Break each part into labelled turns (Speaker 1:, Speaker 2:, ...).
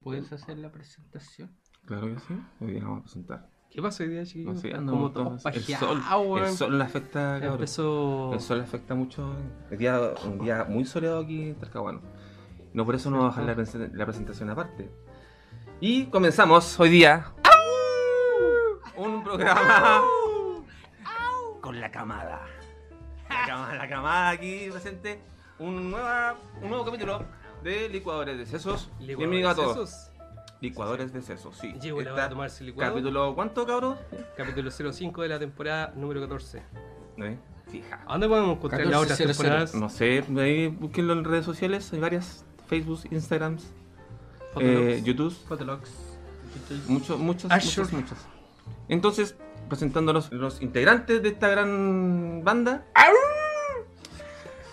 Speaker 1: ¿Puedes hacer la presentación?
Speaker 2: Claro que sí, hoy día vamos a presentar.
Speaker 3: ¿Qué pasa hoy día, chiquillos?
Speaker 2: No sé,
Speaker 3: Están
Speaker 2: andamos
Speaker 3: como
Speaker 2: todos.
Speaker 3: todos
Speaker 2: El
Speaker 3: pajeados,
Speaker 2: sol, el
Speaker 3: weón.
Speaker 2: sol le afecta,
Speaker 3: Ya
Speaker 2: cabrón.
Speaker 3: empezó...
Speaker 2: El sol le afecta mucho. El día, un día muy soleado aquí en Talcahuano. No por eso no vamos a dejar la, presen- la presentación aparte. Y comenzamos hoy día un programa con la camada. La camada, la camada aquí presente. Un, nueva, un nuevo capítulo de Licuadores de Sesos.
Speaker 3: Licuadores
Speaker 2: Bienvenidos a todos.
Speaker 3: esos.
Speaker 2: Licuadores de Sesos, sí.
Speaker 3: Llegó la
Speaker 2: Está-
Speaker 3: hora de tomarse licuado. Capítulo...
Speaker 2: Capítulo, ¿cuánto cabrón?
Speaker 3: 05 de la temporada número 14.
Speaker 2: No, eh. Fija.
Speaker 3: ¿A dónde podemos encontrar las otras
Speaker 1: 14.00.
Speaker 3: temporadas?
Speaker 2: No sé, ahí búsquenlo en redes sociales, hay varias, Facebook, Instagram, eh,
Speaker 3: Fotologs.
Speaker 2: YouTube,
Speaker 3: Fotologs.
Speaker 2: mucho- muchas,
Speaker 3: Ashore.
Speaker 2: muchas, muchas. Entonces, presentándonos los integrantes de esta gran banda.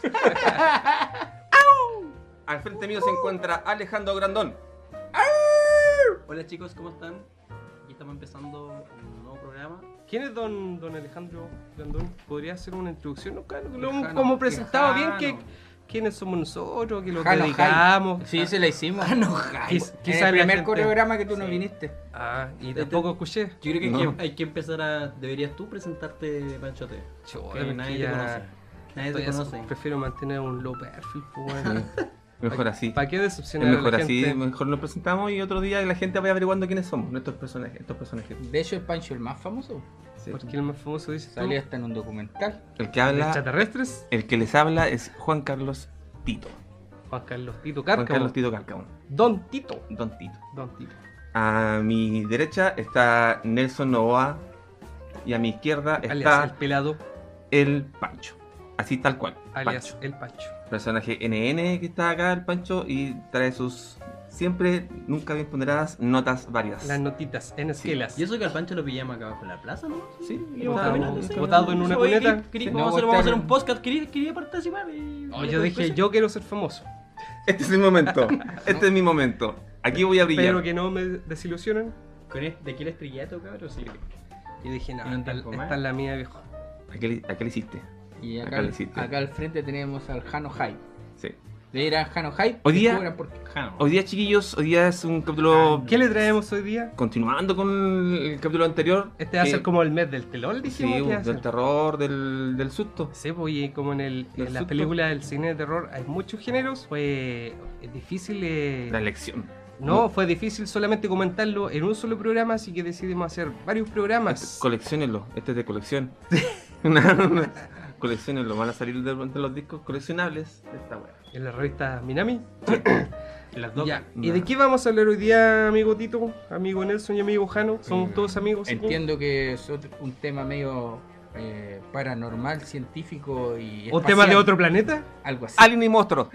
Speaker 2: Al frente mío se encuentra Alejandro Grandón.
Speaker 4: Hola chicos, ¿cómo están? Aquí estamos empezando un nuevo programa.
Speaker 3: ¿Quién es don, don Alejandro Grandón? ¿Podría hacer una introducción? No, claro, lo hemos
Speaker 4: Lejano,
Speaker 3: como presentado bien que,
Speaker 4: lejano.
Speaker 3: quiénes somos nosotros, que lo
Speaker 1: Jalo,
Speaker 3: dedicamos.
Speaker 1: Sí, se la hicimos.
Speaker 3: Quiz-
Speaker 1: Es
Speaker 3: quizá
Speaker 1: el
Speaker 3: la
Speaker 1: primer
Speaker 3: gente-
Speaker 1: coreograma que tú no
Speaker 4: Sí.
Speaker 1: viniste.
Speaker 3: Ah, y tampoco escuché.
Speaker 4: Yo creo que
Speaker 2: No.
Speaker 4: hay, que hay que empezar a... Deberías tú presentarte, Panchote.
Speaker 3: Chola,
Speaker 4: Que nadie te conoce. Nadie te conoce.
Speaker 3: Prefiero mantener un low perfil, pues bueno.
Speaker 2: Eh, Mejor así.
Speaker 3: ¿Para qué
Speaker 2: Es
Speaker 3: decepcionar
Speaker 2: mejor
Speaker 3: a la
Speaker 2: así, pues.
Speaker 3: gente?
Speaker 2: mejor nos presentamos y otro día la gente va averiguando quiénes somos, nuestros personajes, estos personajes.
Speaker 1: De hecho, el Pancho, el más famoso,
Speaker 2: Sí.
Speaker 3: Porque el más famoso dice tú,
Speaker 1: salió hasta en un documental.
Speaker 2: El que
Speaker 3: ¿de
Speaker 2: habla,
Speaker 3: extraterrestres?
Speaker 2: el que les habla es Juan Carlos Tito.
Speaker 3: Juan Carlos Tito
Speaker 2: Juan
Speaker 3: Cárcamo.
Speaker 2: Carlos Tito Cárcamo,
Speaker 3: Don Tito.
Speaker 2: Don Tito.
Speaker 3: Don Tito.
Speaker 2: A mi derecha está Nelson Novoa y a mi izquierda
Speaker 3: Alias el
Speaker 2: está
Speaker 3: pelado,
Speaker 2: el Pancho. Así tal cual.
Speaker 3: alias
Speaker 2: Pancho.
Speaker 3: el Pancho.
Speaker 2: Personaje NN que está acá, el Pancho, y trae sus siempre, nunca bien ponderadas, notas varias.
Speaker 3: Las notitas en esquelas.
Speaker 4: Y eso que al Pancho lo pillamos acá abajo en la plaza, ¿no?
Speaker 2: Sí, y
Speaker 4: Íbamos
Speaker 3: Botado-
Speaker 4: caminando, sí.
Speaker 3: botado en una
Speaker 4: Oye,
Speaker 3: cuneta.
Speaker 4: Cris, Cris,
Speaker 3: Sí.
Speaker 4: vamos, a
Speaker 1: No,
Speaker 4: hacer, vamos a hacer
Speaker 1: botaron.
Speaker 4: un podcast. Quería, quería participar. Eh, y-
Speaker 3: Oh,
Speaker 4: y
Speaker 3: yo
Speaker 4: después
Speaker 3: dije,
Speaker 4: puse.
Speaker 3: yo quiero ser famoso.
Speaker 2: Este es mi momento. Este es mi momento. Aquí voy a brillar.
Speaker 3: Pero que no me desilusionen.
Speaker 4: Con este- ¿De qué el estrellato, cabrón? Sí.
Speaker 3: Yo dije, no,
Speaker 4: Y no
Speaker 3: esta,
Speaker 4: te comas.
Speaker 3: esta es la mía, viejo.
Speaker 2: ¿A qué, le- a qué le hiciste?
Speaker 1: Y
Speaker 2: Acá
Speaker 1: acá,
Speaker 2: lo
Speaker 1: al-
Speaker 2: hiciste.
Speaker 1: acá al frente tenemos al Jano Hyde.
Speaker 2: Sí.
Speaker 1: Le dirán Jano Hyde.
Speaker 2: Hoy día-
Speaker 1: descubran por qué.
Speaker 4: Jano.
Speaker 2: Hoy día, chiquillos, hoy día es un capítulo.
Speaker 3: Ah, ¿Qué le traemos hoy día?
Speaker 2: Continuando con el capítulo anterior.
Speaker 3: Este va a
Speaker 2: que-
Speaker 3: ser como el mes del telón, dijimos.
Speaker 2: Sí,
Speaker 3: que iba a
Speaker 2: del
Speaker 3: ser.
Speaker 2: terror, del, del susto.
Speaker 3: Sí, pues, y como en, el,
Speaker 2: Del
Speaker 3: en las
Speaker 2: susto.
Speaker 3: películas del cine de terror hay muchos géneros, fue es difícil. eh,
Speaker 2: La elección.
Speaker 3: no, fue difícil solamente comentarlo en un solo programa, así que decidimos hacer varios programas.
Speaker 2: Coleccionenlo, este es de colección. Una- una- colecciónenlo, van a salir de, de los discos coleccionables de esta wea.
Speaker 3: En la revista Minami.
Speaker 4: Las dos.
Speaker 3: Ya. ¿Y
Speaker 2: Ya.
Speaker 3: de qué vamos a hablar hoy día, amigo Tito, amigo Nelson y amigo Jano? Somos
Speaker 1: Mm,
Speaker 3: todos amigos. ¿sí?
Speaker 1: Entiendo que es otro- un tema medio eh, paranormal, científico y.
Speaker 3: ¿Un tema de
Speaker 1: espacial,
Speaker 3: otro planeta?
Speaker 1: Algo así.
Speaker 2: Alien y monstruos.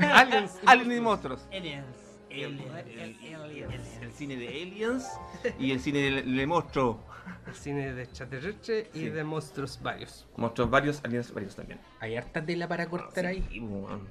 Speaker 3: Aliens.
Speaker 2: Alien y monstruos.
Speaker 4: Aliens. Aliens.
Speaker 2: El cine de aliens y el cine de, de monstruos.
Speaker 3: El cine de extraterrestre y
Speaker 2: Sí.
Speaker 3: de monstruos varios.
Speaker 2: Monstruos varios, aliens varios también. pues,
Speaker 1: Hay harta tela para cortar ahí.
Speaker 2: Y, bueno,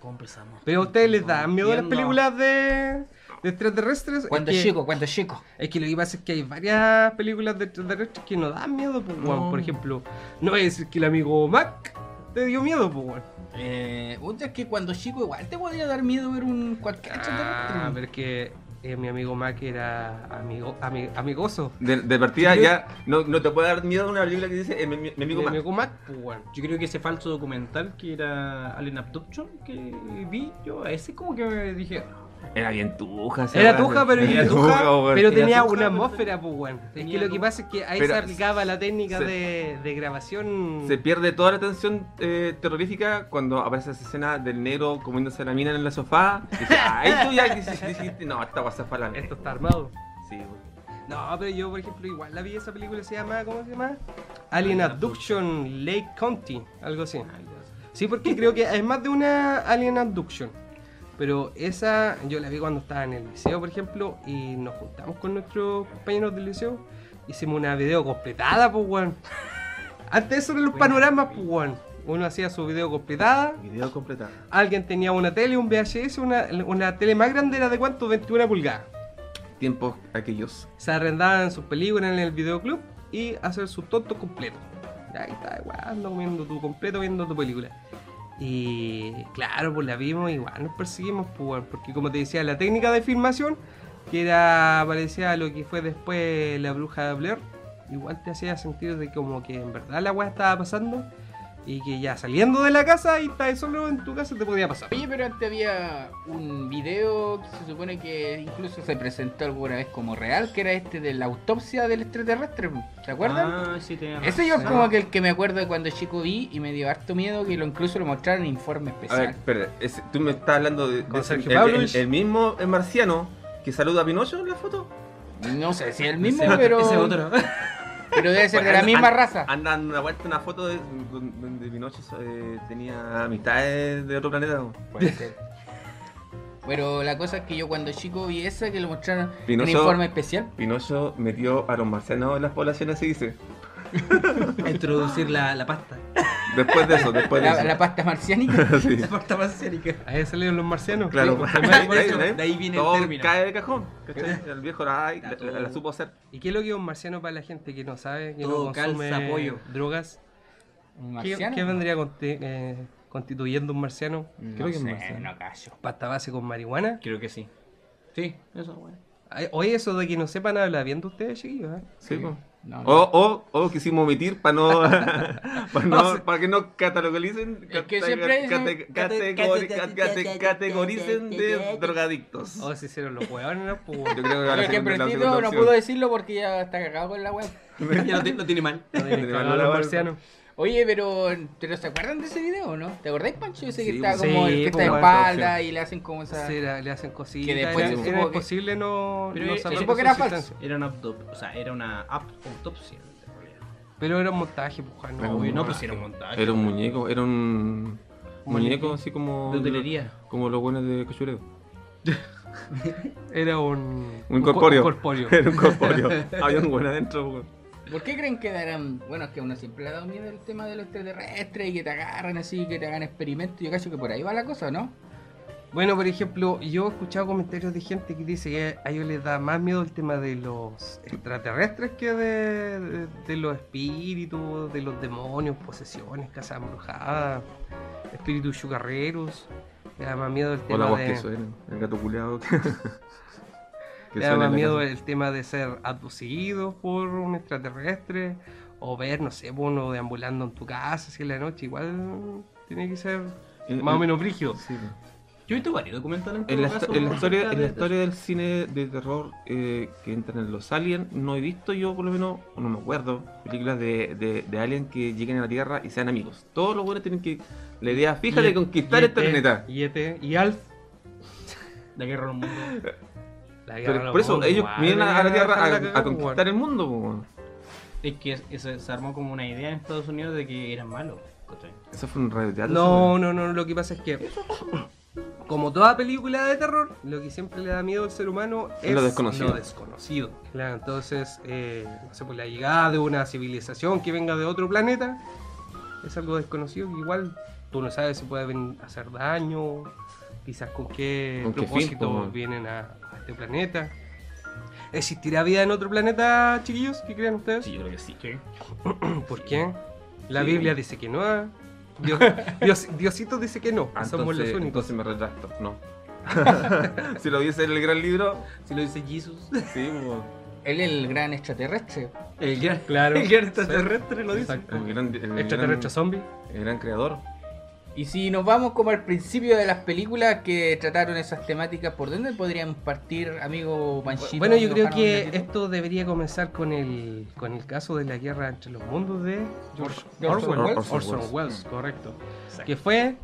Speaker 4: ¿Cómo empezamos?
Speaker 3: Pero a ustedes les dan miedo las
Speaker 4: Entiendo.
Speaker 3: películas de, de extraterrestres. Es
Speaker 1: Cuando
Speaker 3: que-
Speaker 1: chico, cuando chico.
Speaker 3: Es que lo que pasa es que hay varias películas de extraterrestres que nos dan miedo, pues, weón.
Speaker 2: No.
Speaker 3: Por ejemplo, no voy a decir que el amigo Mac te dio miedo, pues, weón.
Speaker 1: Eh, puta, es que cuando chico igual te podría dar miedo ver un cualquier
Speaker 3: Ah,
Speaker 1: extraterrestre.
Speaker 3: pero es que eh, mi amigo Mac era amigo, ami- amigoso.
Speaker 2: de, de partida ya no, no te puede dar miedo una película que dice eh, mi, mi- mi amigo
Speaker 3: mi
Speaker 2: Mac.
Speaker 3: amigo Mac, pues, weón.
Speaker 4: Yo creo que ese falso documental que era Alien Abduction que vi yo, ese como que dije,
Speaker 2: Era bien tuja. esa
Speaker 3: Era
Speaker 2: wea,
Speaker 3: tuja, pero,
Speaker 2: era
Speaker 3: tuja,
Speaker 2: weón.
Speaker 3: pero
Speaker 4: Era
Speaker 3: tenía
Speaker 4: tuja,
Speaker 3: una
Speaker 4: pero
Speaker 3: atmósfera, pues, weón. Es que
Speaker 4: tenía
Speaker 3: lo que
Speaker 4: como-
Speaker 3: pasa es que ahí
Speaker 2: Pero
Speaker 3: se aplicaba la técnica
Speaker 2: se-
Speaker 3: de, de grabación.
Speaker 2: Se pierde toda la tensión eh, terrorífica cuando aparece esa escena del negro comiéndose la mina en la sofá. Y dice, Ay, tú ya dijiste, dijiste, no, esta guasa es para la mina".
Speaker 3: Esto está armado.
Speaker 2: Sí, güey.
Speaker 3: No, pero yo, por ejemplo, igual la vi esa película, se llama, ¿cómo se llama? Alien Abduction Lake County, algo así. Sí, porque creo que es más de una Alien Abduction. Pero esa yo la vi cuando estaba en el liceo, por ejemplo, y nos juntamos con nuestros compañeros del liceo. Hicimos una video completada, pues, weón. Antes eso eran los panoramas, pues, weón. Uno hacía su video completada,
Speaker 2: Video completado.
Speaker 3: alguien tenía una tele, un VHS, una, una tele más grande era de cuánto, 21 pulgadas
Speaker 2: Tiempos aquellos.
Speaker 3: se arrendaban sus películas en el videoclub y hacer su tonto completo. Ya ahí está, igual, ando comiendo tu completo, viendo tu película. Y claro, pues la vimos y igual nos perseguimos, pues, weón, porque como te decía, la técnica de filmación, que era parecía a lo que fue después la bruja de Blair, igual te hacía sentido de como que en verdad la weá estaba pasando y que ya saliendo de la casa y estás solo en tu casa te podía pasar.
Speaker 1: Oye, pero antes había un video que se supone que incluso se presentó alguna vez como real, que era este de la autopsia del extraterrestre. ¿Se acuerdan?
Speaker 4: Ah, sí, tenía
Speaker 1: Ese yo es
Speaker 4: razón.
Speaker 1: como que el que me acuerdo de cuando chico vi y me dio harto miedo que lo incluso lo mostraron en informe
Speaker 2: A
Speaker 1: especial.
Speaker 2: ver, espera, ese- tú me estás hablando de,
Speaker 3: Con
Speaker 2: de-
Speaker 3: Sergio
Speaker 2: el- el,
Speaker 3: Pavlovich.
Speaker 2: el mismo eh, marciano que saluda a Pinocho en la foto.
Speaker 1: No sé si es el mismo,
Speaker 4: Ese-
Speaker 1: pero,
Speaker 4: ese otro.
Speaker 1: pero debe ser de
Speaker 2: Bueno,
Speaker 1: la
Speaker 2: an-
Speaker 1: misma
Speaker 2: an-
Speaker 1: raza.
Speaker 2: Anda dando una vuelta una foto de, donde Pinocho eh, tenía amistades de otro planeta. ¿no?
Speaker 1: Puede ser. Pero la cosa es que yo cuando chico vi esa que lo mostraron en
Speaker 2: Pinocho-
Speaker 1: informe especial.
Speaker 2: Pinocho metió a los marcianos en las poblaciones, se dice.
Speaker 4: A introducir la, la pasta.
Speaker 2: Después de eso, después de
Speaker 1: La,
Speaker 2: eso.
Speaker 1: la pasta marciánica.
Speaker 2: Sí,
Speaker 4: La pasta marciánica.
Speaker 3: Ahí salieron los marcianos.
Speaker 2: claro.
Speaker 3: Sí,
Speaker 2: Ahí-
Speaker 3: pues,
Speaker 2: ahí-
Speaker 4: de ahí viene el
Speaker 2: todo
Speaker 4: término.
Speaker 2: cae del cajón. ¿cachai? El viejo la, ay, la- la- la supo hacer.
Speaker 3: ¿Y qué es lo que es un marciano para la gente que no sabe, que
Speaker 4: Todo
Speaker 3: no consume
Speaker 4: calza, pollo.
Speaker 3: drogas?
Speaker 1: ¿Un
Speaker 3: ¿Qué,
Speaker 1: marciano?
Speaker 3: qué vendría conti- eh, constituyendo un marciano?
Speaker 1: No
Speaker 2: Creo que un
Speaker 1: sé,
Speaker 2: marciano.
Speaker 1: no callo.
Speaker 3: ¿Pasta base con marihuana?
Speaker 4: Creo que sí. Sí, eso, bueno.
Speaker 3: Ay, Oye, eso de que no sepan hablar bien de ustedes, chiquillos. ¿eh?
Speaker 2: Sí, po. Oh,
Speaker 1: No, no.
Speaker 2: O, o, o quisimos omitir para no, para
Speaker 3: No sé.
Speaker 2: no, para que no catalogicen,
Speaker 1: Es que siempre
Speaker 2: cate-
Speaker 1: dicen-
Speaker 2: cate- categori- cate- cate- categoricen de drogadictos.
Speaker 3: O se hicieron los hueones, ¿no? Pues,
Speaker 2: Yo creo que
Speaker 1: Pero
Speaker 2: ahora
Speaker 1: es que
Speaker 2: segunda- la
Speaker 1: Prestito
Speaker 2: segunda
Speaker 1: no
Speaker 2: opción.
Speaker 1: pudo decirlo porque ya está cagado con la web.
Speaker 4: Ya lo, ti- lo tiene mal.
Speaker 3: no tienen
Speaker 2: Le
Speaker 3: cagado
Speaker 2: mandó la
Speaker 3: los
Speaker 2: barba.
Speaker 3: marcianos.
Speaker 1: Oye, pero, pero ¿se acuerdan de ese video o no? ¿Te acordáis, Pancho? Ese que
Speaker 2: Sí,
Speaker 1: está
Speaker 2: pues.
Speaker 1: como
Speaker 3: Sí,
Speaker 1: el que está
Speaker 3: pues,
Speaker 1: de
Speaker 3: bueno,
Speaker 1: espalda y le hacen como esa.
Speaker 3: Sí, la- le hacen cositas.
Speaker 1: Que después
Speaker 3: era,
Speaker 1: se
Speaker 3: era
Speaker 1: supo que-
Speaker 3: imposible no,
Speaker 4: Pero
Speaker 3: no
Speaker 4: eh,
Speaker 3: saber
Speaker 1: supo
Speaker 3: de
Speaker 1: que
Speaker 3: su
Speaker 1: era falso.
Speaker 3: existencia.
Speaker 4: Era una, autop- o sea, era una ap- autopsia. en realidad.
Speaker 3: Pero era un montaje, pues, Juan,
Speaker 2: Era
Speaker 3: no,
Speaker 2: un
Speaker 4: Uy, no,
Speaker 2: montaje.
Speaker 4: pues era un montaje.
Speaker 2: Era un muñeco, era un muñeco así como
Speaker 4: De hotelería.
Speaker 2: Como los buenos de Cachureo.
Speaker 3: Era un...
Speaker 2: Un
Speaker 3: co-
Speaker 2: corpóreo.
Speaker 3: corpóreo.
Speaker 2: Era un corpóreo. Había un buen adentro, pues. weón.
Speaker 1: ¿Por qué creen que darán.? Bueno, es que a uno siempre le ha dado miedo el tema de los extraterrestres y que te agarran así, que te hagan experimentos. Yo cacho que por ahí va la cosa, ¿no?
Speaker 3: Bueno, por ejemplo, yo he escuchado comentarios de gente que dice que a ellos les da más miedo el tema de los extraterrestres que de, de- de los espíritus, de los demonios, posesiones, casas embrujadas, espíritus chucarreros. Le da más miedo el
Speaker 2: O la
Speaker 3: tema
Speaker 2: voz
Speaker 3: de,
Speaker 2: que suena. El gato culeado. que- que
Speaker 3: le da
Speaker 2: suena
Speaker 3: más
Speaker 2: en la
Speaker 3: miedo
Speaker 2: casa.
Speaker 3: el tema de ser abducidos por un extraterrestre o ver, no sé, pues, uno deambulando en tu casa así en la noche. Igual tiene que ser
Speaker 2: Eh,
Speaker 3: más o
Speaker 2: eh,
Speaker 3: menos brígido.
Speaker 2: sí, weón.
Speaker 4: Yo he visto varios documentales.
Speaker 2: En la,
Speaker 4: todo caso,
Speaker 2: histo- en la historia, en la
Speaker 4: de-
Speaker 2: historia del cine de terror eh, que entran en los aliens, no he visto yo, por lo menos, no me acuerdo, películas de, de, de aliens que lleguen a la Tierra y sean amigos. Todos los buenos tienen que. La idea fija de conquistar
Speaker 3: Y
Speaker 2: este
Speaker 3: ET,
Speaker 2: planeta.
Speaker 3: Y ET, y Alf.
Speaker 4: La guerra de los mundos.
Speaker 3: La
Speaker 2: Pero
Speaker 3: guerra de los
Speaker 2: por eso
Speaker 3: mundos,
Speaker 2: ellos
Speaker 3: igual,
Speaker 2: vienen a, a la Tierra
Speaker 3: dejar la
Speaker 2: a,
Speaker 3: cagada,
Speaker 2: a conquistar el mundo. po, weón.
Speaker 4: Es que es- eso- se armó como una idea en Estados Unidos de que eran malos. ¿cachai?
Speaker 2: Eso fue un radioteatro.
Speaker 3: No, no, no, lo que pasa es que como toda película de terror, lo que siempre le da miedo al ser humano
Speaker 2: Es
Speaker 3: es
Speaker 2: lo desconocido.
Speaker 3: lo desconocido. Claro, entonces, eh, no sé, pues la llegada de una civilización que venga de otro planeta es algo desconocido que igual tú no sabes si puede ven- hacer daño, quizás con qué
Speaker 2: ¿Con qué fin,
Speaker 3: propósito
Speaker 2: po, man?
Speaker 3: vienen a, a este planeta. ¿Existirá vida en otro planeta, chiquillos? ¿Qué creen ustedes?
Speaker 4: Sí, yo creo que sí.
Speaker 3: ¿Por qué? La
Speaker 2: Sí.
Speaker 3: Biblia dice que no. ¿eh? Dios, Dios- Diosito dice que no. que
Speaker 2: Ah,
Speaker 3: somos los
Speaker 2: entonces-
Speaker 3: únicos.
Speaker 2: Entonces me retracto, no. si lo dice en el gran libro,
Speaker 4: Si lo dice Jesus.
Speaker 2: sí, po,
Speaker 1: Él es el gran extraterrestre.
Speaker 4: El gran,
Speaker 3: Claro.
Speaker 4: el gran extraterrestre lo dice. Este
Speaker 3: Exacto.
Speaker 2: el gran, el
Speaker 3: Extraterrestre
Speaker 2: gran,
Speaker 3: zombie.
Speaker 2: el gran creador.
Speaker 1: Y si nos vamos como al principio de las películas que trataron esas temáticas, ¿por dónde podríamos partir, amigo Panchito?
Speaker 3: Bueno, yo
Speaker 1: amigo
Speaker 3: creo
Speaker 1: Harold
Speaker 3: que
Speaker 1: Gatito?
Speaker 3: esto debería comenzar con el, con el caso de la guerra entre los mundos de George
Speaker 1: Orson
Speaker 3: Orwell.
Speaker 2: Welles.
Speaker 3: Orson
Speaker 2: Orson
Speaker 3: Welles, correcto.
Speaker 4: Exacto.
Speaker 3: Que fue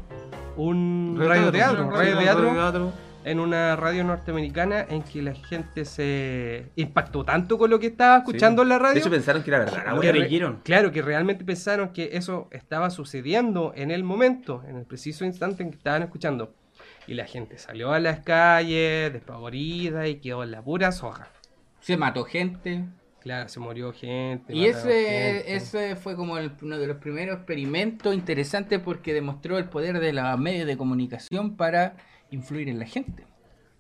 Speaker 3: un
Speaker 2: Radioteatro,
Speaker 3: radioteatro, un radioteatro
Speaker 2: radioteatro.
Speaker 3: en una radio norteamericana en que la gente se impactó tanto con lo que estaba escuchando en la radio.
Speaker 2: De hecho pensaron que era verdad.
Speaker 4: La
Speaker 2: la wea.
Speaker 4: wea creyeron.
Speaker 3: Claro, que realmente pensaron que eso estaba sucediendo en el momento, en el preciso instante en que estaban escuchando. Y la gente salió a las calles despavorida y quedó en la pura soja.
Speaker 1: Se mató gente.
Speaker 3: Claro, se murió gente.
Speaker 1: Y
Speaker 3: mataron gente.
Speaker 1: ese, ese fue como el- uno de los primeros experimentos interesantes porque demostró el poder de los medios de comunicación para influir en la gente.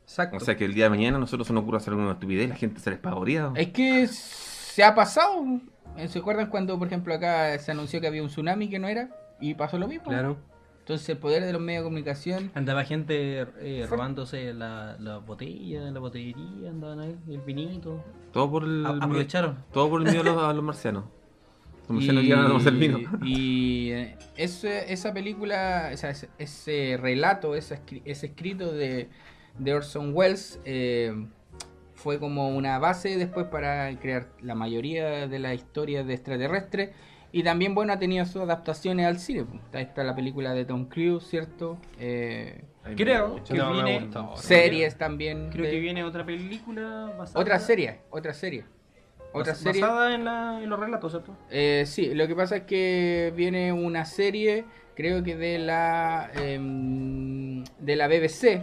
Speaker 3: Exacto.
Speaker 2: O sea que el día de mañana a nosotros se nos ocurre hacer alguna estupidez y la gente se les pavoría.
Speaker 1: Es que se ha pasado. ¿Se acuerdan cuando, por ejemplo, acá se anunció que había un tsunami que no era? Y pasó lo mismo.
Speaker 3: claro.
Speaker 1: Entonces el poder de los medios de comunicación
Speaker 4: Andaba gente eh, robándose la, la botella, la botellería, andaban ahí, el vinito.
Speaker 2: Todo por el.
Speaker 4: A- aprovecharon.
Speaker 2: Todo por el miedo a los, a los marcianos. Los marcianos llegaron a tomarse el vino.
Speaker 1: y, eh, ese- esa película, o sea, ese, ese relato, ese, escri- ese escrito de, de Orson Welles eh, fue como una base después para crear la mayoría de las historias de extraterrestres. Y también, bueno, ha tenido sus adaptaciones al cine. pues. Ahí está la película de Tom Cruise, ¿cierto? Eh,
Speaker 4: Creo que
Speaker 3: No, me
Speaker 4: viene.
Speaker 3: gustó.
Speaker 1: series también.
Speaker 4: Creo
Speaker 1: de-
Speaker 4: que viene otra película basada.
Speaker 1: Otra serie, otra serie. Otra
Speaker 4: bas-
Speaker 1: serie.
Speaker 4: Basada en, la- en los relatos, ¿cierto?
Speaker 1: Eh, sí, lo que pasa es que viene una serie, creo que de la em, de la BBC,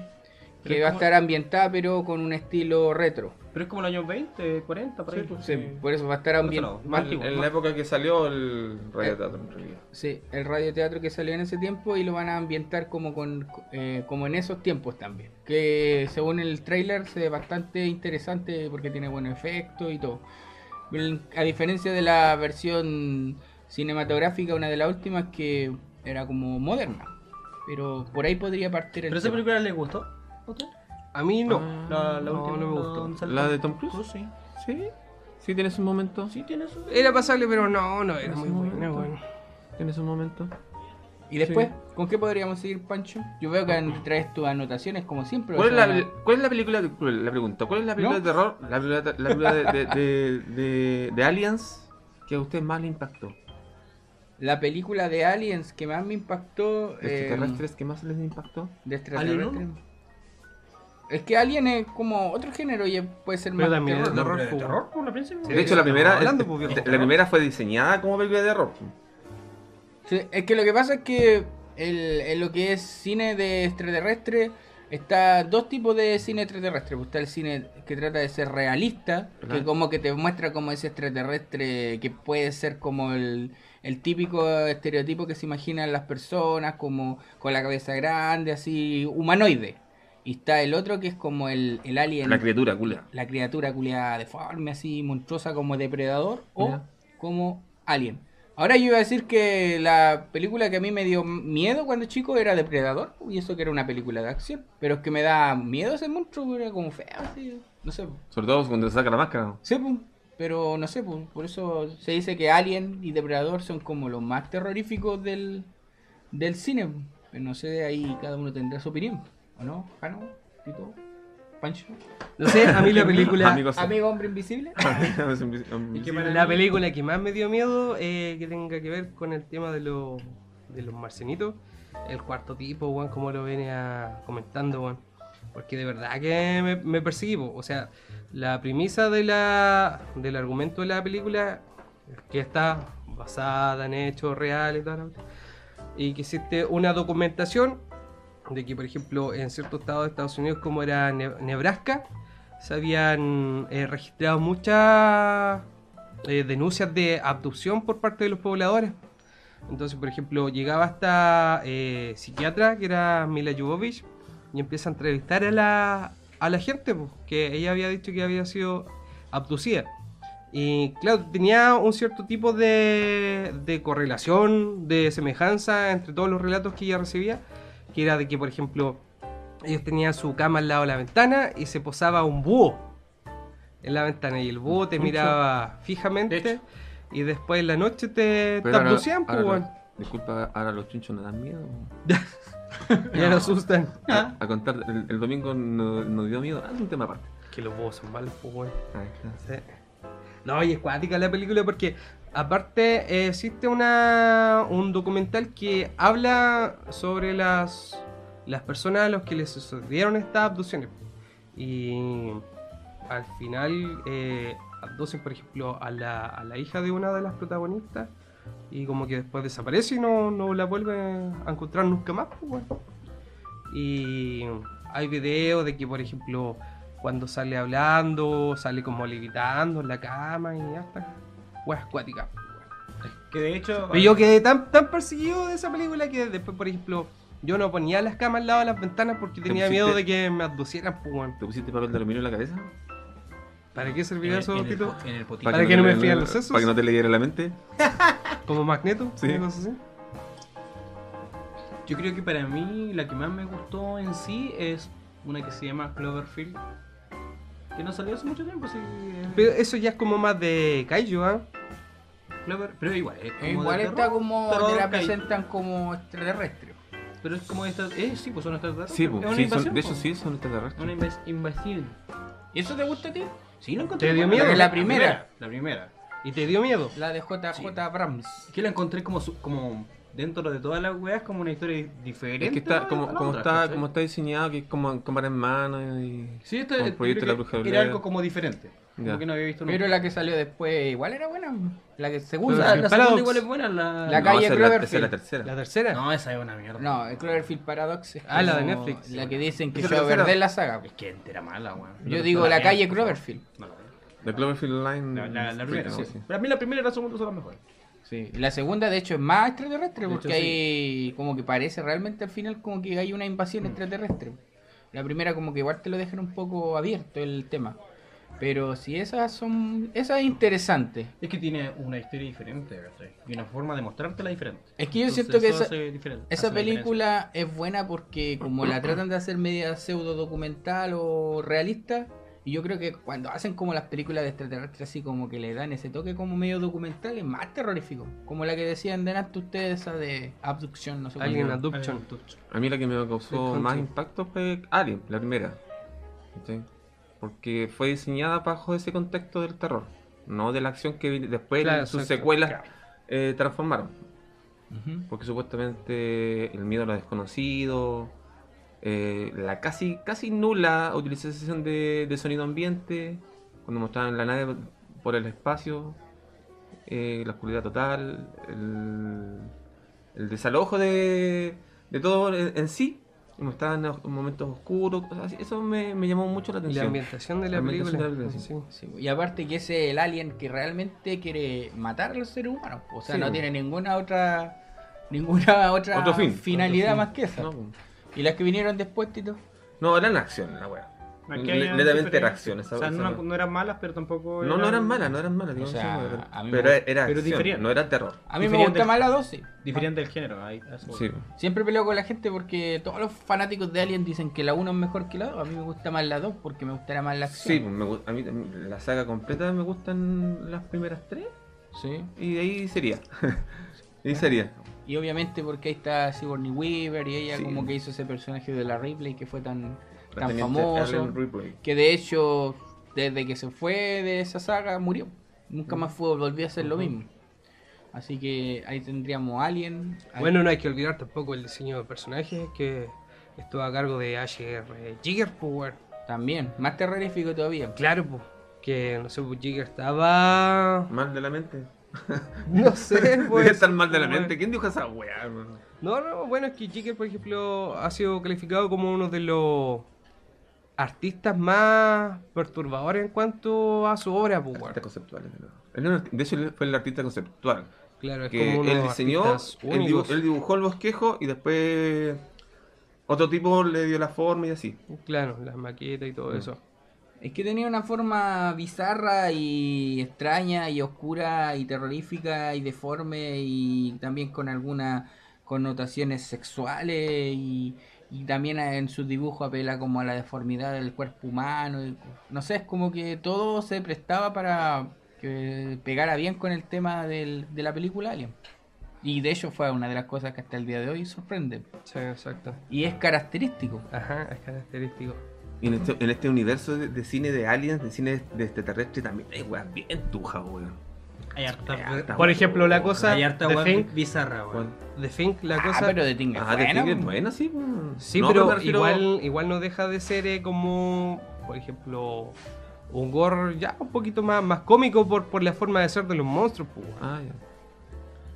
Speaker 4: Pero
Speaker 1: que va a
Speaker 4: ¿cómo?
Speaker 1: estar ambientada pero con un estilo retro.
Speaker 4: Pero es como el año 20, 40, por ahí.
Speaker 1: Sí, por eso va a estar
Speaker 4: Otro
Speaker 1: ambientada.
Speaker 4: lado, más antiguo.
Speaker 2: En la época que salió el Radio Teatro, en realidad.
Speaker 1: Sí, el radioteatro que salió en ese tiempo y lo van a ambientar como con eh, como en esos tiempos también. Que según el trailer se ve bastante interesante porque tiene buenos efectos y todo. El- A diferencia de la versión cinematográfica, una de las últimas que era como moderna. Pero por ahí podría partir el
Speaker 4: ¿Pero esa
Speaker 1: tema.
Speaker 4: película le gustó? ¿A usted?
Speaker 3: A mí no.
Speaker 2: Ah,
Speaker 4: La, la
Speaker 3: no,
Speaker 4: última
Speaker 3: no me
Speaker 4: la-
Speaker 3: gustó.
Speaker 4: donde sale
Speaker 2: ¿La de Tom Cruise?
Speaker 4: Sí.
Speaker 2: Sí. Sí, tienes un momento.
Speaker 4: Sí, tiene eso.
Speaker 3: Era pasable, pero no, no era
Speaker 2: Es
Speaker 3: muy
Speaker 2: muy
Speaker 3: buena,
Speaker 2: bueno.
Speaker 3: bueno.
Speaker 2: Tienes un momento.
Speaker 1: ¿Y después?
Speaker 2: Sí.
Speaker 1: ¿Con qué podríamos seguir, Pancho? Yo veo que traes tus anotaciones como siempre. o
Speaker 2: ¿Cuál es,
Speaker 1: sea,
Speaker 2: la, cuál es la película de cruel? La pregunta. ¿Cuál es la película
Speaker 1: ¿No?
Speaker 2: de terror? La película, de- la película de, de, de, de- de Aliens que a usted más le impactó.
Speaker 1: la película de Aliens que más me impactó...
Speaker 2: ¿De
Speaker 1: eh,
Speaker 2: extraterrestres que más les impactó?
Speaker 1: De
Speaker 4: Alien
Speaker 1: extraterrestre. Es que Alien es como otro género y puede ser
Speaker 3: Pero
Speaker 1: más
Speaker 3: también
Speaker 1: terror.
Speaker 3: es
Speaker 2: terror,
Speaker 3: po.
Speaker 4: ¿Terror? ¿Por la piensa?
Speaker 3: Sí.
Speaker 2: De hecho, la primera,
Speaker 3: hablando, pues, viejo.
Speaker 2: la primera fue diseñada como película de terror.
Speaker 1: Sí, es que lo que pasa es que el, en lo que es cine de extraterrestre está dos tipos de cine extraterrestre. Pues Está el cine que trata de ser realista, que
Speaker 2: Claro.
Speaker 1: como que te muestra como ese extraterrestre que puede ser como el, el típico estereotipo que se imaginan las personas, como con la cabeza grande, así, humanoide. Y está el otro que es como el, el alien.
Speaker 2: La criatura, cula.
Speaker 1: la criatura culiada deforme, así monstruosa como depredador o
Speaker 2: Ya.
Speaker 1: como alien. Ahora yo iba a decir que la película que a mí me dio miedo cuando chico era Depredador, y eso que era una película de acción. Pero es que me da miedo ese monstruo, era como feo, así, no sé. po.
Speaker 2: Sobre todo cuando se saca la máscara.
Speaker 1: Sí, po, pero no sé, po, por eso se dice que Alien y Depredador son como los más terroríficos del, del cine. po. Pero no sé, ahí cada uno tendrá su opinión, ¿o no? Jano, Tito, Pancho,
Speaker 3: No sé, a mí la película.
Speaker 2: Amigos.
Speaker 1: amigo hombre invisible.
Speaker 2: Amigos.
Speaker 4: que para
Speaker 3: La
Speaker 4: mí-
Speaker 3: película que más me dio miedo eh, que tenga que ver con el tema de, los de los marcianitos, el cuarto tipo, weón, como lo viene a- comentando, weón. Porque de verdad que me, me perseguí, po. o sea, la premisa de la, del argumento de la película, que está basada en hechos reales, y toda la cuestión, y que existe una documentación de que, por ejemplo, en cierto estado de Estados Unidos, como era Ne- Nebraska, se habían eh, registrado muchas eh, denuncias de abducción por parte de los pobladores. Entonces, por ejemplo, llegaba esta eh, psiquiatra, que era Mila Jovovich, y empieza a entrevistar a la, a la gente, pues, que ella había dicho que había sido abducida. Y claro, tenía un cierto tipo de, de correlación, de semejanza entre todos los relatos que ella recibía, que era de que, por ejemplo, ellos tenían su cama al lado de la ventana y se posaba un búho en la ventana y el búho te miraba fijamente
Speaker 4: De hecho.
Speaker 3: y después en la noche te, te abducían, pues, weón.
Speaker 2: Disculpa, ahora los chunchos no dan miedo.
Speaker 3: Ya lo asustan.
Speaker 4: Ah,
Speaker 2: A contar, el, el domingo no- nos dio miedo. Ah, es un tema aparte.
Speaker 3: Que los bobos son malos, pues, weón.
Speaker 2: Ahí está.
Speaker 3: Sí. No, y es cuática la película porque aparte eh, existe una un documental que habla sobre las las personas a las que les sucedieron estas abducciones. Y al final eh, abducen, por ejemplo, a la, a la hija de una de las protagonistas y como que después desaparece y no, no la vuelve a encontrar nunca más. pues, weón. Y hay videos de que, por ejemplo, cuando sale hablando, sale como levitando en la cama y hasta weas acuáticas.
Speaker 4: que de hecho. ah,
Speaker 3: Pero yo quedé tan, tan perseguido de esa película que después, por ejemplo, yo no ponía las camas al lado de las ventanas porque
Speaker 2: ¿Te
Speaker 3: tenía
Speaker 2: pusiste-
Speaker 3: miedo de que me abducieran, pues, weón.
Speaker 2: ¿Te pusiste papel de aluminio en la cabeza?
Speaker 3: ¿Para qué
Speaker 4: en,
Speaker 3: servirá
Speaker 4: el-
Speaker 3: eso,
Speaker 4: Eh, en el,
Speaker 3: Tito?
Speaker 4: po- en el potito.
Speaker 3: Para que no
Speaker 2: te-
Speaker 3: me frían los sesos.
Speaker 2: Para
Speaker 4: Ah,
Speaker 2: que no te leyera la mente.
Speaker 3: ¿Como magneto?
Speaker 2: Sí.
Speaker 3: Una cosa así.
Speaker 4: Yo creo que para mí la que más me gustó en sí es una que se llama Cloverfield. Que no salió hace mucho tiempo, sí. eh,
Speaker 3: Pero eso ya es como más de Kaiju, ¿ah?
Speaker 4: Clover- pero igual, es como
Speaker 1: Igual
Speaker 4: de
Speaker 1: está
Speaker 4: terror,
Speaker 1: como.
Speaker 4: terror
Speaker 1: Te la
Speaker 4: caído.
Speaker 1: presentan como extraterrestre.
Speaker 4: Pero es como esta. Eh, sí, pues son extraterrestres.
Speaker 2: Sí,
Speaker 4: es
Speaker 2: pues, sí,
Speaker 4: una
Speaker 2: son-
Speaker 4: invasión,
Speaker 2: de hecho
Speaker 4: pues.
Speaker 2: sí, son este
Speaker 4: Una
Speaker 2: extraterrestres.
Speaker 4: invas- invasión.
Speaker 1: ¿Y eso te gusta a ti?
Speaker 4: Sí, la encontré.
Speaker 3: ¿Te dio
Speaker 4: buena.
Speaker 3: miedo?
Speaker 1: La primera.
Speaker 4: La primera.
Speaker 3: ¿Y te dio miedo?
Speaker 1: La de JJ
Speaker 4: Sí.
Speaker 1: Abrams.
Speaker 4: Que la encontré como, su- como dentro de todas las weas, como una historia diferente.
Speaker 2: Es que
Speaker 4: ¿no?
Speaker 2: está,
Speaker 4: a
Speaker 2: como,
Speaker 4: la
Speaker 2: como,
Speaker 4: otra,
Speaker 2: está,
Speaker 4: ¿cachai?
Speaker 2: como está diseñado, que es como en cámara en mano y...
Speaker 4: Sí, esto
Speaker 2: como el proyecto
Speaker 4: yo creo
Speaker 2: de la
Speaker 4: que
Speaker 2: Bruja de
Speaker 4: Era
Speaker 2: Blair.
Speaker 4: algo como diferente.
Speaker 2: Ya.
Speaker 4: Como que no había visto
Speaker 1: Pero
Speaker 4: nunca.
Speaker 1: la que salió después igual era buena. La que
Speaker 4: Pero
Speaker 1: segunda.
Speaker 4: la, la segunda
Speaker 3: Paradox.
Speaker 4: igual es buena. La,
Speaker 1: La calle
Speaker 2: esa es la, esa es
Speaker 1: Cloverfield.
Speaker 2: la tercera.
Speaker 3: ¿La tercera?
Speaker 4: No, esa es una mierda.
Speaker 1: No, el Cloverfield Paradox es
Speaker 3: Ah, la de
Speaker 1: como
Speaker 3: Netflix.
Speaker 1: La que dicen que
Speaker 2: Esa es
Speaker 1: se
Speaker 2: la tercera.
Speaker 1: perder la saga. pues.
Speaker 4: Es que entera mala, weón.
Speaker 1: Yo digo
Speaker 4: No
Speaker 1: la
Speaker 4: veo.
Speaker 1: calle Cloverfield.
Speaker 4: No la veo.
Speaker 2: La Cloverfield Line.
Speaker 4: La, la- la primera.
Speaker 2: Sí, pues,
Speaker 4: ¿no?
Speaker 2: sí.
Speaker 4: Para mí la primera y la segunda son las mejores.
Speaker 1: Sí. La segunda, de hecho, es más extraterrestre
Speaker 4: De
Speaker 1: porque
Speaker 4: hecho, sí.
Speaker 1: hay como que parece realmente al final como que hay una invasión extraterrestre. La primera como que igual te lo dejan un poco abierto el tema. Pero si esas son... Esa es interesante.
Speaker 4: Es que tiene una historia diferente, ¿cachai? Y una forma de mostrártela diferente.
Speaker 1: Es que yo
Speaker 4: Entonces,
Speaker 1: siento que
Speaker 4: eso
Speaker 1: esa,
Speaker 4: hace diferente-
Speaker 1: esa
Speaker 4: hace la diferencia.
Speaker 1: película es buena porque como la tratan de hacer media pseudo documental o realista, y yo creo que cuando hacen como las películas de extraterrestres así como que le dan ese toque como medio documental es más terrorífico. Como la que decían delante ustedes, esa de abducción, no sé cuál
Speaker 3: Alien
Speaker 1: era.
Speaker 3: Abduction.
Speaker 4: Alien Abduction.
Speaker 2: A mí la que me causó
Speaker 3: Sí,
Speaker 2: más
Speaker 3: sí.
Speaker 2: impacto fue Alien, la primera. ¿Cachai? Porque fue diseñada bajo ese contexto del terror, no de la acción que vi- después
Speaker 3: Claro,
Speaker 2: sus
Speaker 3: exacto,
Speaker 2: secuelas
Speaker 4: claro.
Speaker 2: eh, transformaron.
Speaker 1: Ujú.
Speaker 2: Porque supuestamente el miedo a lo desconocido, eh, la casi, casi nula utilización de, de sonido ambiente, cuando mostraban la nave por el espacio, eh, la oscuridad total, el, el desalojo de, de todo en, en sí, y mostraban los momentos oscuros, cosas así. eso me, me llamó mucho la
Speaker 3: Y la
Speaker 2: atención.
Speaker 3: ambientación de la,
Speaker 2: La ambientación
Speaker 3: película.
Speaker 2: de la película,
Speaker 3: Sí.
Speaker 1: Sí, y aparte que ese es el alien que realmente quiere matar a los seres humanos. O sea,
Speaker 2: Sí,
Speaker 1: no
Speaker 2: po.
Speaker 1: tiene ninguna otra ninguna otra
Speaker 2: Otro fin.
Speaker 1: finalidad
Speaker 2: Otro fin.
Speaker 1: más que esa.
Speaker 2: No,
Speaker 1: Y las que vinieron después, Tito.
Speaker 2: no, eran acción, la wea.
Speaker 4: No, es que
Speaker 2: Le-
Speaker 4: hayan
Speaker 2: netamente
Speaker 4: diferencias.
Speaker 2: reacción, esa-
Speaker 4: O sea, no,
Speaker 2: esa-
Speaker 4: no eran malas, pero tampoco.
Speaker 2: No, no eran malas, no eran malas. digamos,
Speaker 1: sea,
Speaker 2: no eran-
Speaker 1: a mí me
Speaker 2: pero
Speaker 1: gusta-
Speaker 2: era
Speaker 4: pero
Speaker 2: acción,
Speaker 4: diferían.
Speaker 2: no era terror.
Speaker 1: A mí me
Speaker 4: Diferente.
Speaker 1: gusta más la 12.
Speaker 4: Diferente del género. Ahí, a eso voy.
Speaker 2: Sí.
Speaker 1: Siempre peleo con la gente porque todos los fanáticos de Alien dicen que la 1 es mejor que la 2. A mí me gusta más la 2 porque me gustará más la
Speaker 2: Sí,
Speaker 1: acción.
Speaker 2: pues, me gu- a mí tam- la saga completa me gustan las primeras tres
Speaker 1: Sí.
Speaker 2: y de ahí sería. y sería.
Speaker 1: Y obviamente porque ahí está Sigourney Weaver y ella
Speaker 2: Sí.
Speaker 1: como que hizo ese personaje de la Ripley que fue tan, tan
Speaker 2: La teniente
Speaker 1: famoso.
Speaker 2: Ellen Ripley.
Speaker 1: que de hecho desde que se fue de esa saga murió.
Speaker 2: Mm.
Speaker 1: Nunca más fue, volvió a hacer lo mismo. Así que ahí tendríamos Alien. ahí-
Speaker 3: Bueno, no hay que olvidar tampoco el diseño de personajes que estuvo a cargo de H.R. Jigger, pues, weón.
Speaker 1: También, más terrorífico todavía.
Speaker 3: Claro, pues. Que no sé, pues Jigger estaba.
Speaker 2: Mal de la mente.
Speaker 3: No sé,
Speaker 2: Debe
Speaker 3: pues.
Speaker 2: estar mal de la
Speaker 3: weón.
Speaker 2: mente. ¿Quién dijo esa weá, hermano?
Speaker 3: No, no, bueno, es que Jigger, por ejemplo, ha sido calificado como uno de los artistas más perturbadores en cuanto a su obra, pues, weón.
Speaker 2: Artistas conceptuales. de nuevo. Él era un arti- De hecho, él fue el artista conceptual.
Speaker 3: Claro, es
Speaker 2: Que
Speaker 3: como uno de
Speaker 2: él
Speaker 3: los
Speaker 2: diseñó,
Speaker 3: artistas
Speaker 2: él, dibu-
Speaker 3: únicos.
Speaker 2: él dibujó el bosquejo y después otro tipo le dio la forma y así.
Speaker 3: Claro, las maquetas y todo
Speaker 2: Mm.
Speaker 3: eso.
Speaker 1: Es que tenía una forma bizarra y extraña y oscura y terrorífica y deforme y también con algunas connotaciones sexuales y, y también en sus dibujos apela como a la deformidad del cuerpo humano. y- no sé, es como que todo se prestaba para que pegara bien con el tema del- de la película Alien. Y de hecho fue una de las cosas que hasta el día de hoy sorprende.
Speaker 3: Sí, exacto.
Speaker 1: Y es característico.
Speaker 3: Ajá, es característico.
Speaker 2: Y en este, en este universo de, de cine de aliens, de cine de extraterrestre, también hay weas bien tujas, weón.
Speaker 4: Hay harta.
Speaker 2: harta-
Speaker 3: Por ejemplo, la cosa
Speaker 4: Hay harta
Speaker 3: de
Speaker 4: wea
Speaker 3: Fink,
Speaker 4: bizarra, weón.
Speaker 3: de Fink, la
Speaker 1: Ah,
Speaker 3: cosa...
Speaker 1: pero de Tinga.
Speaker 2: Ah, de Tigre, bueno, sí. pues.
Speaker 3: Sí,
Speaker 2: No,
Speaker 3: pero,
Speaker 2: me refiero-
Speaker 3: igual, igual no deja de ser eh, como, por ejemplo, un gore ya un poquito más, más cómico por, por la forma de ser de los monstruos, pues, weón.
Speaker 2: Ah, ya.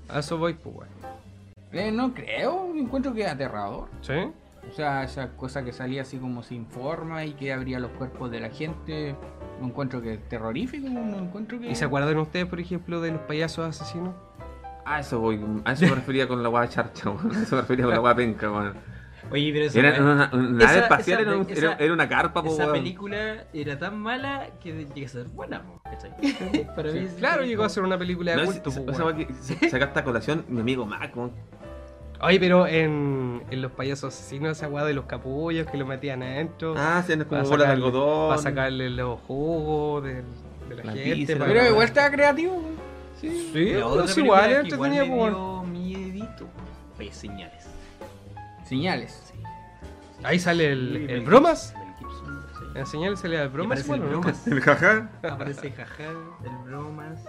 Speaker 3: A eso voy, pues, weón.
Speaker 1: Eh, no creo, encuentro que es aterrador.
Speaker 3: ¿Sí?
Speaker 1: O sea, esa cosa que salía así como sin forma y que abría los cuerpos de la gente. No encuentro que es terrorífico, no encuentro que.
Speaker 3: ¿Y se acuerdan ustedes, por ejemplo, de los payasos asesinos?
Speaker 2: A eso voy, a eso me refería con la guada charcha, weón. a eso me refería con la guada penca, weón.
Speaker 4: Oye, pero esa,
Speaker 2: Era
Speaker 4: wea-
Speaker 2: una, una nave
Speaker 4: Esa-
Speaker 2: espacial,
Speaker 4: esa-
Speaker 2: era, un- era-
Speaker 4: esa-
Speaker 2: era una carpa, po,
Speaker 4: esa
Speaker 2: weón.
Speaker 4: película era tan mala que llega a ser buena, po, ¿cachai? Para mí es-
Speaker 3: Claro, llegó a ser una película
Speaker 2: No,
Speaker 3: de
Speaker 2: es-
Speaker 3: culto,
Speaker 2: esa-
Speaker 3: pues,
Speaker 2: esa
Speaker 3: weón.
Speaker 2: wea que- se- sacaste a colación mi amigo Mac, weón.
Speaker 3: Oye, pero en, en los payasos asesinos, esa weá de los capullos que lo metían adentro.
Speaker 2: Ah, sí, es
Speaker 3: para
Speaker 2: como bola de
Speaker 3: sacarle-
Speaker 2: algodón.
Speaker 3: Para sacarle los jugos del- de, la,
Speaker 2: Las
Speaker 3: gente.
Speaker 2: vísceras.
Speaker 3: para-
Speaker 1: Pero igual estaba creativo, weón.
Speaker 3: Sí,
Speaker 4: La
Speaker 3: pero
Speaker 4: otra
Speaker 3: es
Speaker 4: película
Speaker 3: igual,
Speaker 4: que
Speaker 3: era entretenido,
Speaker 4: me
Speaker 3: pues, weón.
Speaker 4: dio miedito. Oye, señales.
Speaker 1: Señales.
Speaker 3: Ahí sale
Speaker 4: Sí,
Speaker 3: el, el
Speaker 4: Mel
Speaker 3: bromas.
Speaker 4: Gibson, Mel Gibson, sí.
Speaker 3: En señal sale el bromas.
Speaker 4: Aparece el
Speaker 3: bueno, ¿no?
Speaker 4: bromas.
Speaker 2: El jaja.
Speaker 4: Aparece jaja, el bromas.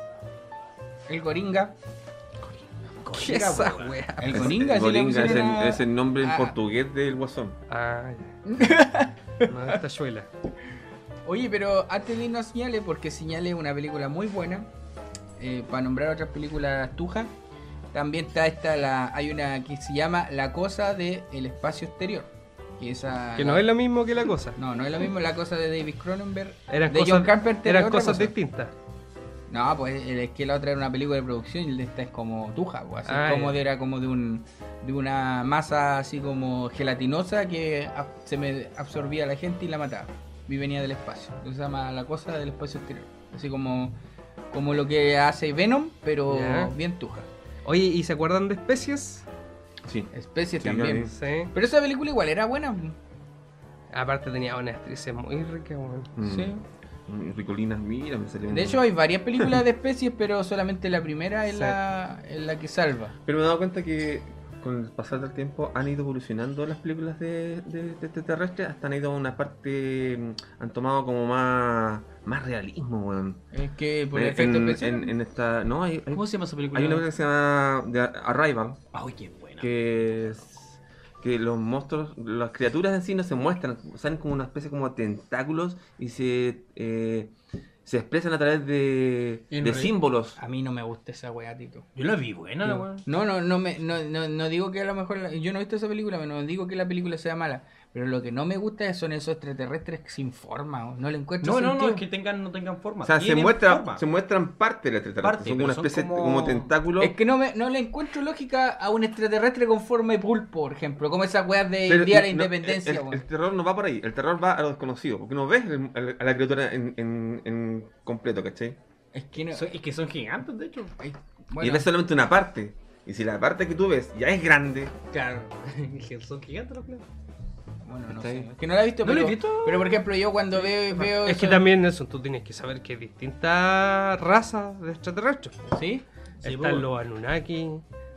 Speaker 1: El Goringa.
Speaker 3: ¿Qué es esa weá?
Speaker 1: El
Speaker 2: Es-
Speaker 1: Goringa,
Speaker 2: el
Speaker 1: sí le
Speaker 2: Goringa es,
Speaker 1: pusieron
Speaker 2: el,
Speaker 1: a-
Speaker 2: es el nombre en
Speaker 1: Ah.
Speaker 2: portugués del guasón.
Speaker 3: Ah, ya. No, esta chuela.
Speaker 1: Oye, pero antes de irnos a Señales, porque Señales es una película muy buena, eh, para nombrar otras películas tujas, también está esta, la, hay una que se llama La Cosa del Espacio Exterior. Que, esa,
Speaker 3: Que no es lo mismo que la cosa.
Speaker 1: No, no es lo mismo La Cosa de David Cronenberg,
Speaker 3: Eran
Speaker 1: de
Speaker 3: cosas,
Speaker 1: John Carpenter.
Speaker 3: eran
Speaker 1: es otra
Speaker 3: cosas
Speaker 1: cosa.
Speaker 3: distintas.
Speaker 1: No, pues el- es que la otra era una película de producción y esta es como tuja, pues, así
Speaker 3: Ah,
Speaker 1: como
Speaker 3: ya.
Speaker 1: de- era como de un de una masa así como gelatinosa que ab- se me absorbía a la gente y la mataba. Y venía del espacio. Entonces se llama la cosa del espacio exterior. Así como como lo que hace Venom, pero
Speaker 3: Ya.
Speaker 1: bien tuja.
Speaker 3: Oye, ¿y se acuerdan de especies?
Speaker 2: Sí.
Speaker 1: Especie
Speaker 2: Sí,
Speaker 1: también.
Speaker 2: claro.
Speaker 3: Sí.
Speaker 1: Pero esa película igual era buena. pues.
Speaker 3: Aparte tenía unas actrices muy ricas, weón.
Speaker 2: Mm.
Speaker 1: Sí.
Speaker 2: Mm, Ricolinas, mira, me salió un-
Speaker 1: De hecho hay varias películas de especies, pero solamente la primera es
Speaker 3: Sí.
Speaker 1: la es la que salva.
Speaker 2: Pero me he dado cuenta que con el pasar del tiempo han ido evolucionando las películas de, de, de extraterrestres, hasta han ido a una parte, mm, han tomado como más, más realismo, weón.
Speaker 1: Es que por
Speaker 2: Eh,
Speaker 1: efecto
Speaker 2: en,
Speaker 1: especial.
Speaker 2: en- en esta, no, hay, hay,
Speaker 4: ¿Cómo se llama esa película?
Speaker 2: hay una película que se llama The Arrival,
Speaker 4: Ay, qué buena.
Speaker 2: que es- que los monstruos, las criaturas en sí no se muestran, salen como una especie como tentáculos y se eh, se expresan a través de,
Speaker 4: En
Speaker 2: de
Speaker 4: re-
Speaker 2: símbolos.
Speaker 1: A mí no me gusta esa weá, Tito.
Speaker 4: Yo la vi buena, la weón.
Speaker 1: No, no, no, me, no, no, no digo que a lo mejor... la- yo no he visto esa película, pero no digo que la película sea mala. Pero lo que no me gusta es- son esos extraterrestres sin forma. o No le encuentro
Speaker 4: No, no, no,
Speaker 1: sentido.
Speaker 4: es que tengan, no tengan forma.
Speaker 2: O sea, se,
Speaker 4: Tienen
Speaker 2: muestra-
Speaker 4: forma.
Speaker 2: se muestran parte de la extraterrestre.
Speaker 4: Parte,
Speaker 2: son
Speaker 4: pero
Speaker 2: una
Speaker 4: son
Speaker 2: especie
Speaker 4: como-
Speaker 2: como, tentáculo.
Speaker 1: Es que no, me, no le encuentro lógica a un extraterrestre con forma de pulpo, por ejemplo. Como esas weas de
Speaker 2: Pero
Speaker 1: Día de la
Speaker 2: no-
Speaker 1: Independencia,
Speaker 2: el- El,
Speaker 1: weón.
Speaker 2: el terror no va por ahí, el terror va a lo desconocido, porque no ves el- el- a la criatura en, en- en completo, ¿cachai?
Speaker 1: Es que no...
Speaker 4: Son- es que son gigantes, de hecho.
Speaker 1: ay,
Speaker 2: Y
Speaker 1: bueno,
Speaker 2: ves solamente una parte. Y si la parte que tú ves ya es grande,
Speaker 4: Claro, que son gigantes los claros.
Speaker 1: bueno, no
Speaker 2: está
Speaker 1: sé.
Speaker 2: ahí.
Speaker 1: Es que no la he visto,
Speaker 4: ¿No la
Speaker 1: pero,
Speaker 4: he visto?
Speaker 1: pero por ejemplo yo cuando veo... veo
Speaker 3: Es que
Speaker 1: eso-
Speaker 3: también eso, tú tienes que saber que hay distintas razas de extraterrestres.
Speaker 1: ¿Sí?
Speaker 4: Sí,
Speaker 3: están
Speaker 4: pues.
Speaker 3: los Anunnaki,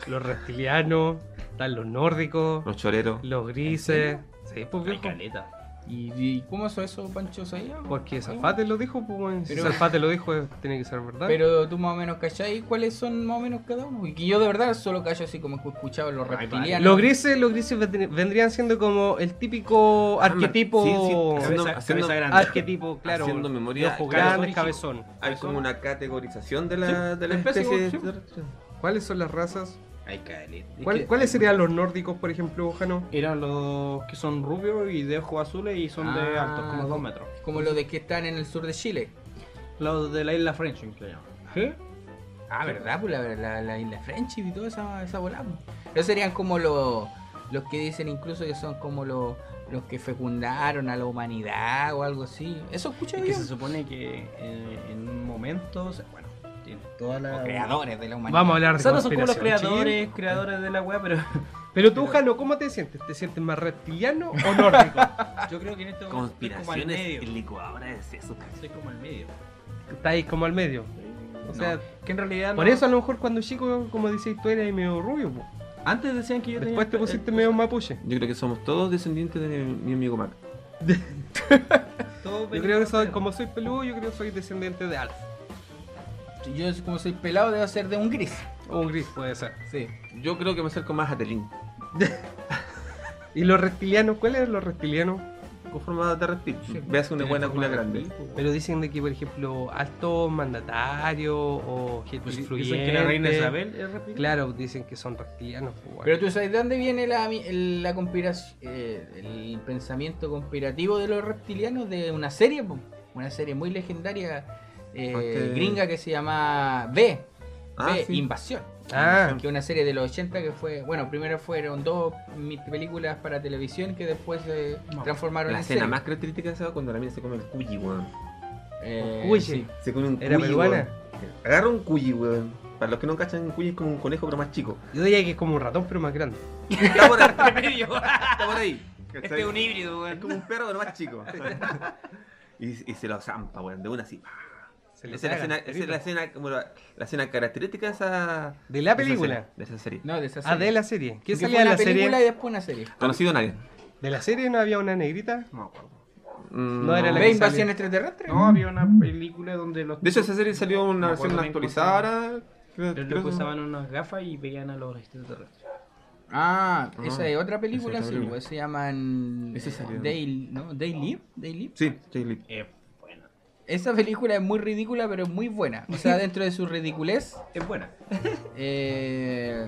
Speaker 3: los reptilianos, están los nórdicos,
Speaker 2: los choreros.
Speaker 3: los grises. Sí, pues
Speaker 4: Hay
Speaker 3: viejo.
Speaker 4: caleta.
Speaker 1: ¿Y, y cómo son esos Pancho Saía?
Speaker 3: Porque Zafate lo dijo, pues bueno, si
Speaker 1: Pero-
Speaker 3: Zafate lo dijo, eh, tiene que ser verdad.
Speaker 1: Pero tú más o menos cachai cuáles son más o menos cada uno. Y que yo de verdad solo callo así como que he escuchado los
Speaker 4: Ay,
Speaker 1: reptilianos.
Speaker 3: los grises, los grises vendri- vendrían siendo como el típico
Speaker 4: Oh,
Speaker 3: arquetipo.
Speaker 2: sí, Haciendo-
Speaker 4: Cabeza,
Speaker 2: haciendo-
Speaker 4: cabeza grande.
Speaker 3: Arquetipo, claro.
Speaker 2: Haciendo memoria,
Speaker 3: Ojo
Speaker 4: cabezón
Speaker 3: grande,
Speaker 4: y
Speaker 3: cabezón.
Speaker 2: Hay como una categorización de la,
Speaker 4: Sí,
Speaker 2: de la
Speaker 4: de especie,
Speaker 2: especie.
Speaker 4: sí.
Speaker 2: extraterrestre.
Speaker 3: ¿Cuáles son las razas?
Speaker 4: Hay caleta.
Speaker 3: ¿Cuál-
Speaker 1: que-
Speaker 3: ¿Cuáles serían los nórdicos, por ejemplo, Jano?
Speaker 4: Eran los que son rubios y de ojos azules y son de
Speaker 1: Ah.
Speaker 4: altos, como 2 metros.
Speaker 1: Como los de que están en el sur de Chile.
Speaker 4: Los de la isla French, que le llaman.
Speaker 1: Ah, ¿verdad? Pues la, la, la isla Friendship y toda esa, esa bola. pues. Esos serían como los, los que dicen incluso que son como los, los que fecundaron a la humanidad o algo así. Eso escucha
Speaker 4: Es
Speaker 1: yo.
Speaker 4: que se supone que eh, en un momento, se- bueno, tiene toda la...
Speaker 1: Los creadores de la humanidad.
Speaker 3: Vamos a hablar
Speaker 4: O
Speaker 3: de
Speaker 4: sea, no son como los
Speaker 3: conspiración,
Speaker 4: creadores,
Speaker 3: chiquillo.
Speaker 4: creadores de la wea, pero
Speaker 3: Pero tú, Jano, ¿cómo te sientes? ¿Te sientes más reptiliano o nórdico?
Speaker 4: yo creo que en este momento estoy como al
Speaker 2: Conspiraciones en
Speaker 4: medio.
Speaker 2: licuadora de sesos.
Speaker 4: Estoy como al medio.
Speaker 3: Está ahí como al medio. O sea,
Speaker 4: Que en realidad no-
Speaker 3: por eso a lo mejor cuando chico, como dices tú, eres medio rubio. po.
Speaker 4: Antes decían que yo
Speaker 3: Después te
Speaker 4: tenía...
Speaker 3: pusiste
Speaker 4: eh,
Speaker 3: medio mapuche.
Speaker 2: Yo creo que somos todos descendientes de mi, mi amigo Mac.
Speaker 4: todo
Speaker 3: Yo creo que soy,
Speaker 4: pelirrojo.
Speaker 3: como soy peludo, yo creo que soy descendiente de Alf.
Speaker 1: Yo como soy pelado debo ser de un gris.
Speaker 3: O un gris, puede ser.
Speaker 1: Sí.
Speaker 2: Yo creo que me acerco más a Telín.
Speaker 3: ¿Y los reptilianos? ¿Cuáles eran los reptilianos?
Speaker 2: Conformado de reptil.
Speaker 1: Sí.
Speaker 2: Veas una
Speaker 4: Tenía
Speaker 2: buena
Speaker 4: forma
Speaker 2: cuna
Speaker 4: de
Speaker 2: grande.
Speaker 4: tipo, weón.
Speaker 3: Pero dicen de que, por ejemplo, altos mandatarios o gente
Speaker 4: Pues
Speaker 3: influyente.
Speaker 4: dicen que la reina
Speaker 3: Este-
Speaker 4: Isabel es reptil.
Speaker 3: Claro, dicen que son reptilianos. po, weón.
Speaker 1: Pero tú sabes de dónde viene la, mi- el- la conspiración, el pensamiento conspirativo de los reptilianos de una serie, po. una serie muy legendaria eh,
Speaker 2: Ok.
Speaker 1: gringa que se llama B,
Speaker 2: Ah,
Speaker 1: B,
Speaker 2: sí.
Speaker 1: Invasión,
Speaker 3: Ah,
Speaker 1: que es una serie de los 80 que fue, bueno, primero fueron dos mi- películas para televisión que después se
Speaker 4: No,
Speaker 1: transformaron
Speaker 2: La
Speaker 1: en
Speaker 2: escena
Speaker 1: serie.
Speaker 2: más característica de esa es cuando la mina se come el cuyi, weón.
Speaker 1: Eh,
Speaker 3: Cuye.
Speaker 1: sí.
Speaker 2: Se come un
Speaker 3: Era
Speaker 2: cuyi,
Speaker 3: peruana.
Speaker 2: weón. Agarra un cuyi, weón. Para los que no cachan, Cuy es como un conejo, pero más chico.
Speaker 3: Yo diría que es como un ratón, pero más grande.
Speaker 2: Está por ahí. Está por ahí.
Speaker 4: Este es un híbrido,
Speaker 2: Es
Speaker 4: weón.
Speaker 2: como un perro, pero más chico. Y, y se lo zampa, weón, de una así.
Speaker 3: Se le
Speaker 2: esa es la
Speaker 3: traga,
Speaker 2: escena, esa es la
Speaker 3: terrible.
Speaker 2: escena, como la, la escena característica de esa.
Speaker 3: De la
Speaker 2: de esa
Speaker 3: película.
Speaker 2: serie, De esa serie.
Speaker 1: No, de esa
Speaker 3: Ah, de
Speaker 1: serie.
Speaker 3: la serie. ¿Quién
Speaker 1: Porque
Speaker 3: salía
Speaker 1: fue
Speaker 3: de
Speaker 1: una
Speaker 3: la
Speaker 1: película
Speaker 3: serie?
Speaker 1: y después una serie.
Speaker 2: ¿Conocido a nadie?
Speaker 3: ¿De la serie no había una negrita?
Speaker 4: No me acuerdo.
Speaker 2: Mm,
Speaker 3: No era la
Speaker 1: ¿Ve
Speaker 3: que
Speaker 1: invasión
Speaker 3: sale.
Speaker 1: extraterrestre?
Speaker 4: No, había una película donde los
Speaker 2: De hecho, esa serie salió una
Speaker 4: Me
Speaker 2: versión
Speaker 4: acuerdo bien
Speaker 2: actualizada.
Speaker 4: cómo
Speaker 2: ahora, creo-
Speaker 4: los
Speaker 2: creo
Speaker 4: locos
Speaker 2: que-
Speaker 4: usaban unas gafas y veían a los extraterrestres.
Speaker 1: Ah,
Speaker 2: Ah,
Speaker 1: esa es otra
Speaker 2: esa
Speaker 1: película,
Speaker 2: es otra
Speaker 1: sí,
Speaker 2: película.
Speaker 1: pues, se llaman
Speaker 2: Esa salió.
Speaker 1: Daily, ¿no? Daily, Daily.
Speaker 2: Sí, sí, li-
Speaker 4: Eh, buena.
Speaker 1: Esa película es muy ridícula, pero es muy buena. O sea, dentro de su ridiculez,
Speaker 4: Es buena.
Speaker 1: eh,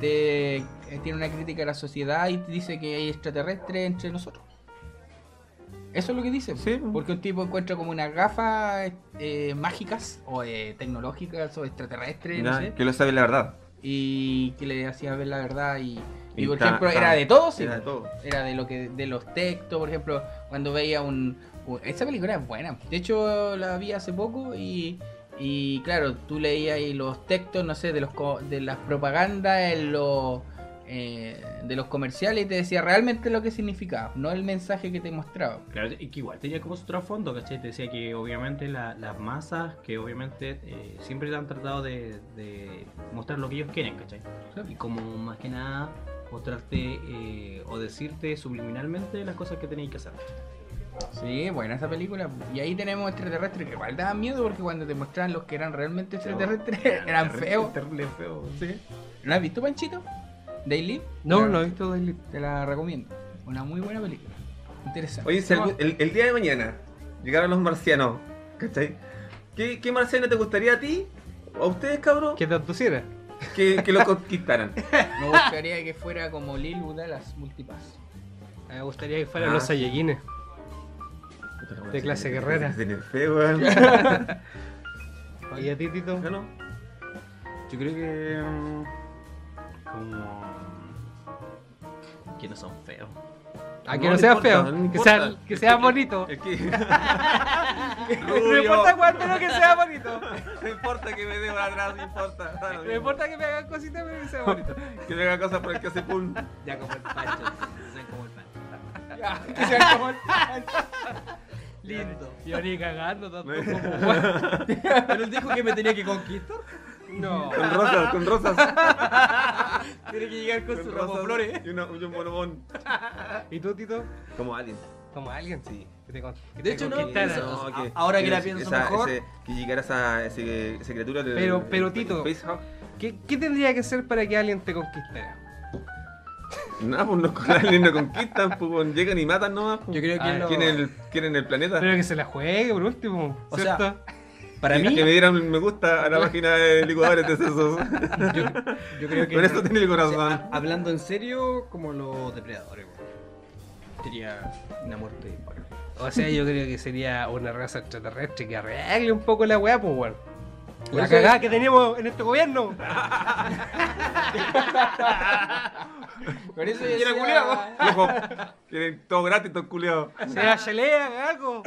Speaker 1: te- eh, tiene una crítica a la sociedad y te dice que hay extraterrestres entre nosotros. Eso es lo que dice.
Speaker 2: Sí.
Speaker 1: Porque un tipo encuentra como unas gafas eh, mágicas o eh, tecnológicas o extraterrestres, no
Speaker 2: ya,
Speaker 1: sé,
Speaker 2: que lo sabe la verdad.
Speaker 1: y que le hacía ver la verdad. Y, y,
Speaker 2: Y
Speaker 1: por
Speaker 2: ta-
Speaker 1: ejemplo,
Speaker 2: ta-
Speaker 1: era de todos. sí,
Speaker 2: Era de
Speaker 1: po.
Speaker 2: todo.
Speaker 1: era de lo que de los textos por ejemplo cuando veía un, un- esa película es buena de hecho la vi hace poco y y claro tú leías ahí los textos no sé de los co- de las propagandas en los eh, de los comerciales y te decía realmente lo que significaba no el mensaje que te mostraba
Speaker 4: Claro, y que igual tenía como su trasfondo, ¿cachai? Te decía que obviamente la- las masas, que obviamente eh, siempre han tratado de, de mostrar lo que ellos quieren, ¿cachai? Y como más que nada mostrarte eh, o decirte subliminalmente las cosas que tenéis que hacer.
Speaker 1: sí buena esa película y ahí tenemos extraterrestres que igual daban miedo porque cuando te mostraban los que eran realmente extraterrestres eran feos
Speaker 4: Terrible feo.
Speaker 1: sí. ¿no has visto Panchito? Daily
Speaker 3: No, no he visto Daily.
Speaker 1: Te la recomiendo. Una muy buena película. Interesante.
Speaker 2: Oye, si
Speaker 1: No,
Speaker 2: algún- el, el día de mañana llegaron los marcianos, ¿cachai? ¿Qué, qué marciano te gustaría a ti? o ¿A ustedes, cabrón?
Speaker 3: ¿Qué te aduciera?
Speaker 2: Que, que lo conquistaran.
Speaker 1: Me gustaría que fuera como Lil Udalas Multipass.
Speaker 3: Me gustaría que fueran
Speaker 2: Ah,
Speaker 3: los
Speaker 2: sí.
Speaker 3: Saiyajines. De clase guerrera.
Speaker 2: De feo, weón.
Speaker 3: ¿Y a ti, Tito?
Speaker 2: Bueno,
Speaker 4: Yo creo que. mm, Como. Que no son feos.
Speaker 3: A Ah, que
Speaker 2: No
Speaker 3: no
Speaker 2: le
Speaker 3: sea
Speaker 2: importa, no
Speaker 3: feo.
Speaker 2: le
Speaker 3: Que sea,
Speaker 2: importa.
Speaker 3: que sea bonito.
Speaker 2: Es que
Speaker 3: No importa cuánto, pero que sea bonito.
Speaker 2: no importa que me dé para atrás, no importa. da lo
Speaker 3: No
Speaker 2: mismo.
Speaker 3: importa que me hagan cositas, pero que sea bonito.
Speaker 2: Que me haga cosas por el que hace pum.
Speaker 4: Ya como el pancho. Son como el pancho.
Speaker 3: Ya, que sea como el Lindo. Yo ni cagando tanto como guay.
Speaker 4: Pero él dijo que me tenía que conquistar.
Speaker 3: No.
Speaker 2: Con rosas, con rosas.
Speaker 4: Tiene que llegar con,
Speaker 2: Con
Speaker 4: sus ramos flores.
Speaker 2: Y, una, y un bonobón.
Speaker 3: ¿Y tú, Tito?
Speaker 2: Como alguien.
Speaker 3: Como alguien.
Speaker 2: Sí.
Speaker 3: Que te con- que
Speaker 4: De
Speaker 3: te
Speaker 4: hecho, no,
Speaker 3: conquistara.
Speaker 4: eso- a- ahora que la pienso
Speaker 2: esa-
Speaker 4: mejor-
Speaker 2: ese- que llegara esa, ese, esa criatura. del-
Speaker 3: Pero- pero,
Speaker 2: del-
Speaker 3: Tito.
Speaker 2: del Facehawk.
Speaker 3: ¿Qué, qué tendría que hacer para que alguien te conquistara?
Speaker 2: No, pues no, con alguien no conquistan, pues bueno, llegan y matan nomás. Pues.
Speaker 4: Yo creo que
Speaker 3: Ah,
Speaker 4: lo-
Speaker 2: ¿Quién es el, quién es el planeta?
Speaker 3: Pero que se la juegue por último.
Speaker 4: O sea,
Speaker 3: ¿Cierto?
Speaker 4: Para
Speaker 2: Que-
Speaker 4: mí,
Speaker 2: Que me dieran un me gusta a la página de licuadores de sesos.
Speaker 4: yo, yo creo que.
Speaker 2: Con eso tenía el
Speaker 4: O sea,
Speaker 2: corazón.
Speaker 4: ha- hablando en serio, como los depredadores, weón. Sería una muerte bacán.
Speaker 3: O sea, yo creo que sería una raza extraterrestre que arregle un poco la weá, pues weón.
Speaker 1: Por
Speaker 3: La
Speaker 1: eso-
Speaker 3: cagada que tenemos en este gobierno.
Speaker 1: Por eso yo
Speaker 2: Y la
Speaker 1: decía-
Speaker 2: culiao. Loco, Tienen todo gratis, todo culiado.
Speaker 3: Sea chelea, algo.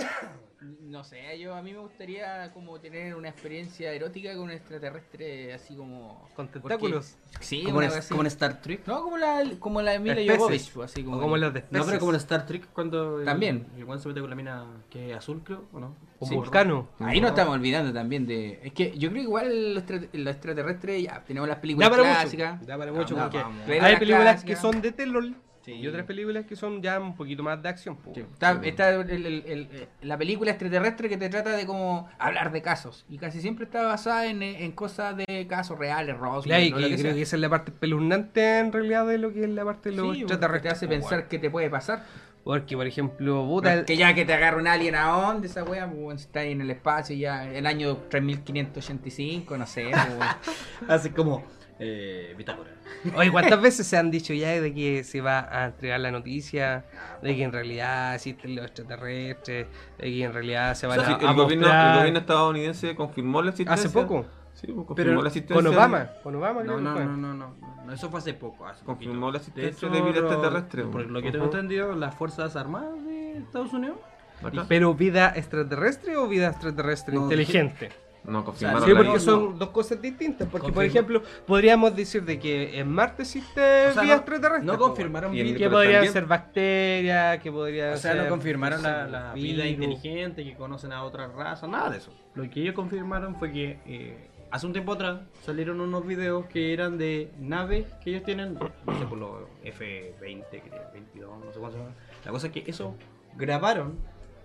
Speaker 1: No sé, yo a mí me gustaría como tener una experiencia erótica con un extraterrestre así como.
Speaker 3: Con
Speaker 1: porque-
Speaker 3: tentáculos.
Speaker 1: Sí,
Speaker 4: Como
Speaker 1: una
Speaker 4: en,
Speaker 1: cosa así.
Speaker 4: como en Star Trek.
Speaker 1: No, como la, como la de Mila
Speaker 3: Especies.
Speaker 1: Jovovich, pues, así como.
Speaker 3: O como las de
Speaker 4: No,
Speaker 3: especies.
Speaker 4: pero como en Star Trek cuando. el-
Speaker 1: También.
Speaker 4: El guan se mete con la mina que es azul, creo, ¿o no?
Speaker 3: Un
Speaker 1: Sí.
Speaker 3: vulcano.
Speaker 4: pues,
Speaker 1: Ahí nos estamos olvidando también de. Es que yo creo que igual los, extra- los extraterrestres, ya, tenemos las películas
Speaker 3: Da para
Speaker 1: clásicas.
Speaker 3: mucho. Da para mucho
Speaker 1: Ah,
Speaker 3: porque
Speaker 1: vamos.
Speaker 3: hay
Speaker 1: Películas
Speaker 3: películas que
Speaker 1: clásicas.
Speaker 3: son de terror
Speaker 1: Sí.
Speaker 3: y otras películas que son ya un poquito más de acción. pues, po.
Speaker 1: Sí, Está, está el- el- el- la película extraterrestre que te trata de como hablar de casos. Y casi siempre está basada en, en cosas de casos reales, Roswell,
Speaker 3: Claro, y
Speaker 1: ¿no? Lo
Speaker 3: que
Speaker 1: que
Speaker 3: creo
Speaker 1: sea.
Speaker 3: que esa es la parte espeluznante en realidad de lo que es la parte de los
Speaker 1: Sí, porque te
Speaker 3: extraterrestres.
Speaker 1: hace
Speaker 3: po,
Speaker 1: pensar
Speaker 3: weón.
Speaker 1: qué te puede pasar.
Speaker 3: Porque, por ejemplo, puta,
Speaker 1: Porque ya que te agarra un alien a onda, esa wea, pues, bueno, si está ahí en el espacio ya, el año 3585, no sé. pues, bueno.
Speaker 4: Así como. Eh, bitácora.
Speaker 3: Oye, ¿cuántas veces se han dicho ya de que se va a entregar la noticia? De que en realidad existen los extraterrestres, de que en realidad se
Speaker 2: O
Speaker 3: van
Speaker 2: sea,
Speaker 3: a,
Speaker 2: sí,
Speaker 3: a
Speaker 2: el, gobierno,
Speaker 3: mostrar.
Speaker 2: el gobierno estadounidense confirmó la existencia.
Speaker 3: Hace poco,
Speaker 2: Sí, pues, confirmó
Speaker 4: Pero
Speaker 2: la existencia.
Speaker 3: con Obama, con Obama creo
Speaker 4: No,
Speaker 3: que
Speaker 4: no,
Speaker 3: fue.
Speaker 4: no, no, no, no, Eso fue hace poco. Hace
Speaker 2: Confirmó
Speaker 4: poquito.
Speaker 2: la existencia
Speaker 4: hecho,
Speaker 2: de vida
Speaker 4: lo-
Speaker 2: extraterrestre,
Speaker 4: Por
Speaker 2: bueno.
Speaker 4: lo que tengo
Speaker 2: Ujú.
Speaker 4: entendido, las Fuerzas Armadas de Estados Unidos
Speaker 2: ¿Verdad?
Speaker 3: ¿Pero vida extraterrestre o vida extraterrestre
Speaker 4: No,
Speaker 3: inteligente?
Speaker 2: No
Speaker 4: Bueno,
Speaker 2: confirmaron
Speaker 3: sí,
Speaker 2: la
Speaker 3: porque
Speaker 2: vida.
Speaker 3: son dos cosas distintas. Porque, por
Speaker 4: Confirmo.
Speaker 3: ejemplo, podríamos decir de que en Marte existe
Speaker 4: O sea,
Speaker 3: Eh, vida
Speaker 4: no-
Speaker 3: extraterrestre.
Speaker 4: No
Speaker 3: po,
Speaker 4: confirmaron
Speaker 2: Y en
Speaker 3: weón.
Speaker 4: vida.
Speaker 3: Que
Speaker 2: Pero
Speaker 3: podría
Speaker 2: también-
Speaker 3: ser bacteria, que podría
Speaker 4: O sea,
Speaker 3: ser,
Speaker 4: no confirmaron
Speaker 3: no
Speaker 4: la,
Speaker 3: sé,
Speaker 4: la
Speaker 3: virus.
Speaker 4: vida inteligente, que conocen a otra raza, nada de eso. Lo que ellos confirmaron fue que eh, hace un tiempo atrás salieron unos videos que eran de naves que ellos tienen, no sé, por los F-20, creo, 22, no sé cuántos son. La cosa es que eso grabaron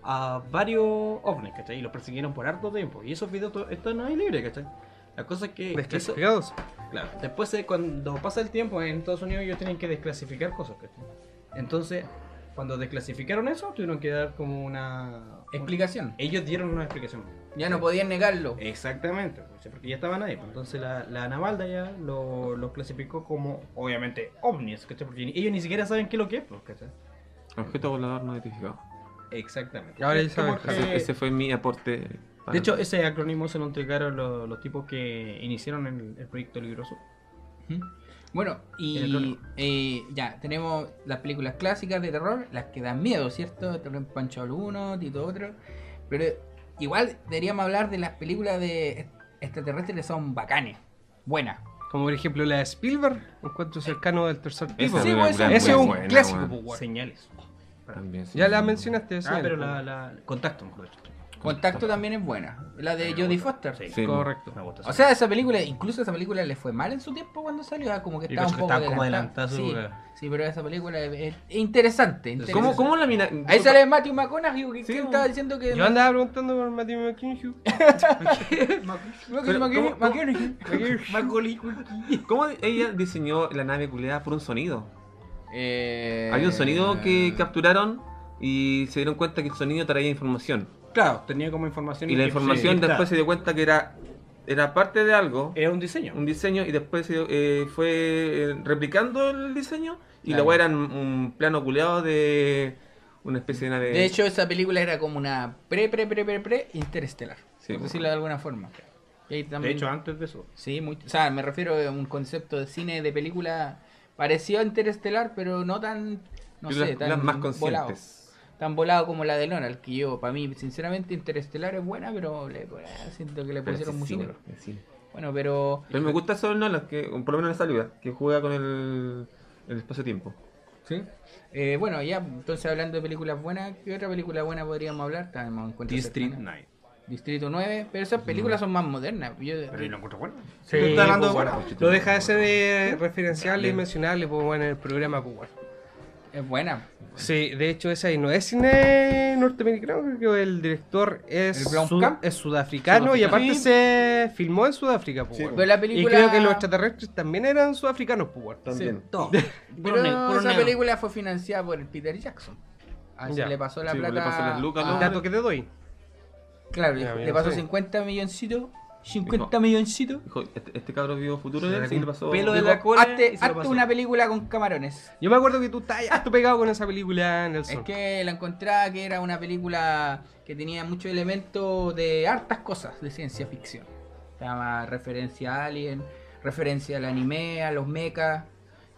Speaker 4: a varios ovnis, ¿cachai? Y los persiguieron por harto tiempo. Y esos videos to- están ahí libres, ¿cachai? La cosa es que...
Speaker 3: Pues
Speaker 4: eso-
Speaker 3: Desclasificados.
Speaker 4: Claro, después de cuando pasa el tiempo en Estados Unidos ellos tienen que desclasificar cosas, ¿cachai? Entonces, cuando desclasificaron eso, tuvieron que dar como una...
Speaker 1: Explicación.
Speaker 4: Ellos dieron una explicación.
Speaker 1: Ya no podían negarlo.
Speaker 4: Exactamente, ¿cachai? porque ya estaban ahí. pues. Entonces la, la Navalda ya lo, lo clasificó como, obviamente, ovnis, ¿cachai? Porque ellos ni siquiera saben qué es lo que es, pues, ¿cachai?
Speaker 2: Objeto volador no identificado.
Speaker 4: Exactamente.
Speaker 3: Ahora ya
Speaker 4: Es como
Speaker 3: saben, pues,
Speaker 4: que-
Speaker 3: claro.
Speaker 2: Ese, ese fue mi aporte. para-
Speaker 4: De hecho, ese acrónimo se lo entregaron lo- los tipos que iniciaron el, el proyecto Libroso.
Speaker 1: Ujú. Bueno,
Speaker 4: El
Speaker 1: y
Speaker 4: cloro.
Speaker 1: eh, ya, tenemos las películas clásicas de terror, las que dan miedo, ¿cierto? Terror Pancho alguno, Tito otro. Pero igual deberíamos hablar de las películas de extraterrestres que son bacanes, buenas.
Speaker 3: Como por ejemplo la de Spielberg, Encuentro cercano del tercer tipo.
Speaker 2: Esa
Speaker 1: Sí,
Speaker 2: película
Speaker 1: pues, ese-
Speaker 3: Ese es
Speaker 2: muy
Speaker 3: un
Speaker 2: buena,
Speaker 3: clásico,
Speaker 2: weón.
Speaker 4: Pues,
Speaker 3: po,
Speaker 1: pues,
Speaker 3: weón.
Speaker 4: Señales.
Speaker 1: eh,
Speaker 2: También, sí.
Speaker 3: Ya la mencionaste, sí.
Speaker 4: Ah, pero la, la- Contacto, mejor dicho.
Speaker 1: Contacto también es buena, la de
Speaker 4: Me
Speaker 1: Jodie
Speaker 4: gusta,
Speaker 1: Foster.
Speaker 4: sí.
Speaker 2: Sí.
Speaker 3: Correcto.
Speaker 4: Me gusta,
Speaker 1: O
Speaker 4: sí.
Speaker 1: sea, esa película, incluso esa película le fue mal en su tiempo cuando salió, ah, como que
Speaker 4: Yo
Speaker 1: estaba un
Speaker 4: cacho que
Speaker 1: poco
Speaker 4: estaba como
Speaker 1: adelantada.
Speaker 4: adelantada a su
Speaker 1: Sí, sí, pero esa película es, es interesante.
Speaker 2: ¿Cómo,
Speaker 1: interesante.
Speaker 2: ¿Cómo la mina?
Speaker 1: Ahí sale Matthew McConaughey, que
Speaker 2: Sí,
Speaker 1: que
Speaker 2: bueno.
Speaker 1: estaba diciendo que...
Speaker 3: Yo andaba preguntando por Matthew McConaughey.
Speaker 1: Matthew McConaughey-
Speaker 2: ¿cómo- cómo-
Speaker 1: McConaughey.
Speaker 2: ¿Cómo ella diseñó la nave culeada por un sonido?
Speaker 1: Eh...
Speaker 2: Había un sonido que capturaron y se dieron cuenta que el sonido traía información.
Speaker 4: Claro, tenía como información.
Speaker 2: Y la
Speaker 4: que-
Speaker 2: información
Speaker 4: sí, está. Eh.
Speaker 2: después se dio cuenta que era, era parte de algo,
Speaker 4: Era un diseño.
Speaker 2: un diseño, y después se, eh, fue eh, replicando el diseño. Y
Speaker 1: Claro.
Speaker 2: luego eran un plano culeado de una especie de nave.
Speaker 1: De hecho, esa película era como una pre, pre, pre, pre, pre interestelar.
Speaker 2: Sí,
Speaker 1: por
Speaker 2: pues. bueno.
Speaker 1: decirlo de alguna forma. Y ahí
Speaker 4: De
Speaker 1: también-
Speaker 4: hecho, antes de eso.
Speaker 1: Sí, muy- o sea, me refiero a un concepto de cine, de película parecido a interestelar, pero no tan, no
Speaker 2: Películas-
Speaker 1: sé, tan
Speaker 2: las más
Speaker 1: volado.
Speaker 2: conscientes.
Speaker 1: Tan volado como la de Lonal, que yo, para mí, sinceramente, interestelar es buena, pero le, pues, siento que le
Speaker 2: Pero
Speaker 1: pusieron
Speaker 2: sí,
Speaker 1: mucho
Speaker 2: sí,
Speaker 1: negro.
Speaker 2: sí.
Speaker 1: Bueno, pero
Speaker 2: Pero me gusta solo Nolan, que por lo menos la salida, que juega con el, el espacio-tiempo.
Speaker 1: Eh, bueno, ya, entonces hablando de películas buenas, ¿qué otra película buena podríamos hablar? Estábamos en Encuentro
Speaker 4: District
Speaker 1: Cercano.
Speaker 4: 9.
Speaker 1: Distrito 9, pero esas películas son más modernas. Yo,
Speaker 4: Pero yo lo encuentro bueno.
Speaker 3: Tú estás hablando,
Speaker 2: pues,
Speaker 3: bueno,
Speaker 2: bueno,
Speaker 3: lo deja de ser de referenciarle y mencionarle pues, bueno, en el programa. Pues, bueno.
Speaker 1: Es buena.
Speaker 3: Sí, de hecho esa ahí no es cine norteamericano, creo que el director es,
Speaker 1: ¿El Brown
Speaker 3: sud-
Speaker 1: Camp?
Speaker 3: es sudafricano y aparte
Speaker 2: Sí.
Speaker 3: se filmó en Sudáfrica. pues,
Speaker 2: Sí,
Speaker 3: bueno.
Speaker 1: Pero la
Speaker 3: Y
Speaker 1: película.
Speaker 3: creo que los extraterrestres también eran sudafricanos. Pues, bueno.
Speaker 2: También.
Speaker 4: Todo.
Speaker 1: Pero esa película fue financiada por el Peter Jackson. A él
Speaker 3: Ya.
Speaker 1: le pasó la
Speaker 2: Sí, pues,
Speaker 1: plata.
Speaker 2: le pasó las lucas,
Speaker 1: a-
Speaker 2: ¿no?
Speaker 3: El dato que te doy.
Speaker 1: Claro,
Speaker 3: Ya,
Speaker 1: le-
Speaker 3: bien,
Speaker 1: le pasó
Speaker 3: sí.
Speaker 1: 50 milloncitos. 50
Speaker 2: Dijo-
Speaker 1: milloncitos.
Speaker 2: Dijo, este, este cabro vio futuro
Speaker 4: Se
Speaker 2: de él,
Speaker 4: le
Speaker 2: sí, le
Speaker 4: arrancó
Speaker 2: pasó.
Speaker 4: un pelo de
Speaker 1: Dijo,
Speaker 4: la cola
Speaker 1: hazte,
Speaker 4: y se lo
Speaker 1: hazte
Speaker 4: pasó".
Speaker 1: una película con camarones.
Speaker 3: Yo me acuerdo que tú estás harto pegado con esa película, Nelson.
Speaker 1: Ah. Es que la encontraba que era una película que tenía muchos elementos de hartas cosas de ciencia ficción. Estaba referencia a Alien, referencia al anime, a los mechas,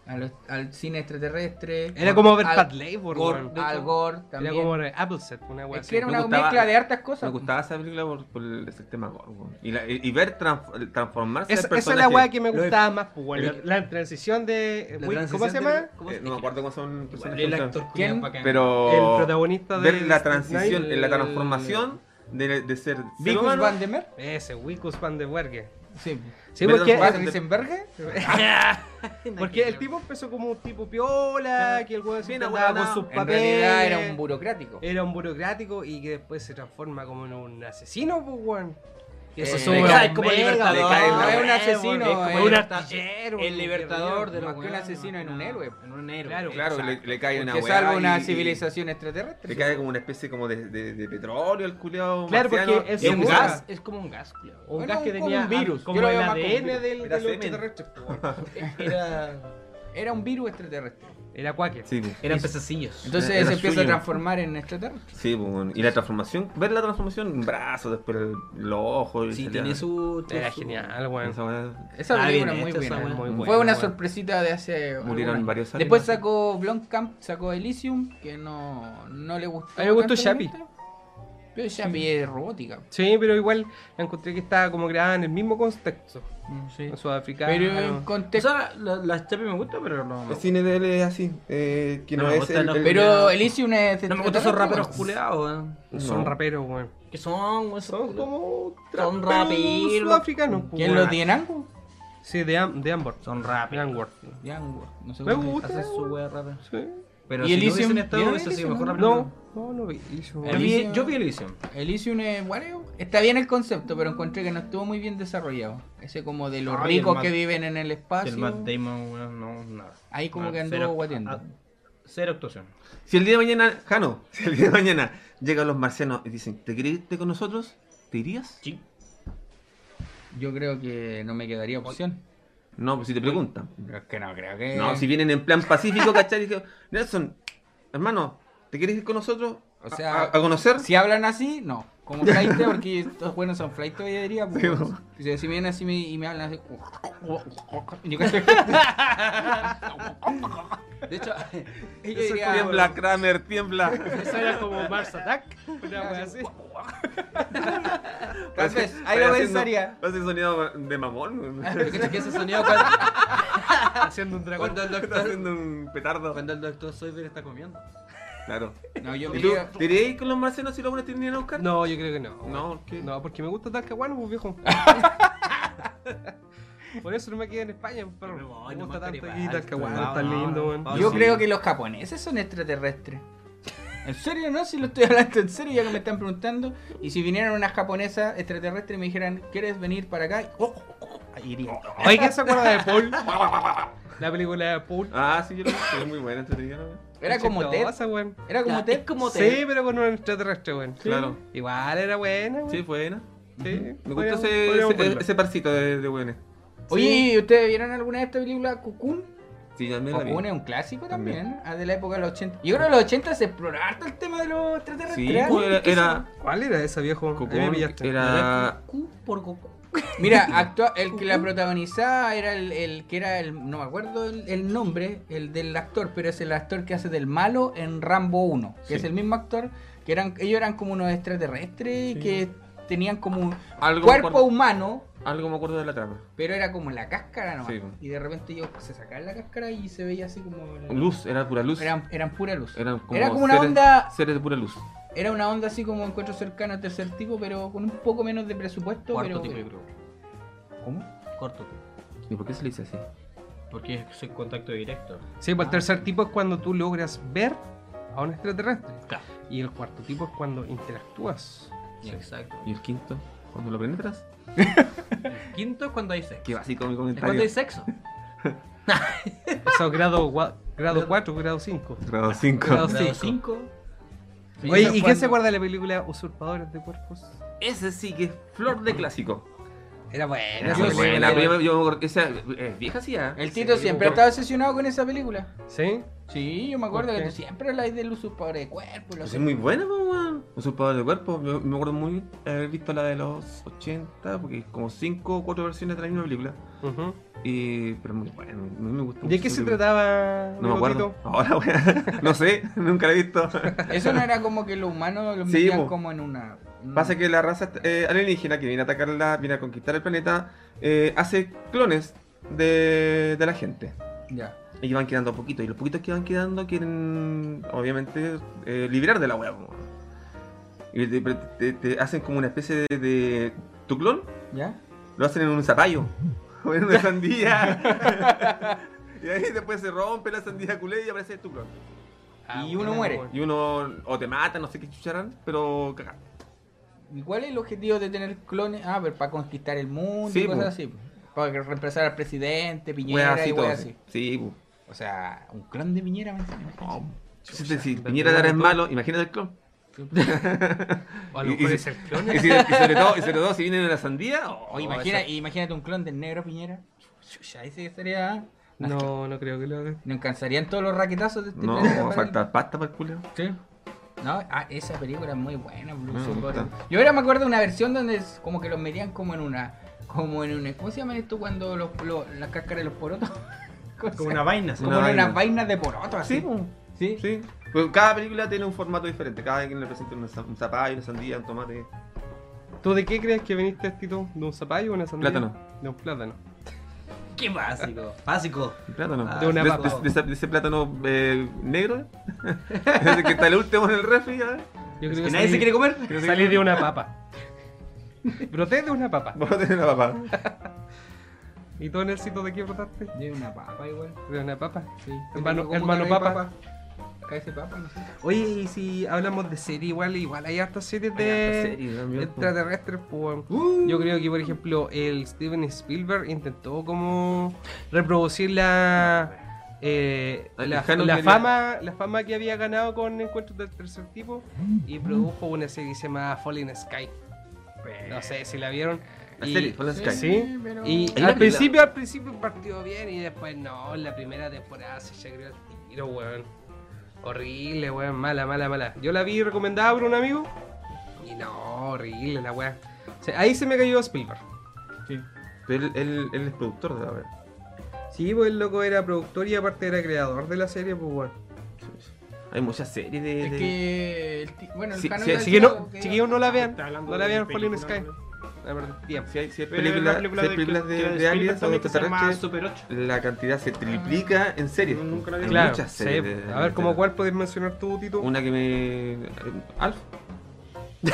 Speaker 1: a los- al cine extraterrestre.
Speaker 3: Era como ver
Speaker 1: al-
Speaker 3: Pat Labor,
Speaker 1: Gore,
Speaker 3: weón.
Speaker 1: Al Gore
Speaker 3: Era
Speaker 1: también.
Speaker 3: como Appleset, una wea
Speaker 1: Es
Speaker 3: así.
Speaker 1: que era
Speaker 2: Me
Speaker 1: una
Speaker 2: gustaba-
Speaker 1: mezcla de hartas cosas.
Speaker 2: Me gustaba esa película por, por el, ese tema gore, weón. y, la- y- y ver transf- transformarse
Speaker 3: Esa,
Speaker 2: al
Speaker 3: esa es la
Speaker 2: personaje.
Speaker 3: weá que me
Speaker 4: Lo-
Speaker 3: gustaba más, pues, bueno.
Speaker 4: el-
Speaker 3: La transición de.
Speaker 4: La
Speaker 3: uy, ¿Cómo
Speaker 4: transición
Speaker 3: se llama?
Speaker 4: del- ¿cómo se-
Speaker 2: Eh, no me acuerdo cómo son los personajes.
Speaker 4: El actor
Speaker 1: ¿Quién?
Speaker 4: culiao bacán.
Speaker 2: Pero
Speaker 3: El protagonista de
Speaker 2: ver la transición,
Speaker 3: Snyder.
Speaker 2: la transformación de, de ser ser
Speaker 1: Vicus
Speaker 2: humano,
Speaker 1: Van de Mer.
Speaker 3: Ese, Wicus Van de Werge.
Speaker 1: Sí.
Speaker 3: Sí,
Speaker 2: Verdad,
Speaker 3: porque.
Speaker 1: Van
Speaker 2: de-
Speaker 1: Riesenberger.
Speaker 3: Porque el tipo empezó como un tipo piola, que el weón siempre
Speaker 2: una
Speaker 3: andaba
Speaker 2: weá,
Speaker 3: con sus
Speaker 1: En
Speaker 3: papeles.
Speaker 1: realidad era un burocrático.
Speaker 3: Era un burocrático y que después se transforma como en un asesino, pues, weón. Que
Speaker 1: Eh,
Speaker 3: se
Speaker 1: le
Speaker 3: sube a
Speaker 1: cae
Speaker 3: un
Speaker 4: como
Speaker 3: mega,
Speaker 4: libertador,
Speaker 3: le cae en la
Speaker 1: no es un
Speaker 3: wea,
Speaker 1: asesino,
Speaker 3: weón.
Speaker 1: es
Speaker 3: Es
Speaker 1: como
Speaker 3: un
Speaker 1: un
Speaker 3: artillero.
Speaker 1: el
Speaker 3: un
Speaker 1: libertador de
Speaker 3: guerrillero,
Speaker 1: los
Speaker 3: más que
Speaker 1: un asesino en un héroe.
Speaker 4: En un héroe. Eh,
Speaker 3: Claro.
Speaker 2: Claro, le,
Speaker 3: Exacto.
Speaker 2: le cae una
Speaker 1: Que
Speaker 2: weá
Speaker 1: salvo una
Speaker 2: y- y-
Speaker 1: civilización extraterrestre.
Speaker 2: Le cae como una especie como de, de, de petróleo al culiado.
Speaker 3: Claro, porque
Speaker 4: Es,
Speaker 3: Es
Speaker 4: un
Speaker 3: un
Speaker 4: gas.
Speaker 3: gas.
Speaker 4: Es como un gas, culiao.
Speaker 3: Un
Speaker 1: Bueno,
Speaker 3: gas que
Speaker 1: como
Speaker 3: tenía
Speaker 1: un virus.
Speaker 3: como
Speaker 1: Yo lo
Speaker 3: el
Speaker 1: veo más
Speaker 3: ADN
Speaker 1: como un virus.
Speaker 3: del, de
Speaker 2: Era
Speaker 3: los
Speaker 2: semen.
Speaker 3: extraterrestres. po, weón.
Speaker 4: Era.
Speaker 1: pues, Era un virus extraterrestre.
Speaker 3: Era cuáquer.
Speaker 2: Sí, pues.
Speaker 4: Eran pececillos.
Speaker 1: Entonces
Speaker 2: Era
Speaker 1: se empieza a
Speaker 2: suyo.
Speaker 1: transformar en extraterrestre.
Speaker 2: Sí, pues, bueno. y la transformación, ver la transformación en brazos, después el- los ojos. y
Speaker 4: Sí,
Speaker 2: salía-
Speaker 4: tiene su.
Speaker 3: Era
Speaker 4: su-
Speaker 3: genial, weón.
Speaker 2: esa weá.
Speaker 1: Esa
Speaker 4: Ah,
Speaker 1: película es
Speaker 4: bien
Speaker 1: muy
Speaker 4: hecha esa
Speaker 1: buena.
Speaker 4: weá.
Speaker 3: Muy
Speaker 1: Fue
Speaker 3: buena,
Speaker 1: una
Speaker 3: weón.
Speaker 1: sorpresita de hace.
Speaker 2: Murieron
Speaker 1: algunos
Speaker 2: varios
Speaker 1: años. Después
Speaker 2: alienígenas.
Speaker 1: sacó Blomkamp, sacó Elysium, que no, no le gustó.
Speaker 3: A mí me gustó
Speaker 1: tanto al
Speaker 3: Chappie.
Speaker 1: ministro. Pero esa pie es robótica.
Speaker 3: Sí, pero igual la encontré que estaba como creada en el mismo contexto.
Speaker 4: Mm, sí.
Speaker 3: Sudafricano.
Speaker 1: Pero en
Speaker 4: O
Speaker 1: contexto.
Speaker 4: sea, la- la- las chapis me gustan, pero no. me
Speaker 2: El cine de él es así, eh, que
Speaker 4: No
Speaker 2: no,
Speaker 4: me
Speaker 2: es
Speaker 4: gustan
Speaker 2: el,
Speaker 4: los
Speaker 2: el-
Speaker 1: Pero Elysium es.
Speaker 4: No me gustan esos raperos culeados, weón.
Speaker 2: No.
Speaker 3: Son raperos, weón.
Speaker 4: Que son, weón.
Speaker 3: Son como
Speaker 4: Son
Speaker 3: traperos
Speaker 4: raperos.
Speaker 3: sudafricanos. pues,
Speaker 1: ¿Quién
Speaker 3: weón.
Speaker 1: lo tiene Angus?
Speaker 3: Sí, de, Am de ambos.
Speaker 4: Son rápidos.
Speaker 3: De ambos.
Speaker 1: De Angus. No sé
Speaker 3: Me
Speaker 1: cómo se-
Speaker 3: gusta.
Speaker 4: Hacen su wea rápida.
Speaker 3: Sí.
Speaker 4: Pero
Speaker 1: ¿Y
Speaker 4: si
Speaker 1: Elysium?
Speaker 4: no hubiesen estado,
Speaker 1: ¿Vieron
Speaker 4: hubiese sido
Speaker 1: Elysium,
Speaker 4: mejor
Speaker 1: no?
Speaker 4: la película.
Speaker 3: No, no, no vi. yo-
Speaker 4: Yo vi, yo vi Elysium.
Speaker 1: Elysium es bueno, está bien el concepto, pero encontré que no estuvo muy bien desarrollado. Ese como de los
Speaker 4: Ay,
Speaker 1: ricos
Speaker 4: el Matt-
Speaker 1: que viven en el espacio.
Speaker 4: El Matt Damon, weón, no, nada.
Speaker 1: Ahí como
Speaker 4: No,
Speaker 1: que anduvo
Speaker 4: cero-
Speaker 1: guateando.
Speaker 4: a- Cero actuación.
Speaker 2: Si el día de mañana, Jano, si el día de mañana llegan los marcianos y dicen, ¿te querés irte con nosotros? ¿Te irías?
Speaker 4: Sí.
Speaker 1: Yo creo que no me quedaría opción.
Speaker 2: No, pues si te preguntan.
Speaker 1: Pero es que no creo que.
Speaker 2: No, si vienen en plan pacífico, ¿cachai? Dije, Nelson, hermano, ¿te querés ir con nosotros?
Speaker 1: O
Speaker 2: O
Speaker 1: sea,
Speaker 2: sea, a, a conocer.
Speaker 1: Si hablan así, no. Como flight, porque estos buenos son flight, yo diría. Pues,
Speaker 2: Sí, po.
Speaker 1: si, si vienen así me- y me hablan así. oh, Yo creo que- De hecho, yo diría.
Speaker 2: Tiembla, Kramer, tiembla.
Speaker 3: Eso era como Mars Attack. Una wea así.
Speaker 1: Tal vez, ahí lo pensaría.
Speaker 2: Va a ser sonido de mamón.
Speaker 1: Pero cacha que ese sonido cuando,
Speaker 3: Haciendo un dragón.
Speaker 4: Cuando el
Speaker 2: Está
Speaker 4: doctor,
Speaker 2: haciendo un petardo.
Speaker 4: cuando el doctor Soyber está comiendo.
Speaker 2: Claro.
Speaker 1: No, yo
Speaker 2: ¿Y tú?
Speaker 1: diría.
Speaker 2: ¿Te irías con los marcianos si los buenos te vinieran a buscar?
Speaker 3: No, yo creo que no.
Speaker 2: No, ¿qué?
Speaker 3: No, porque me gusta Talcahuano, pues viejo. Por eso no me quedé en España, perro.
Speaker 4: Me voy,
Speaker 3: Me
Speaker 4: no
Speaker 3: gusta
Speaker 4: más
Speaker 3: tanto
Speaker 4: Taripán,
Speaker 3: aquí Talcahuano,
Speaker 4: no,
Speaker 3: tan
Speaker 4: no,
Speaker 3: lindo,
Speaker 4: no.
Speaker 3: weón.
Speaker 4: Pa-
Speaker 1: Yo
Speaker 4: sí.
Speaker 1: creo que los japoneses son extraterrestres. ¿En serio no? Si lo estoy hablando en serio, ya que me están preguntando. Y si vinieran unas japonesas extraterrestres y me dijeran, ¿quieres venir para acá? Oh, oh, oh, ahí iría.
Speaker 3: Oye, ¿quién se acuerda de Paul? La película de Paul.
Speaker 2: Ah, sí, yo lo vi. Es muy buena, entretenida. ¿no?
Speaker 1: Era como Ted.
Speaker 3: Chistosa, weón.
Speaker 1: Era como
Speaker 4: Ya,
Speaker 1: Ted.
Speaker 4: es como Ted.
Speaker 3: Sí, pero con un extraterrestre, weón.
Speaker 2: Claro.
Speaker 3: Igual era buena, weón.
Speaker 2: Sí, buena.
Speaker 3: Sí.
Speaker 2: Me
Speaker 3: podríamos-
Speaker 2: gustó ese,
Speaker 3: podríamos
Speaker 2: ese,
Speaker 3: verla.
Speaker 2: ese parcito de, de buenos.
Speaker 1: Oye, ¿y ¿ustedes vieron alguna de esta película Cocoon?
Speaker 2: Sí, también la vi.
Speaker 1: Cocoon es un clásico también, ah, de la época de los 80. Yo creo que en los 80 se exploraba harto el tema de los
Speaker 2: Sí,
Speaker 1: extraterrestres.
Speaker 2: pues, era,
Speaker 1: ¿Qué son?
Speaker 2: era, ah,
Speaker 3: ¿Cuál era esa, viejo? Ahí me
Speaker 2: Cocoon,
Speaker 3: pillaste.
Speaker 2: era
Speaker 4: Goku por Goku.
Speaker 1: Mira, actua- el que la protagonizaba era el, el que era el, no me acuerdo el, el nombre, el del actor, pero es el actor que hace del malo en Rambo 1, que
Speaker 2: Sí.
Speaker 1: es el mismo actor, que eran, ellos eran como unos extraterrestres y que tenían como un
Speaker 2: algo,
Speaker 1: cuerpo
Speaker 2: me acuerdo,
Speaker 1: humano,
Speaker 2: algo me acuerdo de la trama.
Speaker 1: pero era como la cáscara nomás.
Speaker 2: Sí, po.
Speaker 1: Y de repente ellos se sacaban la cáscara y se veía así como el-
Speaker 2: Luz, era pura luz.
Speaker 1: eran, eran pura luz.
Speaker 2: Eran como
Speaker 1: era como una
Speaker 2: seres-
Speaker 1: onda,
Speaker 2: Seres de pura luz.
Speaker 1: era una onda así como encuentro cercano a tercer tipo, pero con un poco menos de presupuesto,
Speaker 4: Cuarto
Speaker 1: pero
Speaker 4: tipo de grupo.
Speaker 1: ¿Cómo?
Speaker 4: Corto tipo.
Speaker 2: ¿Y por qué se le dice así?
Speaker 4: Porque soy contacto directo.
Speaker 3: Sí, pues el tercer tipo es cuando tú logras ver a un extraterrestre.
Speaker 4: Claro.
Speaker 3: Y el cuarto tipo es cuando interactúas.
Speaker 4: Exacto.
Speaker 2: ¿Y el quinto? ¿Cuándo lo penetras?
Speaker 4: Quinto es cuando hay sexo.
Speaker 2: Qué básico mi
Speaker 4: Es cuando hay
Speaker 2: comentario.
Speaker 4: sexo.
Speaker 3: O sea, grado, gua- grado 4, grado 5.
Speaker 2: Grado 5.
Speaker 3: Grado
Speaker 4: Grado
Speaker 3: cinco.
Speaker 4: 5.
Speaker 3: Oye, ¿y quién se acuerda de la película Usurpadores de Cuerpos?
Speaker 2: Ese sí que es flor de clásico.
Speaker 3: Era buena.
Speaker 2: Era
Speaker 3: esa
Speaker 2: muy
Speaker 1: sí,
Speaker 2: buena,
Speaker 1: la-
Speaker 2: pero yo, yo me acuerdo- esa es vieja sí, ¿eh?
Speaker 1: El Tito
Speaker 2: Sí,
Speaker 1: siempre ha
Speaker 2: yo-
Speaker 1: estado obsesionado con esa película.
Speaker 3: ¿Sí?
Speaker 1: Sí, yo me acuerdo
Speaker 3: ¿Por
Speaker 1: que
Speaker 3: qué?
Speaker 1: tú siempre habláis del usurpador de cuerpo. y lo
Speaker 2: Pues
Speaker 1: sé.
Speaker 2: es muy buena, po, weón. Usurpador de cuerpo. Yo me acuerdo muy haber visto la de los 80, porque hay como 5 o 4 versiones de la misma película.
Speaker 3: Ujú.
Speaker 2: Y, pero muy buena, a mí me gustó.
Speaker 3: ¿De
Speaker 2: mucho
Speaker 3: qué
Speaker 2: esa
Speaker 3: se
Speaker 2: película.
Speaker 3: trataba?
Speaker 2: No me acuerdo.
Speaker 3: Tito?
Speaker 2: Ahora, weón. No sé, nunca la he visto.
Speaker 1: Eso no era como que los humanos los
Speaker 2: Sí,
Speaker 1: metían
Speaker 2: po.
Speaker 1: como en una. en
Speaker 2: Pasa
Speaker 1: una-
Speaker 2: que la raza eh, alienígena que viene a atacarla, viene a conquistar el planeta, eh, hace clones de, de la gente.
Speaker 1: Ya.
Speaker 2: Y van quedando poquitos. Y los poquitos que van quedando quieren, obviamente, eh, liberar de la web. Y te, te- te hacen como una especie de, de- Tu clon
Speaker 1: ¿Ya?
Speaker 2: lo hacen en un zapallo. O en una sandía. y ahí después se rompe la sandía culé y aparece tu clon.
Speaker 3: Ah,
Speaker 1: Y uno muere.
Speaker 2: Y uno o te mata, no sé qué chucharán, pero cagaste.
Speaker 1: ¿Y cuál es el objetivo de tener clones? Ah, pero para conquistar el mundo y
Speaker 2: Sí,
Speaker 1: cosas
Speaker 2: po.
Speaker 1: así. po. Para que reemplazar al presidente, Piñera
Speaker 2: Weas así
Speaker 1: y
Speaker 2: todo.
Speaker 1: weas así.
Speaker 2: así. Sí, bu.
Speaker 1: O sea, un clon de Piñera. me enseñó.
Speaker 2: Si, si- si Piñera de ahora es malo, imagínate el clon.
Speaker 3: O a lo
Speaker 2: Y-
Speaker 3: mejor
Speaker 2: y-
Speaker 3: es el clon.
Speaker 2: Y, si- y sobre todo, y sobre todo si viene de la sandía, oh,
Speaker 1: O imagina, imagínate un clon del negro Piñera. Ya ese que ¿ah? sería.
Speaker 3: No, no creo que lo haga.
Speaker 1: Nos cansarían todos los raquetazos de este
Speaker 2: No,
Speaker 1: planeta para el-
Speaker 2: falta pasta para el culo.
Speaker 1: Sí. No, ah, esa película es muy buena, Blue
Speaker 2: Mm, Me
Speaker 1: Super.
Speaker 2: gusta.
Speaker 1: Yo ahora me acuerdo de una versión donde es como que los metían como en una. Como en una. ¿Cómo se llaman esto cuando los, los- las cáscaras de los porotos? ¿Cómo se
Speaker 4: Como
Speaker 1: llama?
Speaker 4: una vaina.
Speaker 1: Como
Speaker 2: una
Speaker 1: en unas
Speaker 2: vaina.
Speaker 1: vainas de porotos, así.
Speaker 2: Sí, bu.
Speaker 1: Sí.
Speaker 2: sí. Pues cada película tiene un formato diferente. Cada quien representa una za- un zapallo, una sandía, un tomate.
Speaker 3: ¿Tú de qué crees que viniste, Tito? ¿De un zapallo o una sandía?
Speaker 2: Plátano.
Speaker 3: De un plátano.
Speaker 4: qué básico, básico.
Speaker 2: Un Plátano.
Speaker 4: Ah,
Speaker 3: de una
Speaker 2: de,
Speaker 3: papa.
Speaker 2: de- de ese- de ese plátano eh, negro. Ese que está el último en el refri. ¿eh?
Speaker 3: Yo
Speaker 4: que nadie se quiere comer.
Speaker 2: Que
Speaker 3: Salí de una papa. Broté de una papa.
Speaker 2: Vamos a tener la papá.
Speaker 3: ¿Y tú, Nelsito, de qué brotaste?
Speaker 1: De una papa igual.
Speaker 3: De una papa.
Speaker 1: Sí.
Speaker 3: Hermano-
Speaker 1: ¿Cómo
Speaker 3: hermano
Speaker 1: cae
Speaker 3: papa?
Speaker 1: Cae ese papa, no sé.
Speaker 3: Oye, y si hablamos de serie, igual, igual hay hartas series de extraterrestres, pues.
Speaker 2: Uh.
Speaker 3: Yo creo que, por ejemplo, el Steven Spielberg intentó como reproducir la, eh,
Speaker 2: El
Speaker 3: la,
Speaker 2: Jano
Speaker 3: la
Speaker 2: quería-
Speaker 3: fama, la fama que había ganado con Encuentros del Tercer Tipo
Speaker 2: Mm.
Speaker 3: y produjo una serie que se llama Falling Sky. No sé si la vieron.
Speaker 2: La
Speaker 3: Y-
Speaker 2: serie, Fallen Sky.
Speaker 3: Sí,
Speaker 1: pero-
Speaker 3: y
Speaker 2: Hay una
Speaker 3: al
Speaker 2: película.
Speaker 3: principio, al principio partió bien y después no, en la primera temporada se ya creó el tiro, weón. Horrible, weón, mala, mala, mala. Yo la vi recomendada por un amigo y no, horrible la weá. O sea, ahí se me cayó Spielberg.
Speaker 2: Pero él, él- él es productor de la verdad.
Speaker 3: Sí, pues el loco era productor y aparte era creador de la serie, pues weón.
Speaker 2: Hay muchas series de.
Speaker 1: Es
Speaker 2: de-
Speaker 1: que. el ti- Bueno, el
Speaker 2: Sí,
Speaker 1: Jano
Speaker 2: sí,
Speaker 1: ya
Speaker 2: sí
Speaker 1: dijo
Speaker 3: no,
Speaker 1: que-
Speaker 3: chiquillos, no la vean.
Speaker 4: Está hablando
Speaker 3: No la
Speaker 4: de
Speaker 3: vean Falling
Speaker 4: película,
Speaker 3: Sky. La verdad, tiempo.
Speaker 2: Si hay, si hay
Speaker 4: Pero hay
Speaker 2: películas,
Speaker 4: una
Speaker 2: película si hay
Speaker 4: película
Speaker 2: películas
Speaker 4: que-
Speaker 2: de,
Speaker 4: que
Speaker 2: de,
Speaker 4: Spielberg
Speaker 2: aliens o
Speaker 4: también que se llama
Speaker 2: extraterrestres,
Speaker 4: Super 8.
Speaker 2: la cantidad se triplica en series. pues.
Speaker 4: Nunca la
Speaker 2: Hay
Speaker 4: vi.
Speaker 3: Claro,
Speaker 2: muchas
Speaker 3: sí.
Speaker 2: series. de-
Speaker 3: A ver,
Speaker 2: de-
Speaker 3: ¿cómo cuál puedes mencionar tú, Tito?
Speaker 2: Una que me. Alf.
Speaker 1: Yo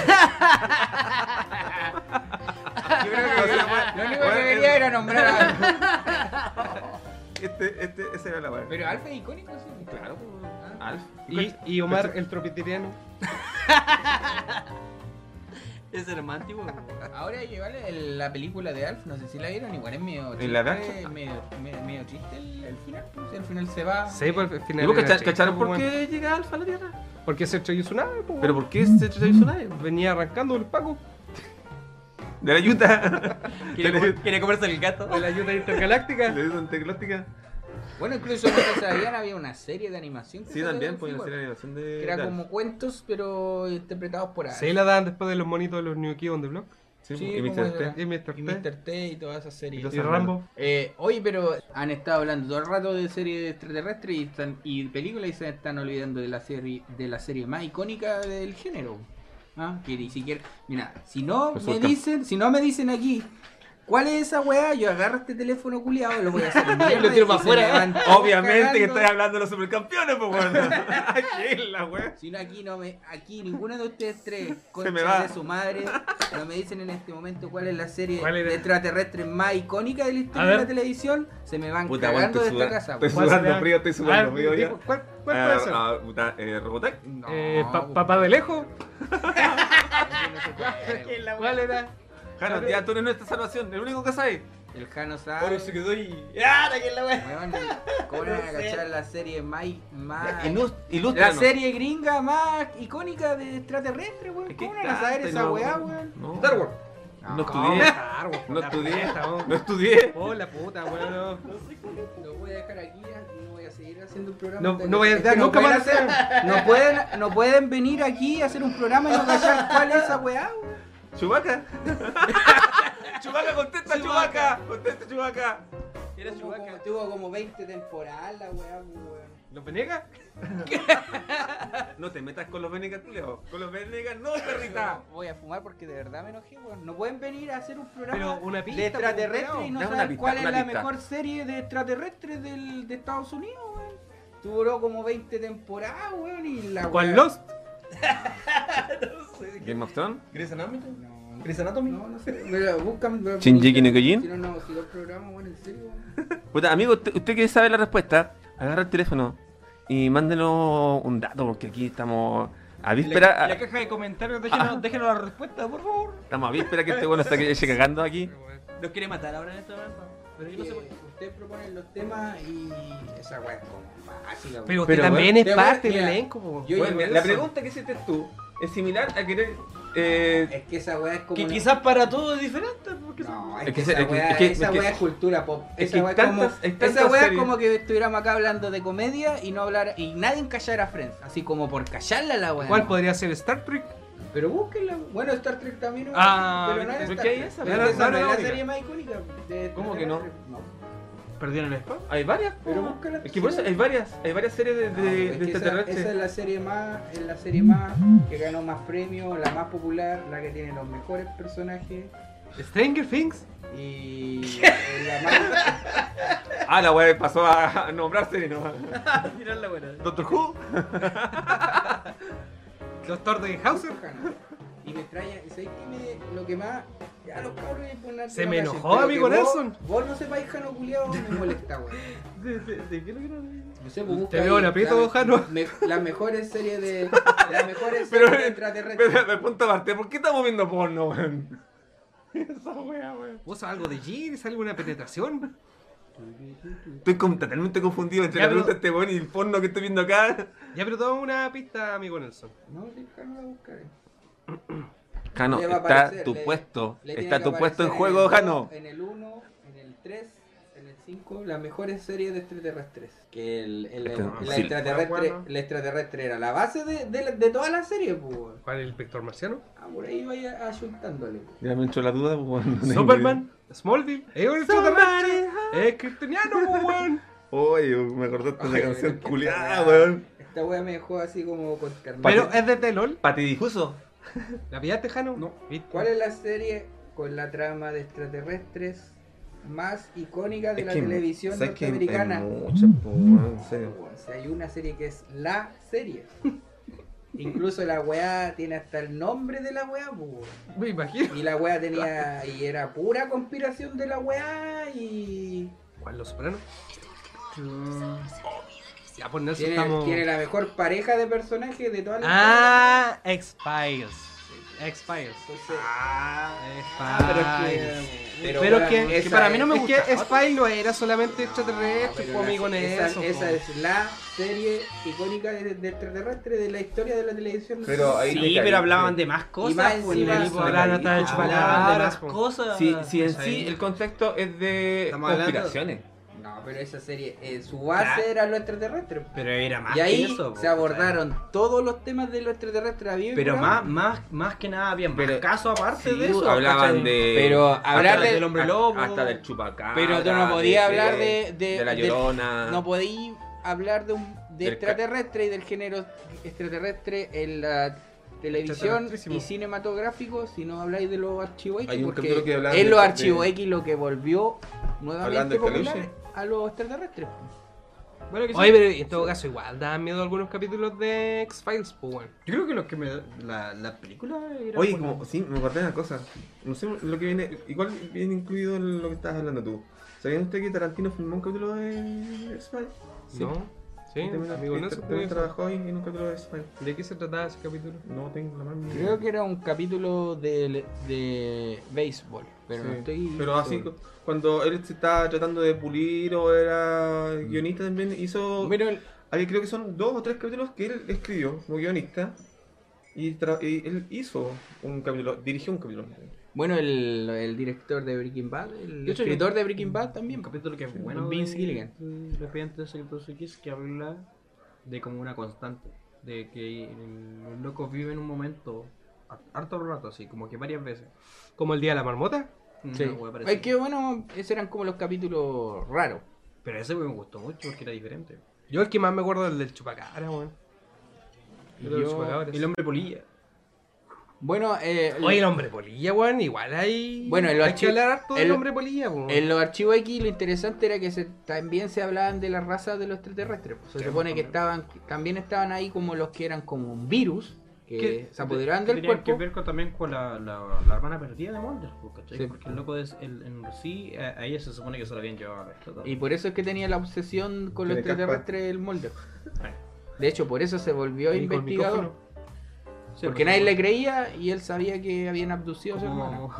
Speaker 1: creo que lo único que quería era nombrar a Alf.
Speaker 2: Este, este, ese era la weá.
Speaker 1: Pero Alf es icónico, sí.
Speaker 2: Claro, pues,
Speaker 1: Ah,
Speaker 2: Alf.
Speaker 3: Y, y Omar, el tropitiriano.
Speaker 4: Es hermano antiguo. weón.
Speaker 1: Ahora igual el- la película de Alf, no sé si la vieron, igual es medio triste.
Speaker 2: la granja?
Speaker 1: medio, medio, medio triste el, el final, pues el final se va.
Speaker 3: Sí, pues al final.
Speaker 2: ¿Y vos
Speaker 3: era
Speaker 2: cacha-
Speaker 3: chico,
Speaker 2: cacharon
Speaker 3: pues,
Speaker 2: por
Speaker 3: weón.
Speaker 2: qué llega Alf a la Tierra?
Speaker 3: Porque se estrelló su nave, pues.
Speaker 2: ¿Pero por qué se hizo nadie?
Speaker 3: Venía arrancando el Paco
Speaker 2: De la Utah. de
Speaker 4: ¿Quiere,
Speaker 2: la
Speaker 4: comer-
Speaker 2: Utah.
Speaker 4: quiere comerse el gato?
Speaker 3: de la ayuda
Speaker 2: De
Speaker 3: intergaláctica.
Speaker 2: la Utah Intergaláctica.
Speaker 1: Bueno, incluso no se sabían, había una serie de animación. que
Speaker 2: Sí,
Speaker 1: salió
Speaker 2: también,
Speaker 1: del
Speaker 2: pues,
Speaker 1: fútbol,
Speaker 2: hacer animación
Speaker 1: que
Speaker 2: de.
Speaker 1: Era
Speaker 2: de Alf.
Speaker 1: como cuentos, pero interpretados por Alf.
Speaker 3: Sí, la daban después de los monitos de los New Kids on the Block.
Speaker 2: Sí, pues,
Speaker 1: Sí, como
Speaker 2: y Mr.
Speaker 1: era.
Speaker 2: T.
Speaker 3: pues, Y Mr.
Speaker 1: Y
Speaker 3: T.
Speaker 1: Mr. T y todas esas series.
Speaker 2: Y todas
Speaker 3: Y Rambo.
Speaker 1: Eh, oye, pero han estado hablando todo el rato de series extraterrestres y, están, y películas y se están olvidando de la serie de la serie más icónica del género. ¿Ah? Que ni siquiera. Mira, si no me
Speaker 2: Resulta.
Speaker 1: dicen, si no me dicen aquí cuál es esa weá, yo agarro este teléfono culiado y lo voy a hacer.
Speaker 4: Y lo tiro para afuera.
Speaker 2: eh. Obviamente que estoy
Speaker 1: está
Speaker 2: hablando de los supercampeones, pues, weón. ¿Qué es la weá?
Speaker 1: Si no aquí no me, aquí ninguno de ustedes tres,
Speaker 2: me
Speaker 1: conchas
Speaker 2: va.
Speaker 1: de su madre, no me dicen en este momento cuál es la serie
Speaker 3: ¿Cuál era?
Speaker 1: de extraterrestres más icónica de la historia
Speaker 3: A
Speaker 1: de
Speaker 3: ver.
Speaker 1: la televisión, se me van
Speaker 2: Puta, Pues, weón,
Speaker 1: cagando
Speaker 2: estoy
Speaker 1: de esta
Speaker 2: sudando.
Speaker 1: casa.
Speaker 2: Estoy
Speaker 1: weón.
Speaker 3: ¿Cuál
Speaker 2: sudando
Speaker 3: será?
Speaker 2: frío, estoy
Speaker 3: Ah,
Speaker 2: sudando frío ya.
Speaker 3: dijo, ¿Cuál, cuál puede
Speaker 2: Ah,
Speaker 3: ser?
Speaker 2: ah, puta, eh, Robotech.
Speaker 1: No,
Speaker 3: Eh, pa-
Speaker 1: pues,
Speaker 3: papá de lejos.
Speaker 4: Ah,
Speaker 1: no se puede, weón.
Speaker 3: ¿Cuál era?
Speaker 2: Jano, ya tú eres nuestra salvación, el único que sabe.
Speaker 1: El Jano sabe.
Speaker 2: quedó y. ¡Ah, la que es la weá!
Speaker 1: weón, ¿Cómo van a cachar la serie más, más- la
Speaker 2: Ilústranos.
Speaker 1: serie gringa más icónica de extraterrestre, weón?
Speaker 2: Es que
Speaker 1: ¿Cómo van a saber
Speaker 2: tanta y
Speaker 1: esa
Speaker 2: no-
Speaker 1: weá, weón?
Speaker 2: No.
Speaker 3: Star Wars.
Speaker 2: No estudié.
Speaker 3: Star Wars.
Speaker 2: No
Speaker 3: la
Speaker 2: estudié.
Speaker 3: puta, weón.
Speaker 2: No estudié.
Speaker 3: Oh, la puta, weón. no.
Speaker 1: Lo voy a dejar aquí y no voy a seguir haciendo un programa.
Speaker 3: No,
Speaker 1: de-
Speaker 3: no voy a
Speaker 1: es que
Speaker 3: dar
Speaker 1: no
Speaker 3: nunca
Speaker 1: pueden
Speaker 3: más hacer.
Speaker 1: No pueden, no pueden venir aquí a hacer un programa y no cachar cuál es esa weá, weón.
Speaker 2: Chubaca. Chubaca, contesta Chubaca. Contesta Chubaca.
Speaker 3: Era
Speaker 1: Tuvo como,
Speaker 3: Chewbacca.
Speaker 1: tuvo como 20 temporadas la weá, weón.
Speaker 3: ¿Los Venegas?
Speaker 2: No te metas con los venegas, Julio. Con los venegas, no, perrita.
Speaker 1: Ah, Voy a fumar porque de verdad me enojé, weón. No pueden venir a hacer un programa
Speaker 3: Pero una pista,
Speaker 1: de extraterrestres
Speaker 3: pues,
Speaker 1: y no
Speaker 2: Da una
Speaker 1: saber
Speaker 2: pista,
Speaker 1: cuál es
Speaker 2: una
Speaker 1: la
Speaker 2: pista.
Speaker 1: mejor serie de extraterrestres del, de Estados Unidos, weón. Duró como 20 temporadas, weón, y la
Speaker 3: ¿Cuál
Speaker 1: weá-
Speaker 3: Lost?
Speaker 2: Game of Thrones.
Speaker 1: No,
Speaker 3: ¿Grey's Anatomy?
Speaker 1: No, no sé. Mira, búscame.
Speaker 2: Shinji no Kyojin.
Speaker 1: Si no, no, si los programas, weón, en serio, weón.
Speaker 2: Puta, amigo, usted, usted que sabe la respuesta, agarra el teléfono y mándenos un dato, porque aquí estamos a víspera.
Speaker 4: La, la caja de comentarios,
Speaker 3: Ah.
Speaker 4: déjenos, déjenos la respuesta, por favor.
Speaker 2: Estamos a víspera que este bueno está que- cagando aquí.
Speaker 4: Nos quiere matar ahora en este momento. Pero yo no sé por qué.
Speaker 1: Porque Ustedes proponen los temas y esa weá es como fácil, weón.
Speaker 3: Pero,
Speaker 2: Pero,
Speaker 3: que también
Speaker 1: weón,
Speaker 3: es
Speaker 1: te voy a-
Speaker 3: parte del
Speaker 1: mira,
Speaker 3: elenco, po.
Speaker 1: yo-
Speaker 2: Bueno,
Speaker 1: por
Speaker 2: la
Speaker 1: eso.
Speaker 2: pregunta que hiciste tú es similar a querer. eh,
Speaker 1: Es que esa weá es como.
Speaker 4: Que
Speaker 1: una-
Speaker 4: quizás para todos es diferente. Porque
Speaker 1: No,
Speaker 2: Es
Speaker 1: es
Speaker 2: que
Speaker 1: que
Speaker 2: se-
Speaker 1: esa
Speaker 2: es que-
Speaker 1: weá
Speaker 2: es que-
Speaker 1: esa
Speaker 2: es que-
Speaker 1: weá es cultura pop.
Speaker 2: es
Speaker 1: Esa
Speaker 2: que
Speaker 1: weá es
Speaker 2: tantas-
Speaker 1: como,
Speaker 2: es
Speaker 1: esa
Speaker 2: tantas
Speaker 1: weá es
Speaker 2: series.
Speaker 1: como que estuviéramos acá hablando de comedia y no hablar y nadie callara a Friends, así como por callarla la weá.
Speaker 3: ¿Cuál podría ser Star Trek?
Speaker 1: Pero búsquenla. Bueno, Star Trek también, weón,
Speaker 3: Ah,
Speaker 1: pero no es
Speaker 2: ¿por
Speaker 1: Star
Speaker 2: qué hay
Speaker 1: Trek.
Speaker 2: esa?
Speaker 1: Pero
Speaker 2: No, no,
Speaker 1: esa
Speaker 2: no,
Speaker 1: no es
Speaker 2: no,
Speaker 1: la
Speaker 2: no.
Speaker 1: serie más icónica. de-
Speaker 2: ¿Cómo
Speaker 1: de-
Speaker 2: que no?
Speaker 4: ¿Perdido en el spa?
Speaker 2: Hay varias. po.
Speaker 5: Pero busca la
Speaker 2: es que por eso hay varias, hay varias series de,
Speaker 1: Ah,
Speaker 2: de,
Speaker 1: es
Speaker 2: de
Speaker 1: que esa,
Speaker 2: extraterrestres.
Speaker 1: esa es la serie más, es la serie más que ganó más premios, la más popular, la que tiene los mejores personajes
Speaker 3: Stranger Things.
Speaker 1: y eh, la más
Speaker 2: Ah, la wea pasó a nombrar series nomás.
Speaker 4: Tirar la buena.
Speaker 2: Doctor Who.
Speaker 3: Doctor de House.
Speaker 1: cercana. Y me extraña, ¿sabes qué me- lo que más? A los cabros les ponen harto
Speaker 3: Se
Speaker 1: la
Speaker 3: me
Speaker 1: calle,
Speaker 3: enojó,
Speaker 1: pero que
Speaker 3: amigo
Speaker 1: vos-
Speaker 3: Nelson.
Speaker 1: Vos no sepáis Jano culiado, me molesta, weón. No sé, pues, busca
Speaker 3: Te veo
Speaker 1: ahí
Speaker 3: en aprieto,
Speaker 1: la-
Speaker 3: Jano.
Speaker 1: me- las mejores series de. Las mejores
Speaker 2: Pero-
Speaker 1: series de extraterrestres.
Speaker 2: Pero, pero punto aparte, ¿por qué estamos viendo porno, weón? Esa wea, weón.
Speaker 3: ¿Vos algo de jeans? ¿Alguna penetración?
Speaker 2: Estoy con- totalmente confundido entre
Speaker 3: Ya,
Speaker 2: la
Speaker 3: pero-
Speaker 2: pregunta de este weón y el porno que estoy viendo acá.
Speaker 3: Ya, pero toma una pista, amigo Nelson.
Speaker 1: No, sí, Jano la buscaré.
Speaker 2: Jano,
Speaker 1: Le va a
Speaker 2: está
Speaker 1: aparecer,
Speaker 2: tu
Speaker 1: le-
Speaker 2: puesto.
Speaker 1: le tiene
Speaker 2: Está
Speaker 1: que
Speaker 2: tu puesto en
Speaker 1: aparecer
Speaker 2: juego,
Speaker 1: el
Speaker 2: Jano.
Speaker 1: dos, En el 1, en el 3, en el 5, las mejores series de extraterrestres. Que el, el-
Speaker 2: Este-
Speaker 1: el
Speaker 2: sí.
Speaker 1: extraterrestre, el extraterrestre era la base de, de, la- de toda la serie, pues. weón.
Speaker 3: ¿Cuál es el vector marciano?
Speaker 1: Ah, por ahí vaya ayuntándole.
Speaker 2: Ya me entró la duda, pues
Speaker 3: Superman, Smallville, es un extraterrestre, es kryptoniano, po, weón.
Speaker 2: Oye, me acordaste de
Speaker 1: Ay,
Speaker 2: la canción
Speaker 1: esta
Speaker 2: culiada,
Speaker 1: weá-
Speaker 2: weón.
Speaker 1: Esta wea me dejó así como con
Speaker 3: Pero
Speaker 1: carnal.
Speaker 3: es de Telol.
Speaker 2: Patidifuso.
Speaker 3: ¿La pillaste, Jano?
Speaker 1: No.
Speaker 3: ¿Viste?
Speaker 1: ¿Cuál es la serie con la trama de extraterrestres más icónica de la televisión
Speaker 2: ¿sabes que hay
Speaker 1: norteamericana?
Speaker 2: muchas, po, weón, en serio.
Speaker 1: Bueno, si hay una serie que es la serie. Incluso la weá tiene hasta el nombre de la weá, po, weón.
Speaker 3: Me imagino.
Speaker 1: Y la weá tenía. Y era pura conspiración de la weá y.
Speaker 3: ¿Cuál los sopranos? Ya, pues Nelson
Speaker 1: Tiene,
Speaker 3: estamos.
Speaker 1: tiene la mejor pareja de personajes de toda la
Speaker 3: Ah, X-Files. X-Files.
Speaker 1: Entonces,
Speaker 3: Ah,
Speaker 1: pero
Speaker 3: X-Files.
Speaker 1: es que.
Speaker 3: Pero es que,
Speaker 1: weón,
Speaker 3: que
Speaker 1: esa
Speaker 3: para mí no me
Speaker 1: es-
Speaker 3: gusta. Ah, Es que Spy no era solamente extraterrestre,
Speaker 1: pero
Speaker 3: fue
Speaker 1: la-
Speaker 3: amigo en
Speaker 1: esa,
Speaker 3: eso.
Speaker 1: esa
Speaker 3: po.
Speaker 1: es la serie icónica de, de extraterrestre de la historia de la televisión.
Speaker 2: Pero ahí-
Speaker 4: Sí, pero hablaban de más
Speaker 1: Y más
Speaker 4: cosas. pues,
Speaker 1: encima
Speaker 4: Nelson.
Speaker 1: son
Speaker 4: Hablaban
Speaker 2: ahí,
Speaker 4: de
Speaker 2: po.
Speaker 4: más
Speaker 3: po.
Speaker 4: cosas.
Speaker 2: Si, si en sí
Speaker 4: ¿Cachai?
Speaker 2: el contexto es de
Speaker 3: Pues Estamos hablando-
Speaker 2: conspiraciones.
Speaker 1: No, pero esa serie, eh, su base
Speaker 3: Ah.
Speaker 1: era lo extraterrestre. po.
Speaker 4: Pero era más
Speaker 1: Y ahí
Speaker 4: que eso, po,
Speaker 1: se abordaron todos los temas de lo extraterrestre habido y
Speaker 4: ¿cachai? Pero
Speaker 1: por
Speaker 4: más,
Speaker 1: haber.
Speaker 4: más, más que nada había más
Speaker 2: Pero-
Speaker 4: casos aparte de eso.
Speaker 2: hablaban
Speaker 4: ¿cachai?
Speaker 2: de.
Speaker 1: Pero hablar
Speaker 2: hasta
Speaker 1: de-
Speaker 4: del hombre
Speaker 2: ha-
Speaker 4: lobo.
Speaker 2: Hasta del chupacabra.
Speaker 1: Pero tú no
Speaker 2: de-
Speaker 1: podías hablar de- de-
Speaker 2: la
Speaker 1: de-
Speaker 2: llorona.
Speaker 1: No podéis hablar de, un, de
Speaker 2: Del ca-
Speaker 1: extraterrestre y del género extraterrestre en la televisión
Speaker 3: Extraterrestrísimo.
Speaker 1: y cinematográfico si no habláis de los archivos X.
Speaker 2: Hay un
Speaker 1: porque
Speaker 2: capítulo que hablaban
Speaker 1: es
Speaker 2: de- este
Speaker 1: los
Speaker 2: de-
Speaker 1: archivos X lo que volvió
Speaker 2: Hablaban
Speaker 1: nuevamente
Speaker 2: del
Speaker 1: popular
Speaker 2: peluche.
Speaker 1: a los extraterrestres.
Speaker 4: Bueno, que sí.
Speaker 3: Oye, pero en todo caso, igual daban miedo algunos capítulos de X-Files, pues, weón.
Speaker 4: Yo creo que lo que me. La, la película era.
Speaker 2: Oye,
Speaker 4: buena.
Speaker 2: como, sí, me acordé de una cosa. No sé lo que viene. Igual viene incluido en lo que estabas hablando tú. ¿Sabían usted que Tarantino filmó un capítulo de Spy? Sí.
Speaker 3: ¿No? Sí, Este
Speaker 2: Y también-
Speaker 3: amigo
Speaker 2: y
Speaker 3: Nelson.
Speaker 2: también
Speaker 3: ¿cómo se-
Speaker 2: trabajó ahí en un capítulo de Spy.
Speaker 3: ¿De qué se trataba ese capítulo?
Speaker 2: No tengo la mano.
Speaker 1: Creo que era un capítulo de, de béisbol, pero no estoy.
Speaker 2: Pero así,
Speaker 1: seguro.
Speaker 2: cuando él se estaba tratando de pulir o era
Speaker 3: Mm.
Speaker 2: guionista también, hizo.
Speaker 1: Pero el-
Speaker 2: Ahí Ah, creo que son dos o tres capítulos que él escribió como guionista. Y, tra- y él hizo un capítulo, dirigió un capítulo.
Speaker 1: Bueno, el, el director de Breaking Bad, el
Speaker 4: De hecho,
Speaker 1: escritor de Breaking Bad también.
Speaker 4: Un capítulo que es bueno.
Speaker 1: Vince
Speaker 4: de-
Speaker 1: Gilligan.
Speaker 4: de Repente Secretos X que habla de como una constante. De que el- los locos viven un momento. har- Harto rato, así, como que varias veces.
Speaker 3: ¿Como el día de la marmota?
Speaker 4: Una
Speaker 1: Sí.
Speaker 4: wea parecida.
Speaker 1: Es que bueno, esos eran como los capítulos raros.
Speaker 4: Pero ese me gustó mucho porque era diferente.
Speaker 3: Yo el que más me acuerdo es el del chupacabra, weón.
Speaker 1: Y
Speaker 3: Pero los
Speaker 1: yo-
Speaker 3: chupacabras.
Speaker 4: El hombre polilla.
Speaker 1: Bueno, eh,
Speaker 3: Oye, el hombre polilla, weón, igual hay.
Speaker 1: Bueno, el
Speaker 3: hay que
Speaker 1: archi-
Speaker 3: hablar harto del
Speaker 1: el-
Speaker 3: hombre polilla, weón.
Speaker 1: en los archivos X lo interesante era que se, también se hablaban de las razas de los extraterrestres. pues. Se
Speaker 4: Sí,
Speaker 1: supone que
Speaker 4: también.
Speaker 1: estaban también estaban ahí como los que eran como un virus que
Speaker 4: Que
Speaker 1: se apoderaban
Speaker 4: que
Speaker 1: del
Speaker 4: tenía
Speaker 1: cuerpo.
Speaker 4: que ver con- también con la, la, la hermana perdida de Mulder, po, ¿cachai?
Speaker 1: Sí.
Speaker 4: Porque el loco es, el, en sí, a, a ella se supone que se la habían llevado a rescatar.
Speaker 1: Y por eso es que tenía la obsesión con los
Speaker 2: Tiene caspa.
Speaker 1: extraterrestres el Mulder. De hecho, por eso se volvió
Speaker 3: Y con
Speaker 1: investigador.
Speaker 3: micrófono.
Speaker 4: Sí,
Speaker 1: Porque nadie le creía y él sabía que habían abducido a su hermana.
Speaker 4: como,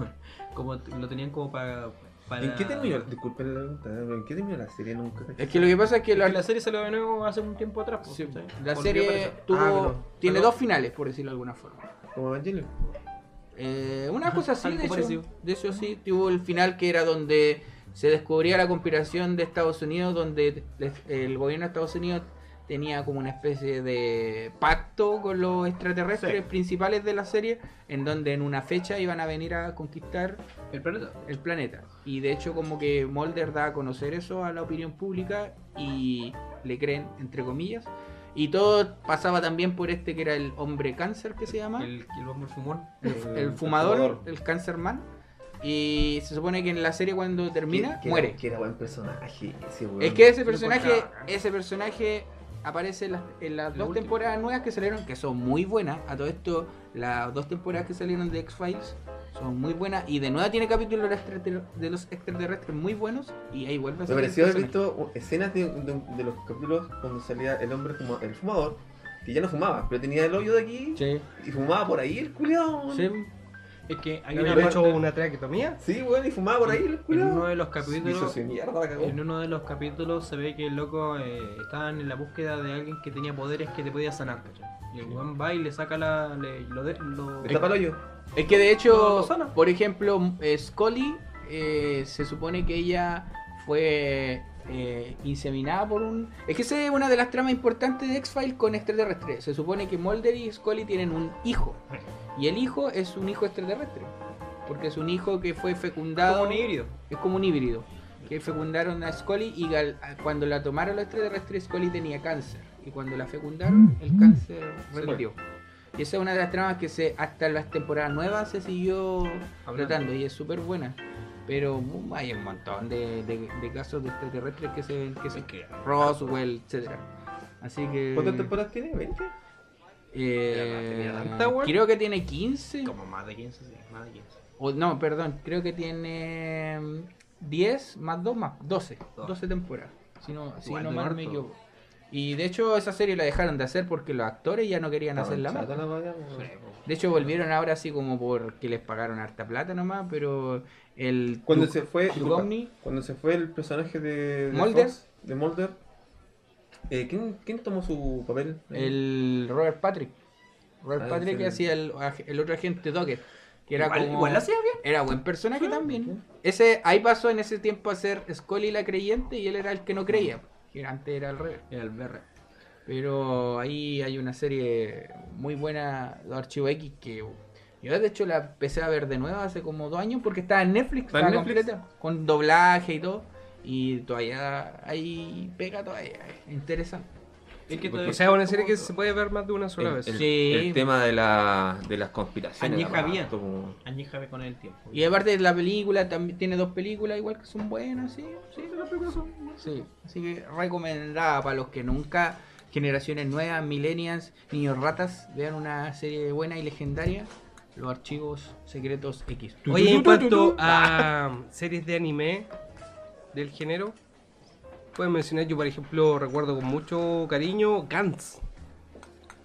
Speaker 4: como t- lo tenían como para, para-
Speaker 2: ¿En qué terminó? Disculpen la pregunta, pero ¿en qué terminó la serie? Nunca.
Speaker 1: Es que lo que pasa es que
Speaker 4: Es
Speaker 1: la,
Speaker 4: que la serie salió de nuevo hace un tiempo atrás. po,
Speaker 1: sí,
Speaker 4: ¿cachai?
Speaker 1: la
Speaker 4: Volvió a
Speaker 1: serie
Speaker 4: aparecer.
Speaker 1: tuvo,
Speaker 2: Ah, pero-
Speaker 1: tiene
Speaker 2: pero-
Speaker 1: dos finales, por decirlo de alguna forma.
Speaker 2: Como Evangelio.
Speaker 1: Eh, una cosa así,
Speaker 4: algo
Speaker 1: de
Speaker 4: parecido.
Speaker 1: hecho, de hecho sí, tuvo el final que era donde se descubría la conspiración de Estados Unidos, donde les- el gobierno de Estados Unidos tenía como una especie de pacto con los extraterrestres
Speaker 4: Sí.
Speaker 1: principales de la serie, en donde en una fecha iban a venir a conquistar
Speaker 4: El planeta.
Speaker 1: el planeta. Y de hecho como que Mulder da a conocer eso a la opinión pública y le creen, entre comillas. Y todo pasaba también por este que era el hombre cáncer que se llama.
Speaker 4: El, el hombre fumón.
Speaker 1: El, el
Speaker 2: el
Speaker 1: fumador,
Speaker 2: fumador.
Speaker 1: el Cancer Man. Y se supone que en la serie cuando termina,
Speaker 5: Que- que
Speaker 1: muere.
Speaker 5: Era, que era buen personaje ese weón.
Speaker 1: es que ese
Speaker 4: Yo
Speaker 1: personaje,
Speaker 4: encontraba-
Speaker 1: ese personaje aparece en las, en las
Speaker 4: La
Speaker 1: dos
Speaker 4: última.
Speaker 1: temporadas nuevas que salieron, que son muy buenas. A todo esto, las dos temporadas que salieron de X-Files son muy buenas. Y de nuevo tiene capítulos de los extraterre- de los extraterrestres muy buenos. Y ahí vuelve a
Speaker 5: Me
Speaker 1: salir el
Speaker 5: pareció haber
Speaker 1: personaje.
Speaker 5: visto escenas de, de- de los capítulos cuando salía el hombre como el fumador, que ya no fumaba, pero tenía el hoyo de aquí y fumaba por ahí el culiao.
Speaker 1: Sí.
Speaker 4: Es que hay
Speaker 3: ¿Le
Speaker 4: una
Speaker 3: habían
Speaker 4: parte,
Speaker 3: hecho una traquetomía?
Speaker 5: Sí, weón, y fumaba por ahí el
Speaker 4: en
Speaker 5: culiao.
Speaker 4: uno de los
Speaker 5: Hizo
Speaker 4: capítulos
Speaker 5: su mierda, la cagó.
Speaker 4: En uno de los capítulos se ve que el loco eh, estaban en la búsqueda de alguien que tenía poderes que te podía sanar, ¿cachai? Y el weón va y le saca la. le- lo de- lo-
Speaker 5: Le tapa el hoyo.
Speaker 1: Es que de
Speaker 4: Todo
Speaker 1: hecho,
Speaker 4: lo sana.
Speaker 1: por ejemplo, eh, Scully eh, se supone que ella fue eh, inseminada por un... Es que esa es una de las tramas importantes de X-Files con extraterrestres. Se supone que Mulder y Scully tienen un hijo. Y el hijo es un hijo extraterrestre. Porque es un hijo que fue fecundado...
Speaker 4: como un híbrido.
Speaker 1: Es como un híbrido. Que fecundaron a Scully y gal- a- cuando la tomaron los extraterrestres, Scully tenía cáncer. Y cuando la fecundaron,
Speaker 4: Mm.
Speaker 1: el cáncer remitió. Y esa es una de las tramas que se hasta las temporadas nuevas se siguió
Speaker 4: Hablando.
Speaker 1: tratando y es súper buena. Pero mm, hay un montón de, de- de casos de extraterrestres que se ven, que se Roswell, etcétera. Así que.
Speaker 5: ¿Cuántas temporadas tiene? ¿20?
Speaker 1: eh,
Speaker 4: Tenía tanta, weón.
Speaker 1: creo que tiene 15.
Speaker 4: Como más de 15, sí, más de 15.
Speaker 1: O, no, perdón, creo que tiene mm, 10 más 2 más 12. 12 temporadas. Si no, si
Speaker 4: Igual
Speaker 1: no
Speaker 4: de
Speaker 1: mal me
Speaker 4: harto.
Speaker 1: equivoco. Y de hecho esa serie la dejaron de hacer porque los actores ya no querían hacerla más.
Speaker 5: Chata la weá, weón.
Speaker 1: De hecho volvieron ahora así como porque les pagaron harta plata nomás, pero el...
Speaker 5: Cuando
Speaker 1: Tru-
Speaker 5: se fue. disculpa,
Speaker 1: Duchovny.
Speaker 5: Cuando se fue el personaje de. de
Speaker 1: Mulder.
Speaker 5: Fox, de Mulder. eh, ¿quién, ¿Quién tomó su papel?
Speaker 1: El Robert Patrick. Robert
Speaker 5: Ah,
Speaker 1: Patrick
Speaker 5: sí.
Speaker 1: que hacía el, ag- el otro agente Docket. Que era
Speaker 4: igual,
Speaker 1: como...
Speaker 4: igual lo hacía bien.
Speaker 1: Era buen personaje también. Ese, ahí pasó en ese tiempo a ser Scully la creyente y él era el que no creía. Que antes era al revés.
Speaker 4: Era el berre.
Speaker 1: Pero ahí hay una serie muy buena de Archivo X que yo de hecho la empecé a ver de nuevo hace como dos años porque estaba en Netflix,
Speaker 2: ¿Está en
Speaker 1: estaba
Speaker 2: Netflix?
Speaker 1: completa, con doblaje y todo. Y todavía hay pega todavía, es interesante.
Speaker 4: Es que
Speaker 3: O sea, una serie que se puede ver más de una sola vez.
Speaker 2: El,
Speaker 1: Sí.
Speaker 2: el tema de, la, de las conspiraciones.
Speaker 4: Añeja
Speaker 2: aparato,
Speaker 4: bien.
Speaker 2: como-
Speaker 4: Añéjame con el tiempo.
Speaker 1: Y aparte de la película, también tiene dos películas igual que son buenas, sí, sí, las películas son buenas. Sí, así que recomendada para los que nunca, generaciones nuevas, millennials, niños ratas, vean una serie buena y legendaria, Los Archivos Secretos X.
Speaker 3: Oye, en cuanto a um, series de anime del género, pueden mencionar, yo por ejemplo recuerdo con mucho cariño Gantz.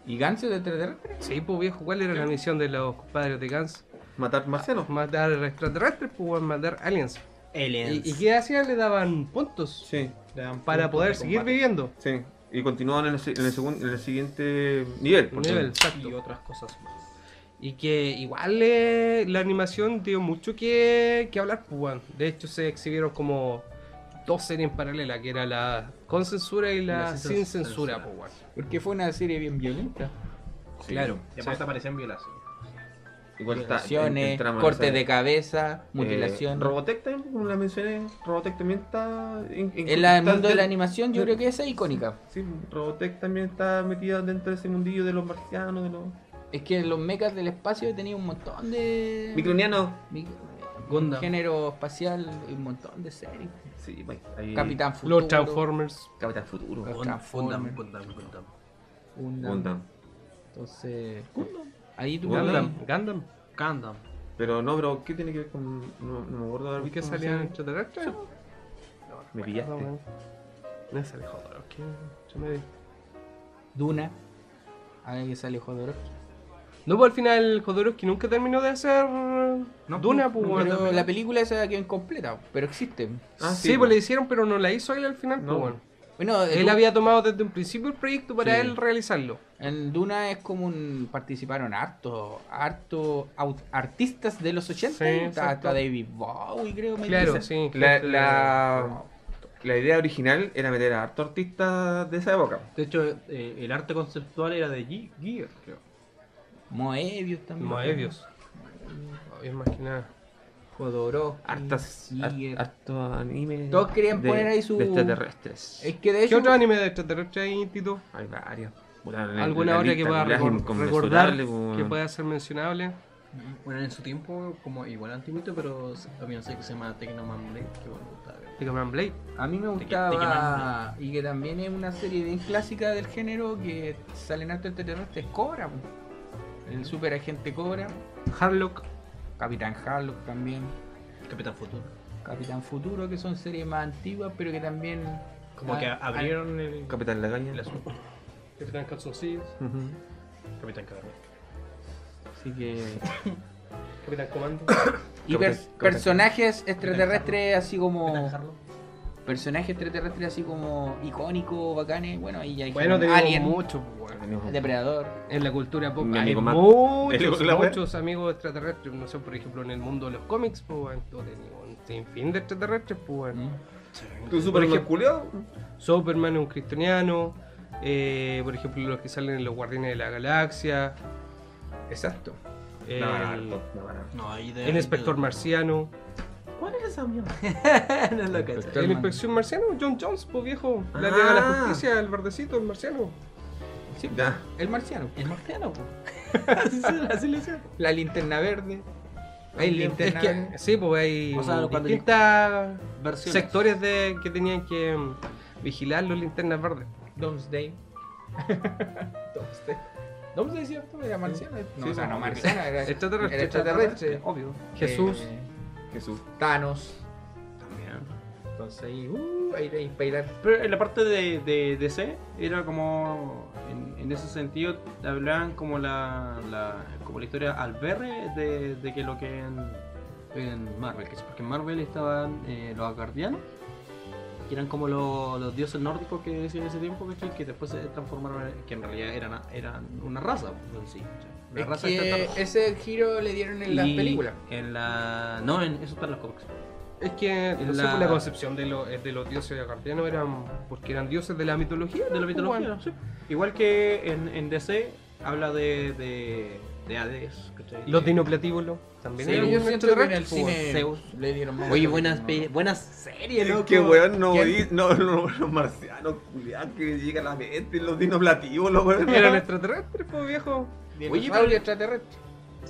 Speaker 1: ¿Y Ganso de extraterrestre?
Speaker 3: Sí, pues viejo, ¿cuál era la misión de los compadres de Gantz?
Speaker 2: Matar marcianos.
Speaker 3: Matar extratraterrestres, pues weón, matar aliens.
Speaker 4: Aliens.
Speaker 3: ¿Y, y qué hacían? Le daban puntos
Speaker 2: Sí,
Speaker 4: Le dan
Speaker 3: para
Speaker 4: puntos
Speaker 3: poder
Speaker 4: de
Speaker 3: seguir
Speaker 4: combate
Speaker 3: viviendo.
Speaker 2: sí. Y continuaban en el, si- en el segun- en el siguiente nivel. porque-
Speaker 3: Nivel, exacto.
Speaker 4: Y otras cosas más.
Speaker 3: Y que igual eh, la animación dio mucho que, que hablar, pues, weón. De hecho, se exhibieron como dos series en paralela, que era la con censura y la,
Speaker 4: La sin
Speaker 3: sin
Speaker 4: censura.
Speaker 3: censura, pues, weón.
Speaker 1: Porque fue una serie bien violenta.
Speaker 2: Sí.
Speaker 3: Claro.
Speaker 4: Y aparte aparecen violaciones.
Speaker 2: Igual está. en-
Speaker 1: Violaciones,
Speaker 2: en trama,
Speaker 1: cortes
Speaker 2: o sea,
Speaker 1: de cabeza,
Speaker 2: eh,
Speaker 1: mutilación.
Speaker 2: Robotech también, como la mencioné, Robotech también está. en- en-
Speaker 1: en la- el
Speaker 2: está
Speaker 1: mundo de la
Speaker 2: dentro-
Speaker 1: animación yo creo que esa es icónica.
Speaker 2: Sí, Robotech también está metida dentro de ese mundillo de los marcianos, de los.
Speaker 1: Es que los mechas del espacio tenía un montón de...
Speaker 2: Micronianos.
Speaker 1: Mi-
Speaker 4: Gundam.
Speaker 1: Género espacial, un montón de series.
Speaker 2: Sí, pues, ahí.
Speaker 1: Capitán Futuro.
Speaker 3: Los Transformers.
Speaker 2: Capitán Futuro.
Speaker 1: Los
Speaker 4: Gundam,
Speaker 1: Transformers.
Speaker 4: Gundam, Gundam.
Speaker 1: Gundam.
Speaker 2: Gundam.
Speaker 1: Entonces. Ahí tú
Speaker 2: Gundam.
Speaker 1: podías-
Speaker 3: Gundam.
Speaker 4: Gundam.
Speaker 2: Pero no, bro, ¿qué tiene que ver con.? No, no me acuerdo de haber
Speaker 3: ¿Y qué
Speaker 2: visto, no
Speaker 3: salían
Speaker 2: sé.
Speaker 3: extraterrestres?
Speaker 2: Me
Speaker 3: No,
Speaker 2: pillaste.
Speaker 3: weón. No sale Jodorowsky. yo me-
Speaker 1: Duna. A ver que sale Jodorowsky.
Speaker 3: No, pues al final Jodorowsky nunca terminó de hacer
Speaker 4: No,
Speaker 3: Duna,
Speaker 4: no,
Speaker 3: pues,
Speaker 4: no,
Speaker 3: weón.
Speaker 1: Pero la película esa quedó incompleta, pero existe.
Speaker 2: Ah,
Speaker 3: sí,
Speaker 2: sí,
Speaker 3: pues le hicieron, pero no la hizo él al final,
Speaker 2: No.
Speaker 3: pues, weón.
Speaker 1: Bueno,
Speaker 3: Él
Speaker 1: Du-
Speaker 3: había tomado desde un principio el proyecto para
Speaker 2: Sí.
Speaker 3: él realizarlo.
Speaker 1: en Duna es como un. Participaron harto, harto au- artistas de los 80.
Speaker 3: Sí,
Speaker 1: está,
Speaker 3: exacto.
Speaker 1: está David Bowie, creo. me
Speaker 3: Claro,
Speaker 1: dicen.
Speaker 3: sí.
Speaker 2: La,
Speaker 3: gente-
Speaker 2: la, la idea original era meter a harto artistas de esa época.
Speaker 4: De hecho, eh, el arte conceptual era de G Giger, creo.
Speaker 1: Moebius también.
Speaker 3: Moebius. Es más que nada.
Speaker 1: Jodorowsky,
Speaker 2: Hartas, har-
Speaker 1: Giger.
Speaker 2: harto anime.
Speaker 1: Todos querían
Speaker 2: de-
Speaker 1: poner ahí su-
Speaker 2: de extraterrestres.
Speaker 1: Es que de
Speaker 3: ¿Qué
Speaker 1: hecho.
Speaker 3: otro anime de extraterrestre hay, Tito?
Speaker 2: Hay varios. Puta, la-
Speaker 3: ¿Alguna
Speaker 2: la
Speaker 3: obra que
Speaker 2: lista,
Speaker 3: pueda
Speaker 2: la lista es
Speaker 3: recor- recordar
Speaker 2: inconmensurable, po,
Speaker 3: que
Speaker 2: weón.
Speaker 3: pueda ser mencionable?
Speaker 4: Bueno, en su tiempo, como igual antiguito, pero también sé que se llama Tecnoman Blade, que bueno, está bien.
Speaker 3: Mega Man Blade.
Speaker 1: A mí me
Speaker 4: Te que- te
Speaker 1: gustaba. Y que también es una serie bien clásica del género que salen harto extraterrestres. Cobra. po. El super agente Cobra.
Speaker 3: Harlock.
Speaker 1: Capitán Harlock también.
Speaker 4: Capitán Futuro.
Speaker 1: Capitán Futuro, que son series más antiguas, pero que también.
Speaker 4: Como
Speaker 1: ah,
Speaker 4: que
Speaker 1: ah,
Speaker 4: abrieron el,
Speaker 2: Capitán Lagaña.
Speaker 4: el asunto.
Speaker 3: Capitán Calzoncillos.
Speaker 2: Ujú.
Speaker 4: Capitán Cabrón.
Speaker 1: Así que.
Speaker 3: Capitán Comando.
Speaker 1: Y
Speaker 2: Capitán-
Speaker 1: pers-
Speaker 2: Capitán-
Speaker 1: personajes extraterrestres así
Speaker 4: Capitán
Speaker 1: como.
Speaker 4: Harlow.
Speaker 1: Personajes extraterrestres así como icónicos, bacanes. Bueno, ahí ya hay
Speaker 3: Bueno, tenemos
Speaker 1: Alien,
Speaker 3: muchos, weón.
Speaker 2: Tenemos-
Speaker 1: Depredador.
Speaker 3: En la cultura pop
Speaker 2: Mi
Speaker 3: hay
Speaker 2: amigo Matt.
Speaker 3: muchos,
Speaker 2: El- la wea.
Speaker 3: muchos amigos extraterrestres. No sé, por ejemplo, en el mundo de los cómics, pues, weón, tú tenías un sinfín de extraterrestres, pues, weón.
Speaker 5: ¿Tu
Speaker 3: Por
Speaker 5: Superman
Speaker 3: ejemplo-
Speaker 5: culiao?
Speaker 3: Superman es un kryptoniano. eh, por ejemplo, los que salen en los Guardianes de la Galaxia.
Speaker 5: Exacto.
Speaker 3: el-
Speaker 5: No, harto, no, harto.
Speaker 4: No, ahí de.
Speaker 3: el Inspector Marciano.
Speaker 4: ¿Cuál es esa mierda? no lo caché.
Speaker 1: Doctor
Speaker 3: El
Speaker 1: Man.
Speaker 3: Inspección Marciano, John Jones, pues viejo. La
Speaker 2: Ah.
Speaker 3: Liga de la Justicia, el verdecito, el marciano.
Speaker 1: Sí,
Speaker 5: Ya.
Speaker 1: el marciano.
Speaker 4: El marciano, po. Así se- así le decía.
Speaker 1: La linterna verde. Hay
Speaker 3: Es
Speaker 1: linterna
Speaker 3: que,
Speaker 1: verde.
Speaker 3: sí, pues hay
Speaker 4: O sea, cuando
Speaker 3: distintas
Speaker 4: Versiones.
Speaker 3: sectores de, que tenían que mm, vigilar los linternas verdes.
Speaker 1: Domesday. Domesday. Domesday, ¿cierto? Era marciano. No,
Speaker 5: Sí,
Speaker 1: o sea, no
Speaker 5: sí.
Speaker 1: marciano, era
Speaker 3: Extraterrestre.
Speaker 1: era extraterrestre.
Speaker 3: Obvio. Jesús.
Speaker 1: Eh,
Speaker 5: Jesús.
Speaker 1: Thanos.
Speaker 4: También.
Speaker 1: Entonces ahí, uh, ahí ahí para bailar.
Speaker 4: Pero en la parte de, de DC era como, en, en ese sentido, hablaban como la, la- como la historia al verre de, de que lo que en, en Marvel, que es porque en Marvel estaban eh, los guardianes, que eran como lo- los dioses nórdicos que decían en ese tiempo, ¿cachai? que después se transformaron, en- que en realidad eran, eran una raza, pues, en sí, ¿cachai? Una
Speaker 1: Es
Speaker 4: raza
Speaker 1: que
Speaker 4: extraterrestre.
Speaker 1: ese giro le dieron en las
Speaker 4: Y
Speaker 1: películas.
Speaker 4: En la... No, en, eso está en los cómics.
Speaker 3: Es que no sé,
Speaker 4: la-
Speaker 3: pues, la concepción de, lo- eh, de los dioses guardianos eran porque eran dioses de la mitología.
Speaker 4: de la
Speaker 3: pues,
Speaker 4: mitología.
Speaker 3: bueno.
Speaker 4: sí. Igual que en, en DC habla de, de, de Hades. ¿cachai?
Speaker 3: Los dinoplatíbulos también.
Speaker 1: Sí,
Speaker 3: eran
Speaker 1: yo
Speaker 3: un
Speaker 1: siento que en el
Speaker 3: extraterrestre, pues,
Speaker 1: cine
Speaker 4: Zeus.
Speaker 1: le dieron más.
Speaker 4: Oye, buenas,
Speaker 1: No,
Speaker 4: pe-
Speaker 1: no.
Speaker 4: buenas series,
Speaker 5: Es
Speaker 4: loco.
Speaker 5: que weón, no,
Speaker 1: ¿Quién?
Speaker 5: di- no, no, los marcianos culiados que llegan a la mente, los dinoplativos, los weón.
Speaker 3: Eran extraterrestres, pues viejo.
Speaker 1: Dinosaurio
Speaker 4: pero-
Speaker 1: extraterrestre.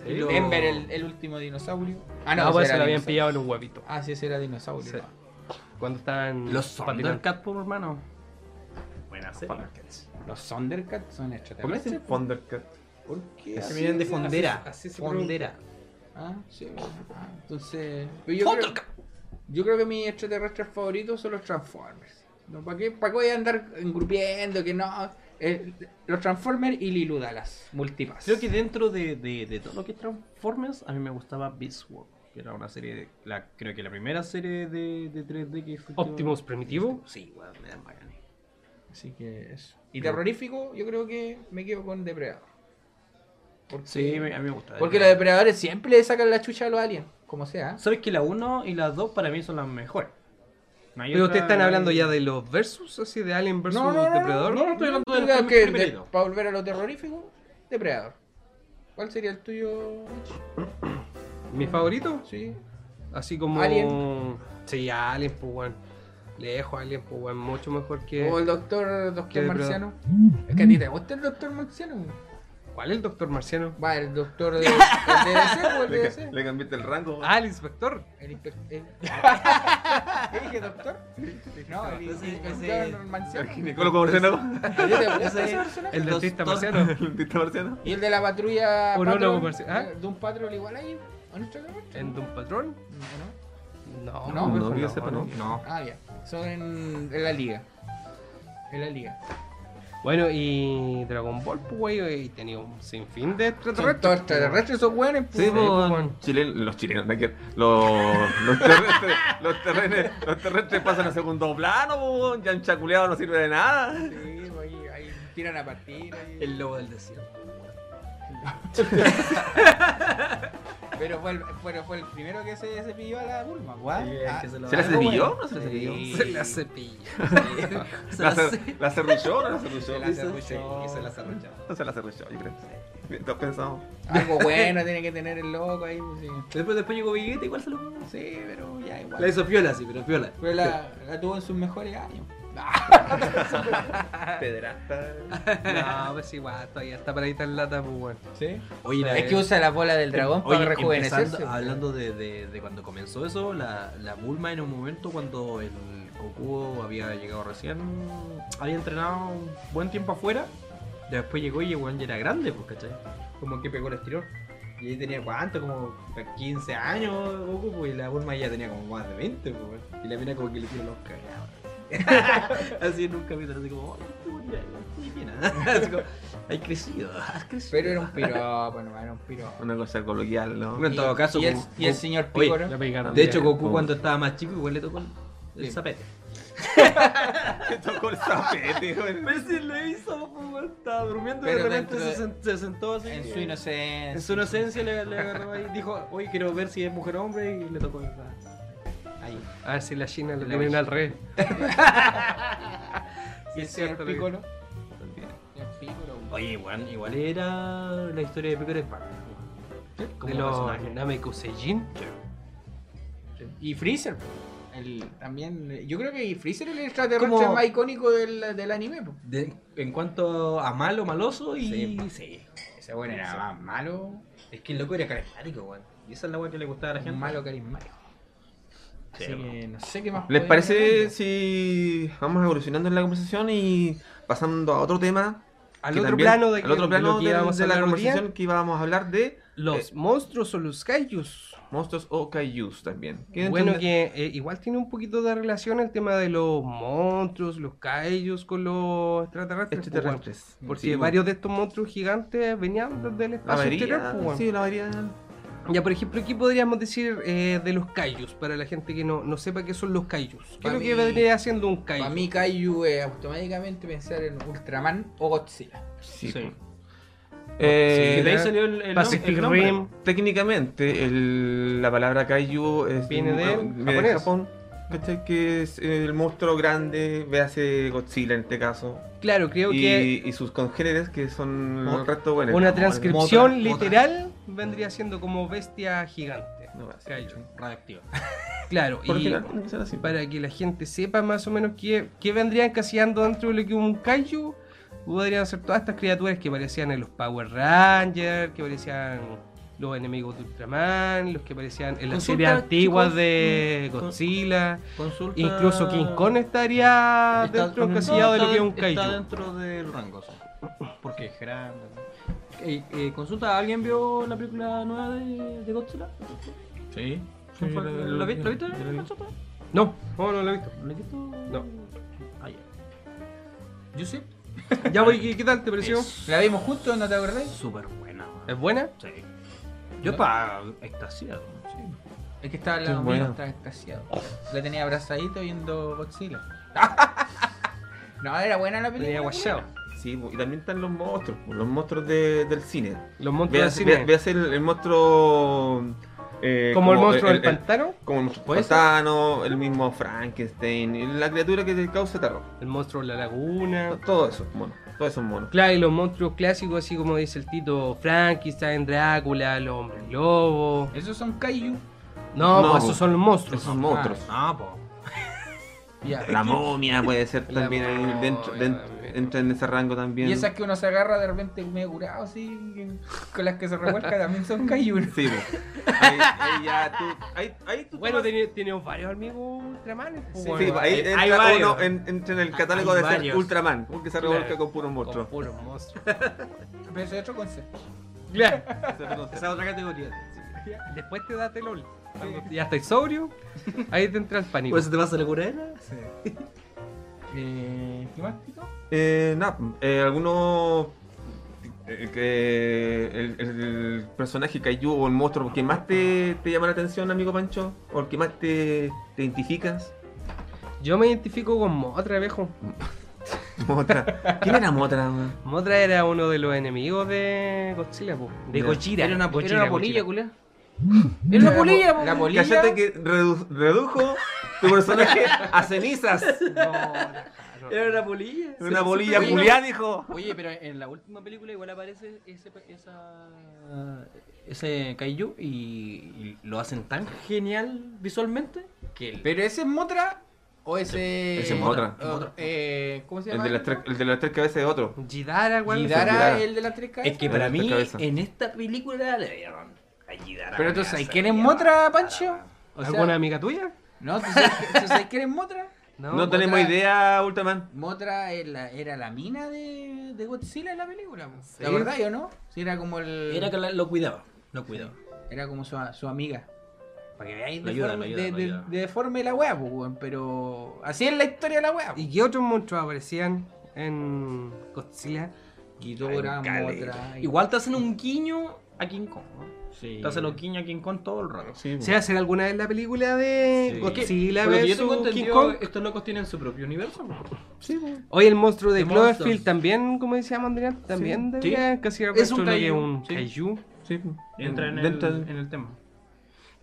Speaker 4: Sí, lo-
Speaker 1: Denver, el, el último dinosaurio. Ah,
Speaker 3: Eh, No,
Speaker 1: no,
Speaker 3: pues
Speaker 1: ese
Speaker 3: se
Speaker 1: era
Speaker 3: lo habían
Speaker 1: dinosaurio.
Speaker 3: pillado en un huevito.
Speaker 1: Ah, sí, ese era dinosaurio.
Speaker 3: Sí.
Speaker 1: no.
Speaker 3: Cuando estaban
Speaker 4: Los
Speaker 3: patinando.
Speaker 4: Thundercats, por hermano. Buenas series.
Speaker 1: Los Thundercats son
Speaker 5: ¿Cómo le
Speaker 1: extraterrestres.
Speaker 5: dicen Thundercat?
Speaker 1: ¿Por qué?
Speaker 4: Se vienen de
Speaker 1: Así-
Speaker 4: Fondera.
Speaker 3: así se
Speaker 4: Fondera.
Speaker 1: Ah, sí. bueno. Ah, Entonces. pero yo, creo, yo creo que mis extraterrestres favoritos son los Transformers. ¿No? ¿Para, qué, ¿Para qué voy a andar engrupiendo? Que no. Eh, los Transformers y Liludalas. Multipass.
Speaker 4: Creo que dentro de, de, de todo lo que es Transformers, a mí me gustaba Beast Wars. Que era una serie, de, la, creo que la primera serie de, de 3D que fue.
Speaker 3: Optimus Primitivo.
Speaker 4: Sí, weón, me dan bacanes.
Speaker 1: Así que eso. Y terrorífico, yo creo que me quedo con Depredador. Porque,
Speaker 4: Sí, me- a mí me gustaba.
Speaker 1: porque los depredadores siempre le sacan la chucha a los aliens, como sea.
Speaker 4: Sabes que la 1 y la 2 para mí son las mejores. No hay
Speaker 3: Pero
Speaker 4: otra-
Speaker 3: ustedes están hablando ya de los versus, así de Alien versus Depredador.
Speaker 1: No, no, estoy hablando
Speaker 4: del
Speaker 1: de
Speaker 4: primer-
Speaker 1: que
Speaker 4: primerito.
Speaker 1: para volver a lo terrorífico, depredador. ¿Cuál sería el tuyo?
Speaker 3: Mi favorito,
Speaker 1: Sí.
Speaker 3: así como.
Speaker 1: Alien.
Speaker 3: Sí, Alien, pues, weón. Lejos, Alien, pues, weón. Mucho mejor que.
Speaker 1: O el doctor, doctor
Speaker 3: ¿Qué depredador?
Speaker 1: marciano. Es que a ti te gusta el doctor marciano.
Speaker 3: ¿Cuál es el doctor marciano?
Speaker 1: Va, el doctor de. El de DC, o el de
Speaker 5: Le, ca-
Speaker 1: DC.
Speaker 5: le cambiaste el rango.
Speaker 3: Ah, el inspector.
Speaker 1: El inspector. dije doctor? No, el
Speaker 4: Ese-
Speaker 1: inspector
Speaker 4: ese-
Speaker 1: marciano.
Speaker 5: El ginecólogo marciano.
Speaker 1: ¿A ti te gusta
Speaker 4: Ese-
Speaker 1: ese personaje?
Speaker 3: El
Speaker 4: Los
Speaker 3: dentista
Speaker 4: dos-
Speaker 3: marciano.
Speaker 5: El dentista marciano.
Speaker 1: Y el de la patrulla.
Speaker 3: Urólogo
Speaker 1: Patrol,
Speaker 3: marciano. ¿Ah?
Speaker 1: eh, De un patrón igual ahí. ¿Honestamente?
Speaker 3: ¿En Doom Patrón?
Speaker 1: ¿No?
Speaker 3: No,
Speaker 1: No,
Speaker 3: viejo,
Speaker 2: no, que yo sepa, no.
Speaker 4: No.
Speaker 1: Ah, ya. Son en, en la liga. En la liga.
Speaker 3: Bueno, y Dragon Ball, pues, güey, y tenía un sinfín de
Speaker 1: Son
Speaker 3: extraterrestres.
Speaker 1: todos extraterrestres son buenos.
Speaker 2: Sí,
Speaker 3: pues,
Speaker 2: po,
Speaker 3: weón.
Speaker 2: chilen- los chilenos, no hay que- los, los terrestres, los terrestres, los terrestres pasan a segundo plano, po, weón. ya enchaculeado no sirve de nada.
Speaker 1: Sí, pues, ahí, ahí tiran a partir. ahí.
Speaker 4: El lobo del desierto.
Speaker 1: Pero fue el, bueno, fue el primero que se cepilló a la Bulma, ¿guau?
Speaker 4: Sí, es que
Speaker 1: Ah,
Speaker 4: se lo-
Speaker 2: ¿Se la
Speaker 1: algo
Speaker 2: cepilló o
Speaker 1: bueno.
Speaker 2: no se la cepilló?
Speaker 1: Sí.
Speaker 3: Se la cepilla.
Speaker 4: Se
Speaker 2: ¿La
Speaker 4: la
Speaker 2: cer-
Speaker 4: hace-
Speaker 2: ¿La cerruchó o no la
Speaker 1: Se
Speaker 2: cerruchó?
Speaker 1: la cerruchó. y se la cerruchó.
Speaker 2: No se la cerruchó, yo creo. Todos pensamos.
Speaker 1: Algo bueno tiene que tener el loco ahí. pues, Sí,
Speaker 4: Después, después llegó Viguete, igual se lo
Speaker 1: Sí, pero ya igual.
Speaker 3: La hizo piola, sí, pero piola.
Speaker 1: Pero la, la tuvo en sus mejores años.
Speaker 5: Pedrasta.
Speaker 3: No, pues igual, todavía está paradita en lata, pues bueno.
Speaker 1: ¿Sí?
Speaker 4: Oye, la-
Speaker 1: Es que usa la bola del dragón
Speaker 4: eh, Oye,
Speaker 1: para rejuvenecerse. pues.
Speaker 4: empezando- Hablando de, de- de cuando comenzó eso, la, la Bulma en un momento cuando el Goku había llegado recién, había entrenado un buen tiempo afuera, y después llegó y llegó ya era grande, pues, ¿cachai? Como que pegó el estirón. Y ahí tenía cuánto, como 15 años Goku, pues, y la Bulma ya tenía como más de 20, pues. Y la mina como que le tiró los cagados. así en un capítulo, así como, "Oye, tú, mira, mira, mira". Así como, Hay crecido, has crecido.
Speaker 1: Pero era un piropo, no, era un piropo.
Speaker 2: Una cosa coloquial, ¿no?
Speaker 4: Bueno, en todo caso,
Speaker 1: y el,
Speaker 4: como-
Speaker 1: y el
Speaker 4: como-
Speaker 1: señor
Speaker 4: Oye,
Speaker 1: Piccolo.
Speaker 6: La pegaron.
Speaker 4: De hecho,
Speaker 2: Ya,
Speaker 4: Goku
Speaker 2: po.
Speaker 4: cuando estaba más chico igual le tocó el, el
Speaker 1: Sí.
Speaker 4: zapete.
Speaker 2: Que tocó el zapete, güey.
Speaker 4: Pero si lo hizo, estaba durmiendo
Speaker 1: y de Pero repente dentro se
Speaker 4: sentó así.
Speaker 1: en su inocencia.
Speaker 4: inocencia le, agarró ahí dijo, oye, quiero ver si es mujer o hombre y le tocó Ahí.
Speaker 3: A ver si la China lo
Speaker 4: La
Speaker 3: tienen
Speaker 4: China.
Speaker 3: al revés.
Speaker 1: Y
Speaker 3: Sí,
Speaker 1: el
Speaker 3: es
Speaker 1: señor
Speaker 3: cierto,
Speaker 1: Piccolo. El Piccolo.
Speaker 4: Oye, igual, igual era la historia de Piccolo Spark.
Speaker 3: De
Speaker 4: Como
Speaker 3: los
Speaker 4: personaje.
Speaker 3: Namekusejin.
Speaker 1: Y Freezer. po. El, también, yo creo que Freezer es el extraterrestre
Speaker 4: Como-
Speaker 1: más icónico del, del anime. po.
Speaker 4: De- en cuanto a malo, maloso y...
Speaker 1: Sí.
Speaker 4: sí.
Speaker 1: Ese bueno era más malo,
Speaker 4: Es que el loco era carismático, weón. Y esa es la weá que le gustaba a la gente.
Speaker 1: un malo carismático. Así
Speaker 4: Sí,
Speaker 1: que no sé qué más.
Speaker 2: ¿Les
Speaker 1: podemos
Speaker 2: parece
Speaker 1: hablar.
Speaker 2: si vamos evolucionando en la conversación y pasando a otro tema?
Speaker 3: Al
Speaker 2: que
Speaker 3: otro
Speaker 2: también-
Speaker 3: plano de,
Speaker 2: al otro plano
Speaker 3: lo que
Speaker 2: del-
Speaker 3: íbamos a
Speaker 2: de la
Speaker 3: hablar hoy día,
Speaker 2: conversación que íbamos a hablar de
Speaker 3: Los monstruos o los kaijus.
Speaker 2: monstruos o kaijus también. ¿Qué
Speaker 3: Bueno,
Speaker 2: entende-
Speaker 3: que eh, igual tiene un poquito de relación el tema de los monstruos, los kaijus con los extraterrestres. pues, bueno.
Speaker 2: extraterrestres.
Speaker 3: Porque
Speaker 2: Sí,
Speaker 3: varios de estos monstruos gigantes venían desde el
Speaker 2: la
Speaker 3: espacio exterior.
Speaker 2: mayoría,
Speaker 3: pues, bueno.
Speaker 2: sí, la mayoría
Speaker 3: Ya, por ejemplo, aquí podríamos decir eh, de los kaijus, para la gente que no, no sepa qué son los kaijus. ¿Qué es
Speaker 1: Pa'
Speaker 3: lo que
Speaker 1: mí-
Speaker 3: vendría haciendo un kaiju?
Speaker 1: Para mí, Kaiju es automáticamente pensar en Ultraman o Godzilla.
Speaker 2: sí.
Speaker 4: Sí.
Speaker 2: Eh,
Speaker 4: Sí, de ahí salió el, el nom-
Speaker 3: Pacific
Speaker 4: el nombre.
Speaker 3: Rim.
Speaker 2: Técnicamente, el- la palabra kaiju es-
Speaker 3: Viene de
Speaker 2: viene
Speaker 3: japonés.
Speaker 2: Japón. ¿cachai? Que es el monstruo grande, véase Godzilla en este caso.
Speaker 3: Claro, creo
Speaker 2: y,
Speaker 3: que
Speaker 2: y sus congéneres, que son
Speaker 3: Mo-
Speaker 2: el resto bueno.
Speaker 3: una transcripción
Speaker 2: Mothra,
Speaker 3: literal vendría siendo como bestia gigante.
Speaker 2: Mothra. No, así.
Speaker 3: Kaiju.
Speaker 4: Radioactiva.
Speaker 3: Claro,
Speaker 2: Por lo
Speaker 3: y
Speaker 2: general, tiene que ser así.
Speaker 3: para que la gente sepa más o menos qué, qué vendría encasillando dentro de lo que un kaiju podrían ser todas estas criaturas que parecían en los Power Rangers, que parecían los enemigos de Ultraman, los que parecían en las
Speaker 4: Consulta,
Speaker 3: series antiguas
Speaker 4: chicos,
Speaker 3: de
Speaker 4: mm, con-
Speaker 3: Godzilla,
Speaker 4: Consulta.
Speaker 3: incluso King Kong estaría
Speaker 4: Está-
Speaker 3: dentro encasillado de lo que es un
Speaker 4: está- Está
Speaker 3: kaiju.
Speaker 4: dentro del rango. sí. Porque es grande. Eh, eh, consulta, ¿alguien vio la película nueva de, de Godzilla?
Speaker 6: Sí.
Speaker 4: ¿Quién fue? ¿La,
Speaker 6: lo-
Speaker 4: vi-
Speaker 6: yo-
Speaker 4: la viste?
Speaker 6: yo la vi.
Speaker 4: consulta?
Speaker 3: No, no, no lo he visto.
Speaker 4: ¿La viste?
Speaker 3: No.
Speaker 4: Ah, ya.
Speaker 1: Yo sí.
Speaker 3: Ya voy, ¿qué, qué tal te pareció?
Speaker 4: Es
Speaker 1: La vimos juntos, ¿no te acordáis?
Speaker 4: súper buena. weón.
Speaker 3: ¿Es buena?
Speaker 4: Sí. Yo estaba extasiado. ¿no?
Speaker 1: Es que estaba al lado
Speaker 2: Qué bueno.
Speaker 1: mío, estaba extasiado. La tenía abrazadito viendo Godzilla. no, era buena la película.
Speaker 3: Tenía guachado.
Speaker 2: Sí, y también están los monstruos, los monstruos de- del cine.
Speaker 3: Los monstruos
Speaker 2: Veas,
Speaker 3: del cine.
Speaker 2: ve- veas el, el monstruo. eh,
Speaker 3: como, el monstruo del
Speaker 2: pantano.
Speaker 3: pantano,
Speaker 2: Como el monstruo
Speaker 3: ¿Puede
Speaker 2: del
Speaker 3: ser?
Speaker 2: pantano, el mismo Frankenstein, la criatura que te causa terror.
Speaker 3: el monstruo de la laguna.
Speaker 2: Todo eso, mono. Todos esos monos.
Speaker 3: Claro, y los monstruos clásicos, así como dice el Tito, Frankenstein, Drácula, los hombres lobo.
Speaker 1: Esos son Kaiju.
Speaker 3: No,
Speaker 2: No,
Speaker 3: pues esos
Speaker 2: po.
Speaker 3: son los monstruos.
Speaker 2: Esos monstruos.
Speaker 4: No, po.
Speaker 1: Ya.
Speaker 2: La momia puede ser
Speaker 3: La
Speaker 2: también ahí
Speaker 3: momia
Speaker 2: dentro, dentro-
Speaker 3: también.
Speaker 2: entra en ese rango también.
Speaker 1: Y esas que uno se agarra de repente medio curado, así, con las que se revuelca también son Kaiju.
Speaker 2: Sí, pues. ahí, ahí ya tú. Ahí, ahí tú
Speaker 3: Bueno,
Speaker 2: tomas-
Speaker 3: tiene- tenemos varios amigos ultramanes. po,
Speaker 2: Sí,
Speaker 3: bueno.
Speaker 2: pues, ahí
Speaker 4: hay-
Speaker 2: entra
Speaker 4: hay varios.
Speaker 2: uno en, entra en el catálogo
Speaker 4: Hay
Speaker 2: de ser
Speaker 4: varios.
Speaker 2: Ultraman, porque se
Speaker 3: Claro.
Speaker 2: revolca con puros monstruos.
Speaker 3: Con puros monstruos.
Speaker 1: Pero ese es otro concepto.
Speaker 3: Claro.
Speaker 4: Esa es otra categoría.
Speaker 3: Después te da telol. Cuando ya estás sobrio, ahí te entra el pánico.
Speaker 2: Pues-
Speaker 4: ¿Por eso Pues, te pasa la curera?
Speaker 1: Eh, ¿Qué más, Tito?
Speaker 2: Eh, nada, eh, alguno eh, que el, el personaje Kaiju o el monstruo que más te, te llama la atención, amigo Pancho, o el que más te, te identificas.
Speaker 3: Yo me identifico con Motra, viejo.
Speaker 2: Motra. ¿Quién era Motra? weón?
Speaker 3: Motra era uno de los enemigos de Godzilla, po. De
Speaker 2: Ya.
Speaker 3: Gojira.
Speaker 4: Era una,
Speaker 3: Gojira,
Speaker 4: era una
Speaker 3: Gojira.
Speaker 4: polilla, culé.
Speaker 1: Es Mm. la polilla, po.
Speaker 2: La polilla.
Speaker 5: Cállate que redu- redujo tu personaje a cenizas.
Speaker 4: Era una polilla.
Speaker 5: Una bolilla
Speaker 1: sí.
Speaker 5: Julián, hijo.
Speaker 4: Oye, pero en la última película igual aparece ese, esa, ese kaiju y, y lo hacen tan genial visualmente que el-
Speaker 1: Pero ese es Motra o ese.
Speaker 2: Ese es Mothra.
Speaker 1: o- eh, ¿Cómo se
Speaker 2: El
Speaker 1: llama?
Speaker 2: de las tres, el de las tres cabezas de otro.
Speaker 3: Jidara, weón.
Speaker 1: Guidara,
Speaker 2: Guidara.
Speaker 1: el de las tres cabezas.
Speaker 4: es que
Speaker 2: de
Speaker 4: para
Speaker 2: esta
Speaker 4: mí
Speaker 2: cabeza.
Speaker 4: en esta película le dieron a Jidara
Speaker 1: Pero entonces,
Speaker 4: Meaza,
Speaker 1: ¿quién es
Speaker 4: le
Speaker 1: Motra,
Speaker 4: dieron
Speaker 1: Pancho? O sea,
Speaker 3: ¿Alguna amiga tuya?
Speaker 1: no, ¿tú sabes, tú sabes quién es Motra?
Speaker 2: No,
Speaker 1: Mothra-
Speaker 2: tenemos idea, Ultraman.
Speaker 1: Motra era, era la mina de, de Godzilla en la película. po.
Speaker 3: Sí.
Speaker 1: ¿La verdad yo no? Sí, era como el.
Speaker 4: Era que la- lo cuidaba, lo cuidaba.
Speaker 1: era como su, su amiga. Para que veáis
Speaker 4: Lo
Speaker 1: de,
Speaker 4: ayuda,
Speaker 1: forma-
Speaker 4: lo ayuda,
Speaker 1: de-
Speaker 4: lo
Speaker 1: de-
Speaker 4: ayuda.
Speaker 1: de deforme la wea, po, weón, pero así es la historia de la pues. wea. po.
Speaker 3: ¿Y qué otros monstruos aparecían en Godzilla?
Speaker 1: Ghidorah, Motra. y-
Speaker 4: Igual te hacen un guiño a King Kong, ¿no?
Speaker 2: Sí.
Speaker 4: Te hacen los guiños a King Kong todo el rato.
Speaker 2: Sí,
Speaker 3: ¿Se hace alguna vez la película de
Speaker 4: Sí.
Speaker 3: Godzilla
Speaker 4: Por lo que yo
Speaker 3: vs
Speaker 4: tengo
Speaker 3: King
Speaker 4: entendido,
Speaker 3: Kong?
Speaker 4: estos locos tienen su propio universo. ¿no?
Speaker 3: Hoy el monstruo de
Speaker 4: The
Speaker 3: Cloverfield
Speaker 4: Monsters.
Speaker 3: también, como decíamos Adrián, también
Speaker 4: Sí.
Speaker 3: debería casi haber
Speaker 4: Es
Speaker 3: puesto
Speaker 4: un
Speaker 3: lo que es
Speaker 4: kaiju,
Speaker 3: un
Speaker 4: sí.
Speaker 3: kaiju.
Speaker 2: sí.
Speaker 4: entra en el,
Speaker 2: Dentro del-
Speaker 4: en el tema.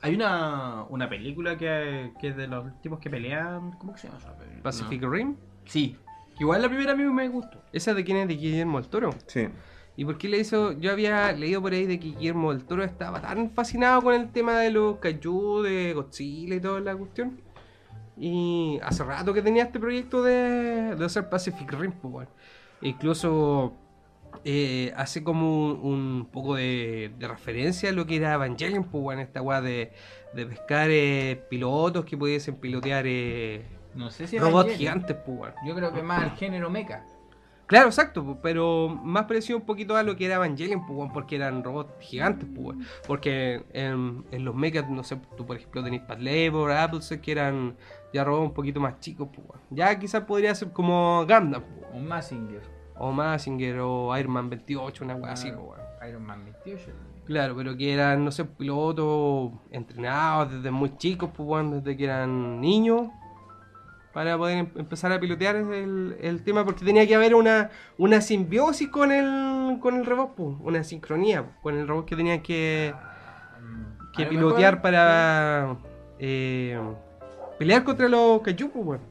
Speaker 4: Hay una, una película que, que es de los tipos que pelean. ¿Cómo que se llama esa película?
Speaker 3: Pacific Rim.
Speaker 4: Sí. Igual la primera a mí me gustó.
Speaker 3: ¿Esa de quién es? De Guillermo del Toro.
Speaker 2: Sí.
Speaker 3: ¿Y por qué le hizo? Yo había leído por ahí de que Guillermo del Toro estaba tan fascinado con el tema de los kaiju, de Godzilla y toda la cuestión. Y hace rato que tenía este proyecto de, de hacer Pacific Rim, pues, weón. Incluso eh, hace como un, un poco de, de referencia a lo que era Evangelion, pues, weón, esta weá de, de pescar eh, pilotos que pudiesen pilotear eh,
Speaker 1: No sé si
Speaker 3: robots
Speaker 1: Evangelion.
Speaker 3: gigantes, pues, weón.
Speaker 1: Yo creo que más al género mecha.
Speaker 3: Claro, exacto, pu, pero más parecido un poquito a lo que era Evangelion, pu, weón, porque eran robots gigantes, pu, weón. porque en, en los mechas, no sé, tú por ejemplo tenés Pad Labor, Appleseed, que eran ya robots un poquito más chicos, pu, weón. ya quizás podría ser como Gundam, pu, weón,
Speaker 1: Un Massinger.
Speaker 3: o Mazinger, o Iron Man 28, una weá así, pu, weón.
Speaker 1: Iron Man 28.
Speaker 3: Claro, pero que eran, no sé, pilotos entrenados desde muy chicos, pues, weón, desde que eran niños, para poder em- empezar a pilotear el, el tema, porque tenía que haber una, una simbiosis con el, con el robot, pues, una sincronía pues, con el robot que tenían que, que
Speaker 1: Ah, A lo
Speaker 3: pilotear
Speaker 1: mejor-
Speaker 3: para eh, pelear contra los kaiju, pues, weón.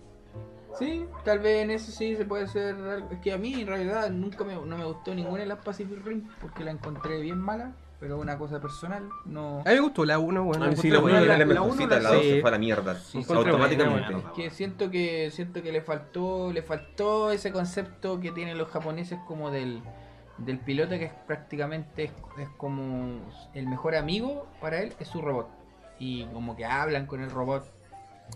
Speaker 1: Sí, tal vez en eso sí se puede hacer algo. Es que a mí en realidad nunca me, no me gustó ninguna de las Pacific Rim porque la encontré bien mala, pero una cosa personal. No.
Speaker 3: A mí me gustó la 1, weón.
Speaker 2: A mí sí,
Speaker 3: encontré
Speaker 2: la
Speaker 3: buena.
Speaker 2: uno era la
Speaker 4: la uno,
Speaker 2: mejorcita, la
Speaker 3: la-
Speaker 2: 2 se
Speaker 3: sí.
Speaker 2: fue a la mierda.
Speaker 3: encontré
Speaker 2: Automáticamente.
Speaker 4: buena,
Speaker 1: Que siento que siento que le faltó le faltó ese concepto que tienen los japoneses como del del piloto que es prácticamente es, es como el mejor amigo para él es su robot y como que hablan con el robot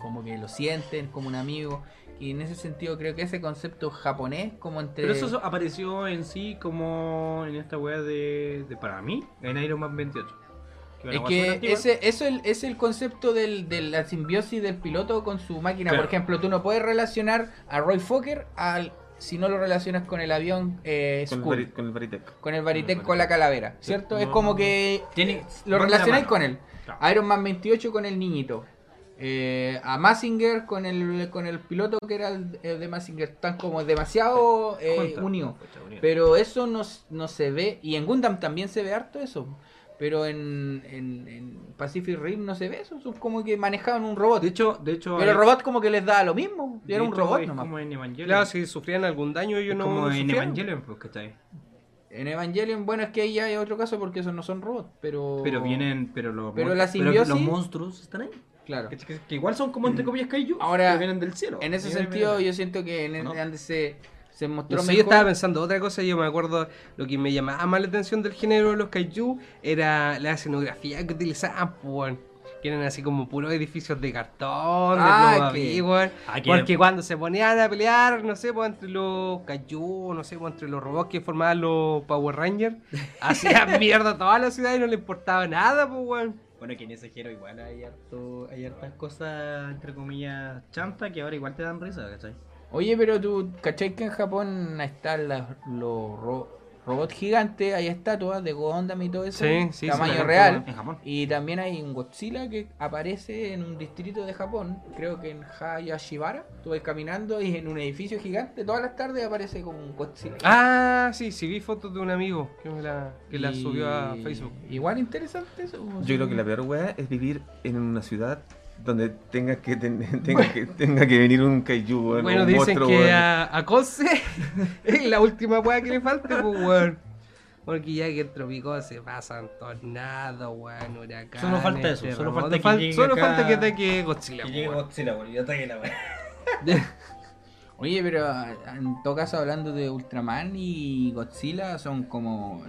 Speaker 1: como que lo sienten como un amigo y en ese sentido creo que ese concepto japonés como entre
Speaker 4: Pero eso apareció en sí como en esta wea de, de para mí, en Iron Man 28. era
Speaker 1: Es
Speaker 4: una wea súper
Speaker 1: que
Speaker 4: antigua.
Speaker 1: ese, eso es el- es el concepto del, de la simbiosis del piloto con su máquina.
Speaker 4: Claro.
Speaker 1: Por ejemplo, tú no puedes relacionar a Roy Fokker al, si no lo relacionas con el avión eh,
Speaker 2: Con
Speaker 1: Scud,
Speaker 2: el Vari- Con el Varitec.
Speaker 1: con el Baritec, con la calavera, ¿cierto?
Speaker 4: No,
Speaker 1: es como que
Speaker 4: Tiene-
Speaker 1: lo
Speaker 4: van de la
Speaker 1: relacionáis
Speaker 4: mano.
Speaker 1: con él.
Speaker 4: Claro.
Speaker 1: Iron Man 28 con el niñito. eh, a Massinger con el, con el piloto que era el, el de Massinger. Están como demasiado eh,
Speaker 4: Junta.
Speaker 1: unidos.
Speaker 4: Pucha, unido.
Speaker 1: Pero eso no, s- no se ve, y en Gundam también se ve harto eso. Pero en, en, en Pacific Rim no se ve eso, son como que manejaban un robot.
Speaker 4: De hecho, de hecho.
Speaker 1: pero el
Speaker 4: hay-
Speaker 1: robot como que les da lo mismo,
Speaker 4: de
Speaker 1: era un
Speaker 4: hecho,
Speaker 1: robot
Speaker 4: es
Speaker 1: nomás.
Speaker 4: Como en Evangelion.
Speaker 3: Claro, si sufrían algún daño,
Speaker 4: Es
Speaker 3: ellos no.
Speaker 4: como en
Speaker 3: sufrieron.
Speaker 4: Evangelion, pues, ¿cachai?
Speaker 1: En Evangelion, bueno, es que ahí ya hay otro caso porque esos no son robots, pero...
Speaker 4: Pero vienen, pero los,
Speaker 1: Oh. Pero
Speaker 4: mon-
Speaker 1: la simbiosis-
Speaker 4: los monstruos están ahí.
Speaker 1: Claro.
Speaker 4: Que, que- que igual son como entre comillas kaiju,
Speaker 1: Ahora,
Speaker 4: que vienen del cielo.
Speaker 1: En ese
Speaker 4: Vienen-
Speaker 1: sentido
Speaker 4: vienen-
Speaker 1: yo siento que en
Speaker 4: ¿No?
Speaker 1: antes se, se
Speaker 3: No
Speaker 1: mostró
Speaker 3: sé, yo
Speaker 1: mejor.
Speaker 3: estaba pensando otra cosa, yo me acuerdo lo que me llamaba más la atención del género de los kaiju era la escenografía que utilizaban, pues, weón. que eran así como puros edificios de cartón, de
Speaker 1: Ah,
Speaker 3: Nobavie,
Speaker 1: que-
Speaker 3: weón.
Speaker 4: Ah, que-
Speaker 3: porque cuando se ponían a pelear, no sé, pues entre los kaiju, no sé, pues entre los robots que formaban los Power Rangers, hacían mierda toda la ciudad y no le importaba nada, pues, weón.
Speaker 4: Bueno, que en ese género igual hay, harto, hay hartas cosas, entre comillas, chanta que ahora igual te dan risa, ¿cachai?
Speaker 1: Oye, pero tú, ¿cachai que en Japón están las- los ro- robots gigantes, hay estatuas de Gundam y todo eso,
Speaker 3: Sí, sí,
Speaker 1: tamaño
Speaker 3: sí, me
Speaker 1: real.
Speaker 4: En Japón.
Speaker 1: Y también hay un Godzilla que aparece en un distrito de Japón, creo que en Hayashibara. Tú vas caminando y en un edificio gigante, todas las tardes aparece como un Godzilla.
Speaker 3: Ah, sí, sí, vi fotos de un amigo que, me la, que la
Speaker 1: Y-
Speaker 3: subió a Facebook.
Speaker 1: Igual interesante eso. pues.
Speaker 2: Yo creo que la peor weá es vivir en una ciudad donde tenga que, ten- tenga
Speaker 1: Bueno.
Speaker 2: que, tenga que venir un kaiju, weón,
Speaker 3: Bueno,
Speaker 2: un
Speaker 3: dicen
Speaker 2: monstruo,
Speaker 3: que
Speaker 2: weón.
Speaker 3: a, a Cose es la última weá que le falta, pues, weón. Porque ya que el trópico se pasan tornados, weón, huracanes.
Speaker 4: Solo falta eso, solo falta
Speaker 3: terremotos,
Speaker 4: que
Speaker 3: fal-
Speaker 4: llegue
Speaker 3: solo
Speaker 4: acá-
Speaker 3: falta que ataque Godzilla, pues,
Speaker 4: Que llegue
Speaker 3: weón.
Speaker 4: Godzilla, weón, y ataque la weón.
Speaker 1: Oye, pero ah, en todo caso, hablando de Ultraman y Godzilla, son como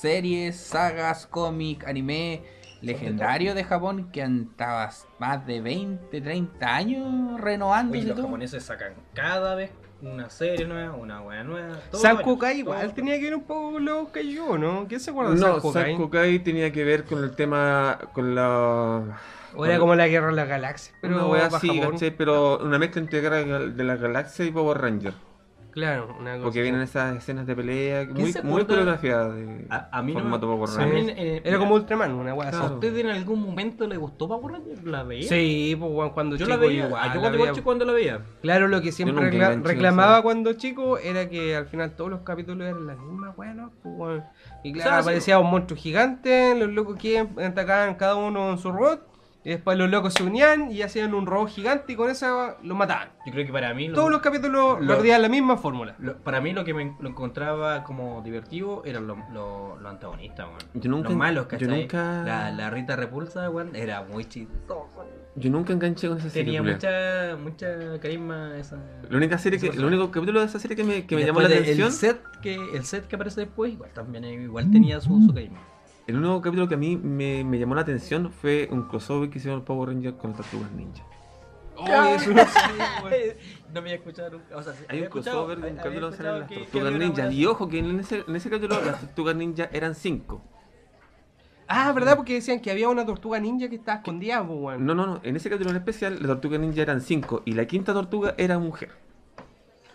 Speaker 1: series, sagas, cómic, anime legendario de Japón que han estado as- más de 20, 30 años
Speaker 4: Oye,
Speaker 1: renovándose
Speaker 4: los
Speaker 1: todo.
Speaker 4: japoneses sacan cada vez una serie nueva, una weá nueva. todo
Speaker 3: San
Speaker 4: bueno,
Speaker 3: Kukai
Speaker 4: todo
Speaker 3: igual
Speaker 4: bueno.
Speaker 3: tenía que ir un poco con los Kaiju, ¿no? ¿Quién se acuerda de San
Speaker 2: No,
Speaker 3: Kukai?
Speaker 2: Sakukai tenía que ver con el tema, con la...
Speaker 3: O era como la guerra de las galaxias, pero
Speaker 2: Pero una wea
Speaker 3: pa'
Speaker 2: así,
Speaker 3: Japón.
Speaker 2: ¿cachai? Pero una mezcla entre Guerra de la Galaxia y Power Ranger.
Speaker 3: Claro, una cosa.
Speaker 2: Porque vienen esas escenas de pelea muy,
Speaker 1: se
Speaker 2: muy
Speaker 1: acuerda?
Speaker 2: coreografiadas de
Speaker 4: A, a mí no me-
Speaker 2: formato Power
Speaker 4: a
Speaker 2: Ranger.
Speaker 4: mí, eh,
Speaker 3: Era
Speaker 4: mira,
Speaker 3: como Ultraman, una weá
Speaker 4: ¿A
Speaker 2: Claro.
Speaker 3: así.
Speaker 4: usted en algún momento le gustó Power Rangers? ¿La veía?
Speaker 3: Sí, pues weón, cuando
Speaker 4: Yo
Speaker 3: chico
Speaker 4: la veía.
Speaker 3: igual,
Speaker 4: ah, yo
Speaker 3: la
Speaker 4: cuando era
Speaker 3: veía.
Speaker 4: chico cuando la veía.
Speaker 3: Claro, lo que siempre
Speaker 2: nunca
Speaker 3: recla-
Speaker 2: enganché,
Speaker 3: reclamaba
Speaker 2: ¿sabes?
Speaker 3: cuando chico era que al final todos los capítulos eran las mismas, weón. ¿no? Pues, weón. Y claro,
Speaker 4: O sea, sí,
Speaker 3: aparecía un monstruo gigante, los locos que atacaban cada uno en su robot, y después los locos se unían y hacían un robot gigante y con eso lo mataban.
Speaker 4: Yo creo que para mí. lo-
Speaker 3: Todos los capítulos
Speaker 4: Lo-
Speaker 3: perdían la misma fórmula.
Speaker 4: lo- para mí lo que me en- lo encontraba como divertido eran los los- los antagonistas, weón.
Speaker 2: Yo nunca-
Speaker 4: los malos,
Speaker 2: yo
Speaker 4: ¿cachai?
Speaker 2: nunca-
Speaker 4: La, la Rita Repulsa, weón, era muy chistosa.
Speaker 2: Yo nunca enganché con esa serie.
Speaker 4: Tenía
Speaker 2: culiao.
Speaker 4: mucha, mucha carisma esa.
Speaker 2: La única serie que,
Speaker 4: esa
Speaker 2: el único capítulo de esa serie que me, que me
Speaker 4: Y
Speaker 2: llamó la
Speaker 4: después de-
Speaker 2: atención,
Speaker 4: El set, que, el set que aparece después, igual también eh, igual
Speaker 3: Mm.
Speaker 4: tenía su, su carisma.
Speaker 2: el único capítulo que a mí me, me llamó la atención fue un crossover que hicieron Power Ranger con las Tortugas Ninja. Oh,
Speaker 3: Oye, eso no sé, weón.
Speaker 4: no me había escuchado nunca. O sea, sí,
Speaker 2: Hay
Speaker 4: había
Speaker 2: un
Speaker 4: escuchado-
Speaker 2: crossover de un
Speaker 4: había
Speaker 2: capítulo donde salen
Speaker 4: escuchado
Speaker 2: las
Speaker 4: que- que
Speaker 2: Tortugas
Speaker 4: había una
Speaker 2: Ninja.
Speaker 4: buena-
Speaker 2: Y ojo que en ese, en ese capítulo las Tortugas Ninja eran cinco.
Speaker 3: Ah, ¿verdad? Porque decían que había una tortuga ninja que estaba escondida, pues, weón.
Speaker 2: No, no, no. En ese capítulo en especial, las Tortugas Ninja eran cinco y la quinta tortuga era mujer.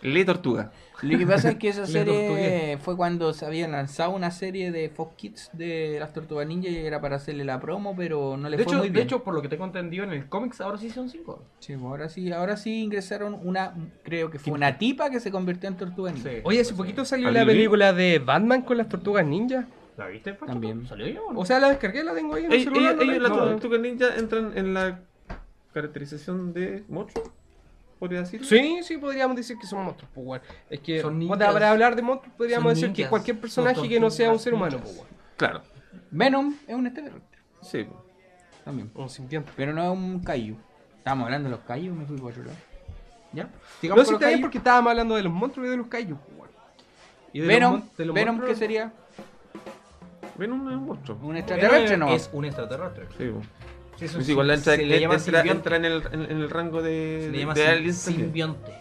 Speaker 2: Le Tortuga.
Speaker 1: Lo que pasa es que esa
Speaker 3: Le
Speaker 1: serie
Speaker 3: tortugué.
Speaker 1: fue cuando se había lanzado una serie de Fox Kids de las Tortugas Ninja y era para hacerle la promo, pero no le
Speaker 4: De
Speaker 1: fue
Speaker 4: hecho,
Speaker 1: muy
Speaker 4: de
Speaker 1: bien.
Speaker 4: hecho, por lo que tengo entendido en el cómics, ahora sí son cinco.
Speaker 1: Sí, pues ahora sí, ahora sí ingresaron una, creo que fue una tipa que se convirtió en Tortuga Ninja.
Speaker 3: Oye, hace poquito salió
Speaker 2: ¿A
Speaker 3: la
Speaker 2: Lili?
Speaker 3: película de Batman con las tortugas ninja.
Speaker 4: ¿La viste, Pancho?
Speaker 1: También.
Speaker 4: ¿Salió yo o no?
Speaker 3: O sea, la descargué, la tengo ahí en el
Speaker 2: Ey,
Speaker 3: celular.
Speaker 2: ellos- ellos,
Speaker 3: la
Speaker 2: las
Speaker 3: tengo.
Speaker 2: Tortugas Ninja entran en la caracterización de monstruo, podría decir.
Speaker 3: Sí, sí, podríamos decir que son monstruos, pues, weón. Es que
Speaker 4: Son
Speaker 3: puta,
Speaker 4: ninjas.
Speaker 3: para hablar de monstruos podríamos
Speaker 4: Son
Speaker 3: decir que
Speaker 4: ninjas.
Speaker 3: cualquier
Speaker 4: Son
Speaker 3: personaje que no sea un ser humano,
Speaker 4: ninjas.
Speaker 3: pues, weón.
Speaker 2: Claro.
Speaker 1: Venom es un extraterrestre
Speaker 2: Sí.
Speaker 1: también. pues,
Speaker 3: Un sintiente.
Speaker 1: Pero no es un Kaiju. Estábamos hablando de los Kaiju, me fui por otro lado. ¿Ya?
Speaker 3: No,
Speaker 1: Sigamos
Speaker 3: sí,
Speaker 1: con los
Speaker 3: está bien
Speaker 1: kaiju.
Speaker 3: porque estábamos hablando de los monstruos y de los kaijus, pues, weón. Y de los
Speaker 1: Venom,
Speaker 3: mon- de los
Speaker 1: Venom ¿qué
Speaker 3: monstruos-
Speaker 1: sería?
Speaker 2: Venom es un monstruo.
Speaker 1: Un
Speaker 3: Eh,
Speaker 1: extraterrestre
Speaker 4: Pero
Speaker 1: no.
Speaker 4: Es un extraterrestre.
Speaker 2: Sí, po.
Speaker 4: Sí, es un
Speaker 2: Pues igual
Speaker 4: sim-
Speaker 2: entra,
Speaker 4: se le llama
Speaker 2: entra-
Speaker 4: simbionte.
Speaker 2: entra en, el, en, en el rango de,
Speaker 4: Se
Speaker 2: de,
Speaker 4: le llama
Speaker 2: de
Speaker 4: sim-
Speaker 2: aliens también.
Speaker 4: simbionte.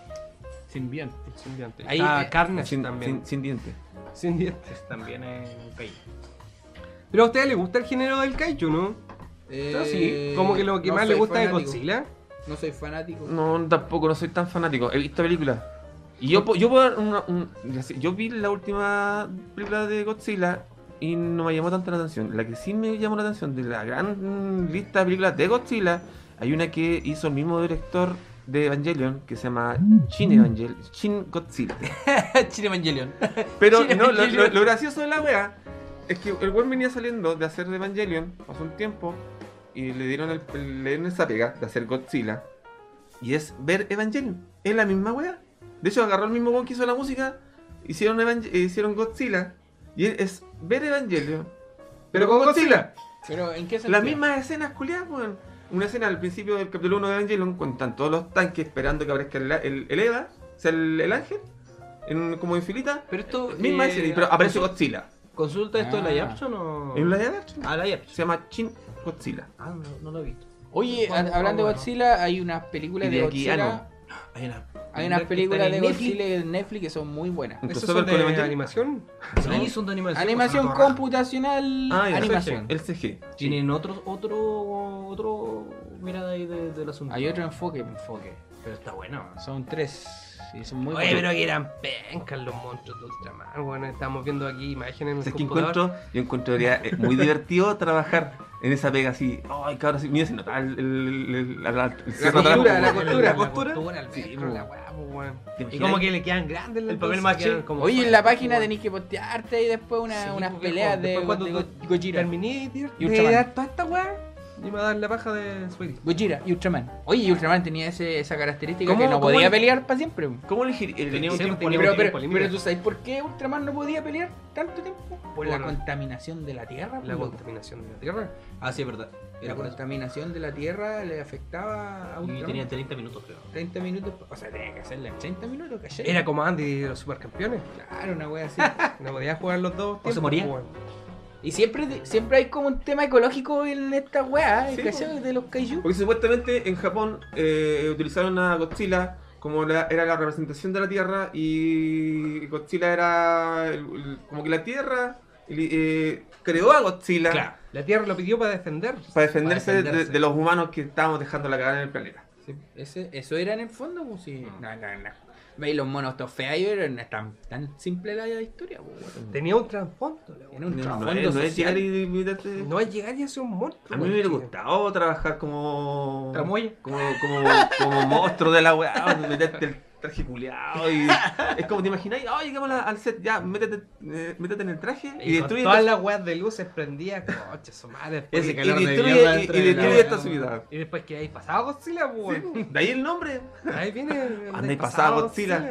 Speaker 1: Simbionte.
Speaker 3: Simbionte.
Speaker 1: Ahí,
Speaker 3: ah,
Speaker 1: eh,
Speaker 3: Carnage
Speaker 2: Sin,
Speaker 3: también.
Speaker 2: sin, sin dientes.
Speaker 3: Sin dientes.
Speaker 4: Es También es un país.
Speaker 3: Pero a ustedes les gusta el género del kaiju, ¿no?
Speaker 1: Eh,
Speaker 3: Como que lo que
Speaker 1: no
Speaker 3: más les
Speaker 1: soy
Speaker 3: gusta
Speaker 1: fanático.
Speaker 3: es Godzilla.
Speaker 1: No soy fanático.
Speaker 2: No, tampoco, no soy tan fanático. He visto películas. Y yo, po- yo, puedo dar una- un- ya sé, yo vi la última película de Godzilla y no me llamó tanto la atención. La que sí me llamó la atención de la gran lista de películas de Godzilla, hay una que hizo el mismo director de Evangelion que se llama Shin Evangel Shin Godzilla.
Speaker 3: Mm.
Speaker 1: Chile Evangelion.
Speaker 2: Pero
Speaker 1: Shin
Speaker 2: no, lo,
Speaker 1: Evangelion.
Speaker 2: lo- lo gracioso de la wea es que el weón venía saliendo de hacer Evangelion hace un tiempo y le dieron, el, le dieron esa pega de hacer Godzilla. Y es ver Evangelion. Es la misma wea. De hecho, agarró el mismo weón que hizo la música, hicieron, Evangel- eh, hicieron Godzilla. Y es ver Evangelion. Pero con Godzilla.
Speaker 1: Pero ¿en qué sentido?
Speaker 2: Las mismas escenas culiadas, weón. Una escena al principio del capítulo 1 de Evangelion cuando están todos los tanques esperando que aparezca el, el, el Eva, o sea, el, el ángel, en, como en filita.
Speaker 1: Pero esto
Speaker 2: Misma
Speaker 1: eh,
Speaker 2: escena, pero aparece Godzilla.
Speaker 4: ¿Consulta esto de la
Speaker 1: Ah.
Speaker 4: Japson o.?
Speaker 2: ¿En la de Action?
Speaker 4: Ah, la Japson.
Speaker 2: Se llama Shin Godzilla.
Speaker 4: Ah, no, no lo he visto.
Speaker 1: Oye,
Speaker 4: Vamos,
Speaker 1: a- hablando de
Speaker 4: vamos,
Speaker 1: Godzilla, hay unas películas
Speaker 2: Y
Speaker 1: de
Speaker 2: de aquí,
Speaker 1: Godzilla.
Speaker 4: Hay una.
Speaker 1: Hay unas películas de
Speaker 4: Netflix.
Speaker 1: Godzilla en Netflix que son muy buenas.
Speaker 2: Un
Speaker 3: ¿Esos
Speaker 2: crossover
Speaker 3: son
Speaker 2: con
Speaker 3: de
Speaker 2: Evangelion.
Speaker 3: animación?
Speaker 4: Sí, son de
Speaker 3: pues,
Speaker 4: animación.
Speaker 1: Animación
Speaker 4: o sea, no
Speaker 1: computacional,
Speaker 2: Ah, ya,
Speaker 1: animación.
Speaker 2: El CG.
Speaker 4: Tienen otro, otro, otro mirada ahí de- del asunto.
Speaker 1: Hay otro enfoque.
Speaker 4: enfoque. Pero está bueno.
Speaker 1: Son tres. Sí, son muy
Speaker 3: Oye,
Speaker 1: buenos.
Speaker 3: pero que eran pencas los monstruos de Ultramar, bueno, estamos viendo aquí imágenes en el
Speaker 2: Es que
Speaker 3: computador.
Speaker 2: encuentro, yo encontraría eh, muy divertido trabajar en esa pega así. Ay, cabrón, sí, mira, se nota el, el- el- la- la- el cierre atrás,
Speaker 1: costura, la
Speaker 2: po,
Speaker 1: costura.
Speaker 2: weón.
Speaker 3: La costura, pues, el
Speaker 2: Sí,
Speaker 3: velcro,
Speaker 2: po.
Speaker 3: la weá, po, weón.
Speaker 2: ¿Te
Speaker 3: Y
Speaker 2: imaginas?
Speaker 3: como que le quedan grandes las
Speaker 4: El papel
Speaker 3: bolsas,
Speaker 4: maché.
Speaker 3: quedan como
Speaker 1: Oye, en
Speaker 3: fuera, pues,
Speaker 1: la página
Speaker 3: weón.
Speaker 1: tenés que postearte y después una-
Speaker 3: Sí,
Speaker 1: unas
Speaker 3: pues, viejo,
Speaker 1: peleas de,
Speaker 3: después cuando
Speaker 1: de
Speaker 3: tú
Speaker 1: Go- Gojira.
Speaker 3: Terminé de,
Speaker 1: Y
Speaker 3: de
Speaker 1: Ultraman.
Speaker 3: dar toda esta weá y me va a dar la paja de Sweetie.
Speaker 1: Gojira y Ultraman. Oye, y Ultraman tenía ese- esa característica
Speaker 3: ¿Cómo-
Speaker 1: que no
Speaker 3: cómo
Speaker 1: podía
Speaker 3: el-
Speaker 1: pelear para siempre.
Speaker 2: ¿Cómo elegir? el-
Speaker 4: Tenía un
Speaker 3: Sí,
Speaker 4: tiempo
Speaker 3: tenía-
Speaker 4: libre.
Speaker 1: Pero, pero,
Speaker 3: tiempo límite.
Speaker 1: pero tú sabes por qué Ultraman no podía pelear tanto tiempo? Por, la
Speaker 3: Por-
Speaker 1: contaminación de la Tierra.
Speaker 3: La
Speaker 1: pues, loco.
Speaker 3: contaminación de la tierra.
Speaker 4: Ah, sí, es verdad.
Speaker 1: La
Speaker 4: Era por eso.
Speaker 1: contaminación de la Tierra le afectaba a
Speaker 4: Y
Speaker 1: Ultraman.
Speaker 4: tenía 30 minutos, creo.
Speaker 1: 30 minutos, o sea, tenía que hacerla en 30 minutos, ¿cachai?
Speaker 3: Era como Andy de los supercampeones.
Speaker 1: Claro, una wea así.
Speaker 3: No podía jugar los dos.
Speaker 4: se
Speaker 3: tiempos, pues,
Speaker 4: moría.
Speaker 3: weón.
Speaker 1: y siempre, siempre hay como un tema ecológico en esta wea,
Speaker 5: Sí,
Speaker 1: ¿cachai? De los kaiju.
Speaker 2: Porque supuestamente en Japón eh, utilizaron a Godzilla como la- era la representación de la Tierra y Godzilla era el- el- como que la Tierra eh, creó a Godzilla
Speaker 3: Claro, la Tierra lo pidió para defender.
Speaker 2: para defenderse,
Speaker 3: Para
Speaker 2: de-
Speaker 3: defenderse.
Speaker 2: De, los humanos que estábamos dejando la cagada en el planeta.
Speaker 1: Sí, ese- eso era en el fondo, pues sí. No, no, no. Veis los monos todos feos ahí, pero no es tan, tan simple la historia, pues. weón.
Speaker 3: Tenía un trasfondo. la
Speaker 1: Tiene
Speaker 3: weá.
Speaker 1: un
Speaker 2: No,
Speaker 1: trasfondo
Speaker 2: no es, no es
Speaker 1: social.
Speaker 2: llegar y meterte-
Speaker 3: No es llegar y hacer un monstruo.
Speaker 2: A mí me
Speaker 3: weón,
Speaker 2: hubiera
Speaker 3: chico.
Speaker 2: gustado trabajar como.
Speaker 4: Tramoya.
Speaker 2: Como, como, como monstruo de la weá, meterte el traje culeado y. Es como te imagináis, oh, llegamos a- al set, ya, métete, eh, métete en el traje y,
Speaker 3: Y con
Speaker 2: destruye.
Speaker 3: todas
Speaker 2: esta-
Speaker 3: las weas de luces prendidas, coche, su madre. después
Speaker 2: Ese
Speaker 3: que-
Speaker 2: calor de mierda dentro de la wea.
Speaker 3: Y después que ahí pasado Godzilla,
Speaker 2: Sí,
Speaker 3: weón.
Speaker 2: pues, de ahí el nombre.
Speaker 3: Ahí viene.
Speaker 2: Anda y pasaba Godzilla.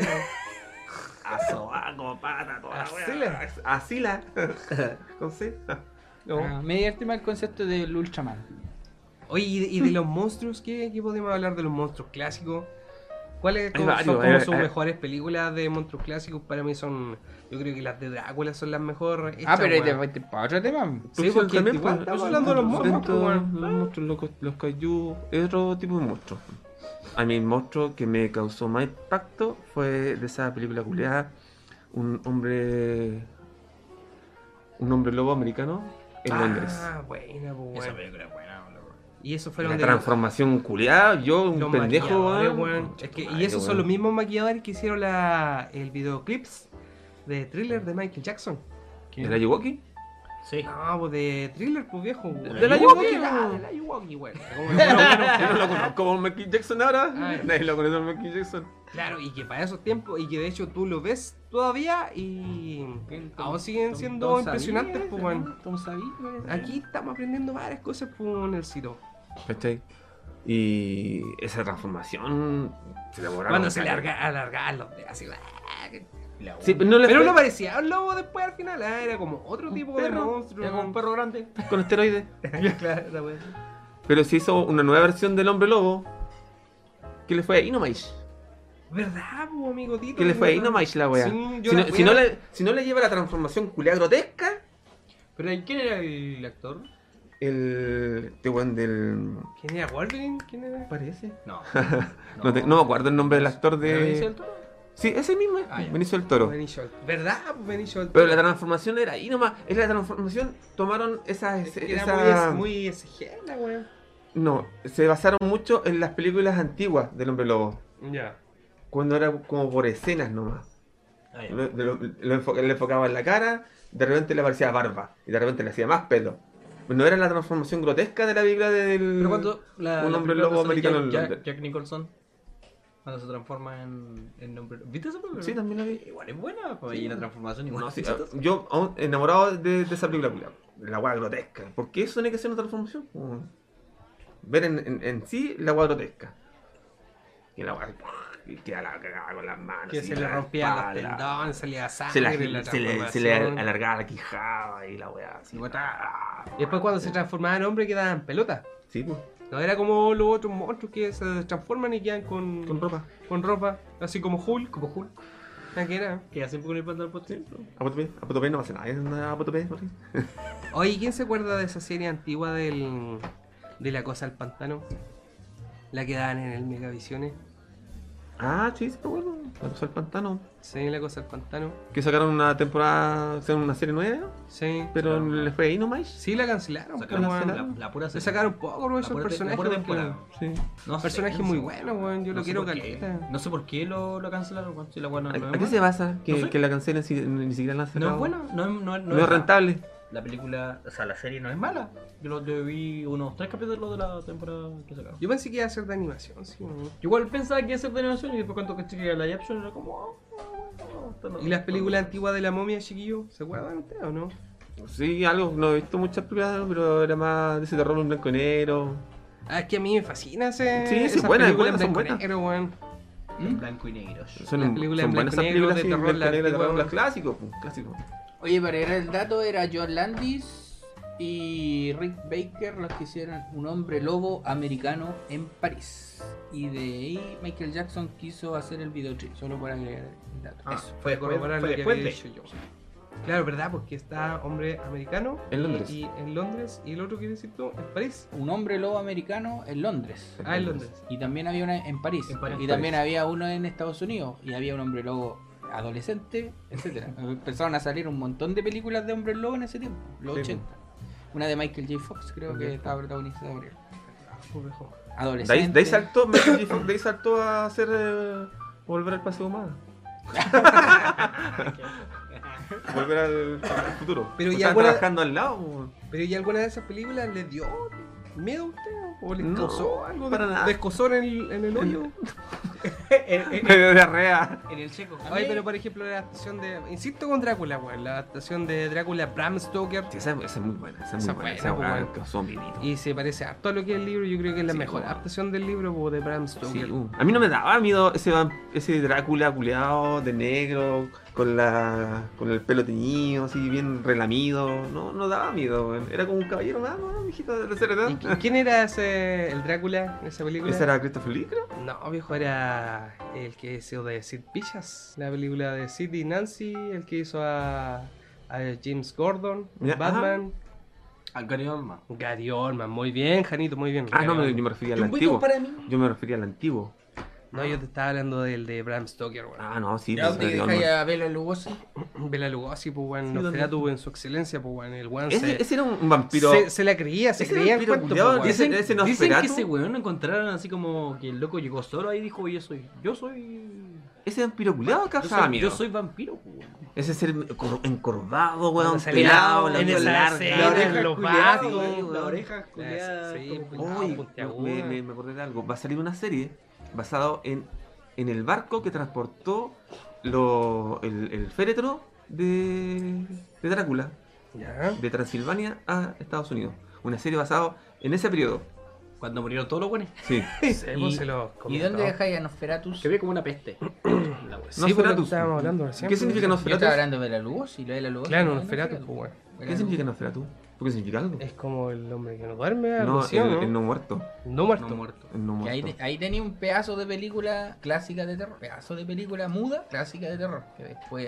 Speaker 2: Asobaco, pata, toda la weá. Asila. Con C.
Speaker 3: No.
Speaker 1: Ah, me divertí más el concepto del Ultraman.
Speaker 3: Oye, ¿y de, y de los monstruos? ¿qué, qué podemos hablar de los monstruos clásicos? ¿Cuáles como-
Speaker 2: varios,
Speaker 3: son
Speaker 2: hay-
Speaker 3: como
Speaker 2: hay-
Speaker 3: sus
Speaker 2: hay-
Speaker 3: mejores películas de monstruos clásicos? Para mí son. Yo creo que las de Drácula son las mejores.
Speaker 1: Ah,
Speaker 3: hechas,
Speaker 1: pero ahí te
Speaker 3: weón.
Speaker 1: fuiste para otro tema.
Speaker 3: Sí, porque
Speaker 2: también,
Speaker 3: igual
Speaker 2: pues,
Speaker 3: estamos hablando de los monstruos,
Speaker 2: dentro-
Speaker 3: pues, weón.
Speaker 2: Los monstruos, locos, los kaiju, es otro tipo de monstruos. A mí el monstruo que me causó más impacto fue de esa película culiada, un hombre... Un hombre lobo americano en Londres.
Speaker 3: Ah, buena, pues,
Speaker 4: Esa
Speaker 3: weón.
Speaker 4: película es buena, boludo.
Speaker 3: Y eso
Speaker 2: La
Speaker 3: fueron de los-
Speaker 2: transformación culiada, yo un
Speaker 3: los
Speaker 2: pendejo,
Speaker 3: maquilladores,
Speaker 2: weón.
Speaker 3: weón.
Speaker 2: Concha
Speaker 3: Es que,
Speaker 2: tu
Speaker 3: y
Speaker 2: madre,
Speaker 3: esos son
Speaker 2: weón.
Speaker 3: los mismos maquilladores que hicieron la, el videoclips de thriller de Michael Jackson.
Speaker 2: ¿De la Yuwoki?
Speaker 4: Sí.
Speaker 3: No, pues de thriller, pues viejo.
Speaker 4: la
Speaker 3: De la
Speaker 2: Yuwoki,
Speaker 3: Yuwoki,
Speaker 2: weón.
Speaker 3: ah, de la Yuwoki, weón.
Speaker 2: Yo no lo conozco como Michael Jackson ahora.
Speaker 3: Ay.
Speaker 2: Nadie lo conoce como Michael Jackson.
Speaker 3: Claro, y que para esos tiempos, y que de hecho tú lo ves todavía y aún siguen siendo impresionantes, pues weón. Aquí estamos aprendiendo varias cosas, pues, en el sitio.
Speaker 2: ¿Cachai? Y esa transformación se demoraron.
Speaker 3: Cuando se
Speaker 2: caleta.
Speaker 3: larga, alargaban los dedos, así,
Speaker 4: La
Speaker 2: Sí, pero no le
Speaker 3: Pero no
Speaker 2: fue-
Speaker 3: parecía un lobo después al final, ah, era como otro tipo de monstruo.
Speaker 4: Era como un perro grande.
Speaker 2: con esteroides.
Speaker 3: claro, la wea.
Speaker 2: Pero se hizo una nueva versión del hombre lobo. Que le fue ahí nomás.
Speaker 3: ¿Verdad, po, amigo Tito?
Speaker 2: Que le fue ahí
Speaker 3: ¿Verdad?
Speaker 2: nomás la wea.
Speaker 3: Sí, yo
Speaker 2: Si
Speaker 3: la
Speaker 2: no,
Speaker 3: wea-
Speaker 2: si no le, si no le lleva la transformación culia grotesca,
Speaker 4: ¿Pero quién era el actor?
Speaker 2: el. Este weón del.
Speaker 3: ¿Quién era Wolverine? ¿Quién era?
Speaker 2: Parece. Eh,
Speaker 4: No.
Speaker 2: No, te- no me acuerdo el nombre del actor
Speaker 4: ¿Era Benicio del
Speaker 2: de.
Speaker 4: Toro?
Speaker 2: Sí, ese mismo,
Speaker 4: Ah, ya.
Speaker 2: Benicio del Toro.
Speaker 3: Benny Scholt. ¿Verdad, po, Benny Scholt?
Speaker 2: Pero la transformación era ahí nomás. Es la transformación. Tomaron esa.
Speaker 3: Es que
Speaker 2: esa-
Speaker 3: era muy, es- muy SG, la wea.
Speaker 2: No, se basaron mucho en las películas antiguas del hombre lobo.
Speaker 3: Ya.
Speaker 2: Cuando era como por escenas nomás.
Speaker 4: Ah, ya.
Speaker 2: Lo- lo- lo enfo- le enfocaba en la cara, de repente le aparecía barba. Y de repente le hacía más pelo. No era la transformación grotesca de la película del.
Speaker 4: Pero cuando la,
Speaker 2: Mm, Un
Speaker 4: la
Speaker 2: hombre
Speaker 4: película
Speaker 2: lobo
Speaker 4: donde sale
Speaker 2: americano en
Speaker 4: Jack,
Speaker 2: Londres.
Speaker 4: Jack, Jack Nicholson cuando se transforma en, en hombre ¿Viste esa película?
Speaker 2: Sí, también la vi.
Speaker 4: Igual es buena, pues, y la transformación igual
Speaker 2: No,
Speaker 4: es
Speaker 2: sí, ah,
Speaker 4: chistosa.
Speaker 2: yo aún enamorado de, de esa película, culiao. la hueá grotesca. Porque eso tiene que ser una transformación. po. Ver en, en- en sí la hueá grotesca. Y la hueá y queda la cagada con las manos.
Speaker 3: Que
Speaker 2: y
Speaker 3: se le
Speaker 2: la
Speaker 3: rompían los
Speaker 2: espalda.
Speaker 3: tendones, salía
Speaker 2: se, la,
Speaker 3: sangre en la
Speaker 2: se le, se le
Speaker 3: transformación.
Speaker 2: alargaba la quijada y la hueá así.
Speaker 3: Y después cuando se transformaban en hombre quedaban en pelota.
Speaker 2: Sí, pues,
Speaker 3: No era como los otros monstruos que se transforman y quedan con,
Speaker 2: con ropa.
Speaker 3: con ropa, así como Hulk. Como Hulk. ¿Qué era?
Speaker 4: Que hacen con el pantalón por ejemplo.
Speaker 2: Apotopé, apotopé no pasa nada. Es una apotopé. ¿por qué?
Speaker 3: Oye, ¿quién se acuerda de esa serie antigua del, de la cosa al pantano? La que daban en el Megavisiones.
Speaker 2: Ah, sí, sí, me acuerdo. La cosa del pantano.
Speaker 3: Sí, la cosa del pantano.
Speaker 2: Que sacaron una temporada, o sea, una serie nueva,
Speaker 3: Sí.
Speaker 2: pero
Speaker 4: Claro.
Speaker 2: les fue ahí nomás.
Speaker 3: Sí, la cancelaron. pues,
Speaker 4: Sacaron
Speaker 2: ¿cómo
Speaker 4: la,
Speaker 2: van?
Speaker 4: la pura
Speaker 3: Se
Speaker 4: serie.
Speaker 3: sacaron poco, bro, esos
Speaker 4: pura te-
Speaker 3: personajes.
Speaker 4: pura
Speaker 3: porque-
Speaker 4: temporada.
Speaker 2: Sí.
Speaker 4: No sé,
Speaker 3: personaje
Speaker 4: no
Speaker 3: muy
Speaker 4: sé.
Speaker 3: bueno, weón. Yo lo
Speaker 4: sé
Speaker 3: quiero
Speaker 4: por qué.
Speaker 3: caleta.
Speaker 4: No sé por qué lo, lo cancelaron, weón. Si la weá no,
Speaker 2: ¿A,
Speaker 4: no
Speaker 2: a
Speaker 4: es
Speaker 2: qué se
Speaker 4: buena.
Speaker 2: basa que,
Speaker 4: No sé.
Speaker 2: que la cancelen si ni siquiera la han
Speaker 4: No
Speaker 2: sacado?
Speaker 4: es buena, no, es- no, es- no
Speaker 2: No es
Speaker 4: es mala.
Speaker 2: rentable.
Speaker 4: La película, o sea, la serie no es mala. Yo, lo- yo vi unos tres capítulos de la temporada que sacaron. Yo
Speaker 3: Yo pensé que iba a ser de animación, sí, weón.
Speaker 4: igual pensaba que iba a ser de animación y después cuando caché que era live action era como... ah, ah, ah, ah,
Speaker 3: ¿Y las
Speaker 4: ah,
Speaker 3: películas
Speaker 4: ah.
Speaker 3: antiguas de la momia, chiquillo? ¿Se acuerdan ustedes o no?
Speaker 2: Sí, algo, no he visto muchas películas, pero era más de ese terror en blanco y negro.
Speaker 3: Ah, es que a mí me fascina ese.
Speaker 2: Sí, sí,
Speaker 3: esas
Speaker 2: buenas,
Speaker 3: películas
Speaker 2: buenas,
Speaker 3: en
Speaker 2: son
Speaker 3: blanco y
Speaker 2: buenas.
Speaker 3: negro, weón.
Speaker 4: En Blanco y negro.
Speaker 2: Son,
Speaker 3: Las películas
Speaker 2: son buenas
Speaker 3: en blanco y
Speaker 2: esas
Speaker 3: negro
Speaker 2: películas
Speaker 3: de
Speaker 2: sí,
Speaker 3: terror,
Speaker 2: blanco y negro, de terror,
Speaker 3: las
Speaker 2: las clásicos, pues, clásicos.
Speaker 1: Oye, para era el dato, era John Landis y Rick Baker los que hicieron un hombre lobo americano en París. Y de ahí Michael Jackson quiso hacer el videoclip, solo para agregar el dato.
Speaker 4: Ah,
Speaker 1: Eso.
Speaker 4: fue después,
Speaker 3: Corroborar
Speaker 4: fue
Speaker 3: lo que
Speaker 4: después
Speaker 3: había
Speaker 4: de...
Speaker 3: dicho yo. Claro, ¿verdad? Porque está hombre americano.
Speaker 2: En Londres.
Speaker 3: Y, y en Londres. Y el otro que decís tú, en París.
Speaker 1: Un hombre lobo americano en Londres.
Speaker 3: Ah, en Londres.
Speaker 1: Y también había una en París.
Speaker 4: En París.
Speaker 1: y también había uno en Estados Unidos. Y había un hombre lobo adolescente, etcétera. Empezaron a salir un montón de películas de hombres lobo en ese tiempo, los
Speaker 2: Sí, pues.
Speaker 1: 80. Una de Michael J. Fox, creo que estaba protagonizada por él.
Speaker 4: Pues
Speaker 3: Pobrejo.
Speaker 2: De ahí,
Speaker 1: Adolescente.
Speaker 2: de ahí saltó, Michael J. Fox, de ahí saltó a hacer eh, volver al paseo humano. volver al futuro.
Speaker 3: Pero
Speaker 2: Pero
Speaker 3: ya
Speaker 2: ya
Speaker 3: buena-
Speaker 2: trabajando al lado. po.
Speaker 3: Pero ¿y alguna de esas películas les dio miedo a usted? ¿O les
Speaker 2: No,
Speaker 3: causó algo?
Speaker 2: para nada.
Speaker 3: ¿Descosó en el, en el hoyo?
Speaker 4: en, en-
Speaker 2: Me dio diarrea.
Speaker 4: en el checo.
Speaker 3: Ay, pero por ejemplo, la adaptación de. Insisto con Drácula, weón. La adaptación de Drácula Bram Stoker.
Speaker 2: Sí, esa, esa es muy buena. Esa es
Speaker 3: Esa
Speaker 2: muy buena.
Speaker 3: es
Speaker 2: Esa
Speaker 3: buena,
Speaker 2: weá
Speaker 3: po,
Speaker 2: causó miedito.
Speaker 3: Y se parece harto a lo que es el libro. Yo creo que es la
Speaker 2: Sí,
Speaker 3: mejor
Speaker 2: po.
Speaker 3: adaptación del libro po, de Bram
Speaker 2: Sí,
Speaker 3: Stoker.
Speaker 2: uh. A mí no me daba miedo ese, vamp- ese Drácula culeado de negro, con la con el pelo teñido, así bien relamido. No, no daba miedo, weón. Era como un caballero nada más, mijito de tercera
Speaker 3: ¿Y qui-
Speaker 2: edad.
Speaker 3: quién era ese, el Drácula en esa película?
Speaker 2: ¿Ese era Christopher Lee, creo?
Speaker 3: No, viejo, era el que hizo de Sid Vicious, la película de Sid y Nancy, el que hizo a, a James Gordon,
Speaker 2: Ya,
Speaker 3: Batman,
Speaker 4: Al Gary Oldman.
Speaker 3: Gary Oldman, muy bien, Janito, muy bien.
Speaker 2: Ah, no,
Speaker 3: Gary
Speaker 2: yo me
Speaker 3: Oldman.
Speaker 2: refería al antiguo. Yo me refería al antiguo.
Speaker 3: No, yo te estaba hablando del de Bram Stoker, weón.
Speaker 2: Ah, no, sí,
Speaker 1: Ya,
Speaker 2: sí,
Speaker 1: te
Speaker 2: digo,
Speaker 1: dejáis
Speaker 2: no.
Speaker 1: a Bela Lugosi.
Speaker 3: Bela Lugosi, pues, weón,
Speaker 2: Sí,
Speaker 3: Nosferatu en su excelencia, pues, weón, el weón
Speaker 2: Ese,
Speaker 3: se,
Speaker 2: ese era un vampiro.
Speaker 3: se, se la creía, se
Speaker 2: ese
Speaker 3: creía el
Speaker 2: vampiro
Speaker 3: cuento,
Speaker 2: culiao,
Speaker 3: pues, weón.
Speaker 2: Ese-
Speaker 4: Dicen,
Speaker 2: ese
Speaker 4: dicen
Speaker 2: Nosferatu.
Speaker 4: que ese weón lo encontraron así como que el loco llegó solo ahí y dijo, yo soy... Yo soy...
Speaker 2: Ese vampiro culeado
Speaker 4: Yo
Speaker 2: causaba
Speaker 4: soy,
Speaker 2: miedo.
Speaker 4: yo soy vampiro, weón.
Speaker 2: Ese ser encor- encorvado, weón,
Speaker 3: Cuando salía
Speaker 2: pelado,
Speaker 3: en
Speaker 2: oreja
Speaker 3: esa
Speaker 2: larga.
Speaker 3: escena,
Speaker 2: La oreja
Speaker 3: los
Speaker 2: culeada,
Speaker 3: vatos,
Speaker 2: sí,
Speaker 4: la
Speaker 2: weón.
Speaker 4: oreja culiada.
Speaker 3: sí,
Speaker 4: como-
Speaker 3: pues,
Speaker 2: Uy,
Speaker 3: puntiaguda.
Speaker 2: me, me- me acordé de algo. Va a salir una serie basado en, en el barco que transportó lo, el, el féretro de, de Drácula,
Speaker 3: Ya.
Speaker 2: de Transilvania a Estados Unidos. Una serie basada en ese periodo.
Speaker 4: Cuando murieron todos los buenos.
Speaker 2: Sí.
Speaker 3: Sí, pues, se los
Speaker 1: ¿Y
Speaker 3: comentó.
Speaker 1: dónde dejáis a Nosferatus?
Speaker 4: Que
Speaker 1: Yo
Speaker 4: ve como una peste. La wea.
Speaker 3: Sí, pues, lo que
Speaker 2: Nosferatu.
Speaker 3: estábamos hablando recién,
Speaker 2: ¿Qué
Speaker 3: pues,
Speaker 2: significa
Speaker 1: estaba
Speaker 2: Nosferatu?
Speaker 1: hablando de Bela Lugosi, la Bela Lugosi.
Speaker 3: Claro,
Speaker 1: no,
Speaker 3: Nosferatu,
Speaker 1: Nosferatu.
Speaker 3: pues, weón.
Speaker 1: Bela
Speaker 2: ¿Qué significa
Speaker 1: Lugosi.
Speaker 2: Nosferatu? ¿Por qué significa algo?
Speaker 3: Es como el hombre que no duerme, algo
Speaker 2: No,
Speaker 3: así,
Speaker 2: el,
Speaker 3: ¿o no?
Speaker 2: el no muerto.
Speaker 3: No muerto.
Speaker 4: No muerto.
Speaker 2: El no
Speaker 1: Que ahí,
Speaker 2: muerto.
Speaker 1: te- ahí tenía un pedazo de película clásica de terror. Pedazo de película muda clásica de terror. Que después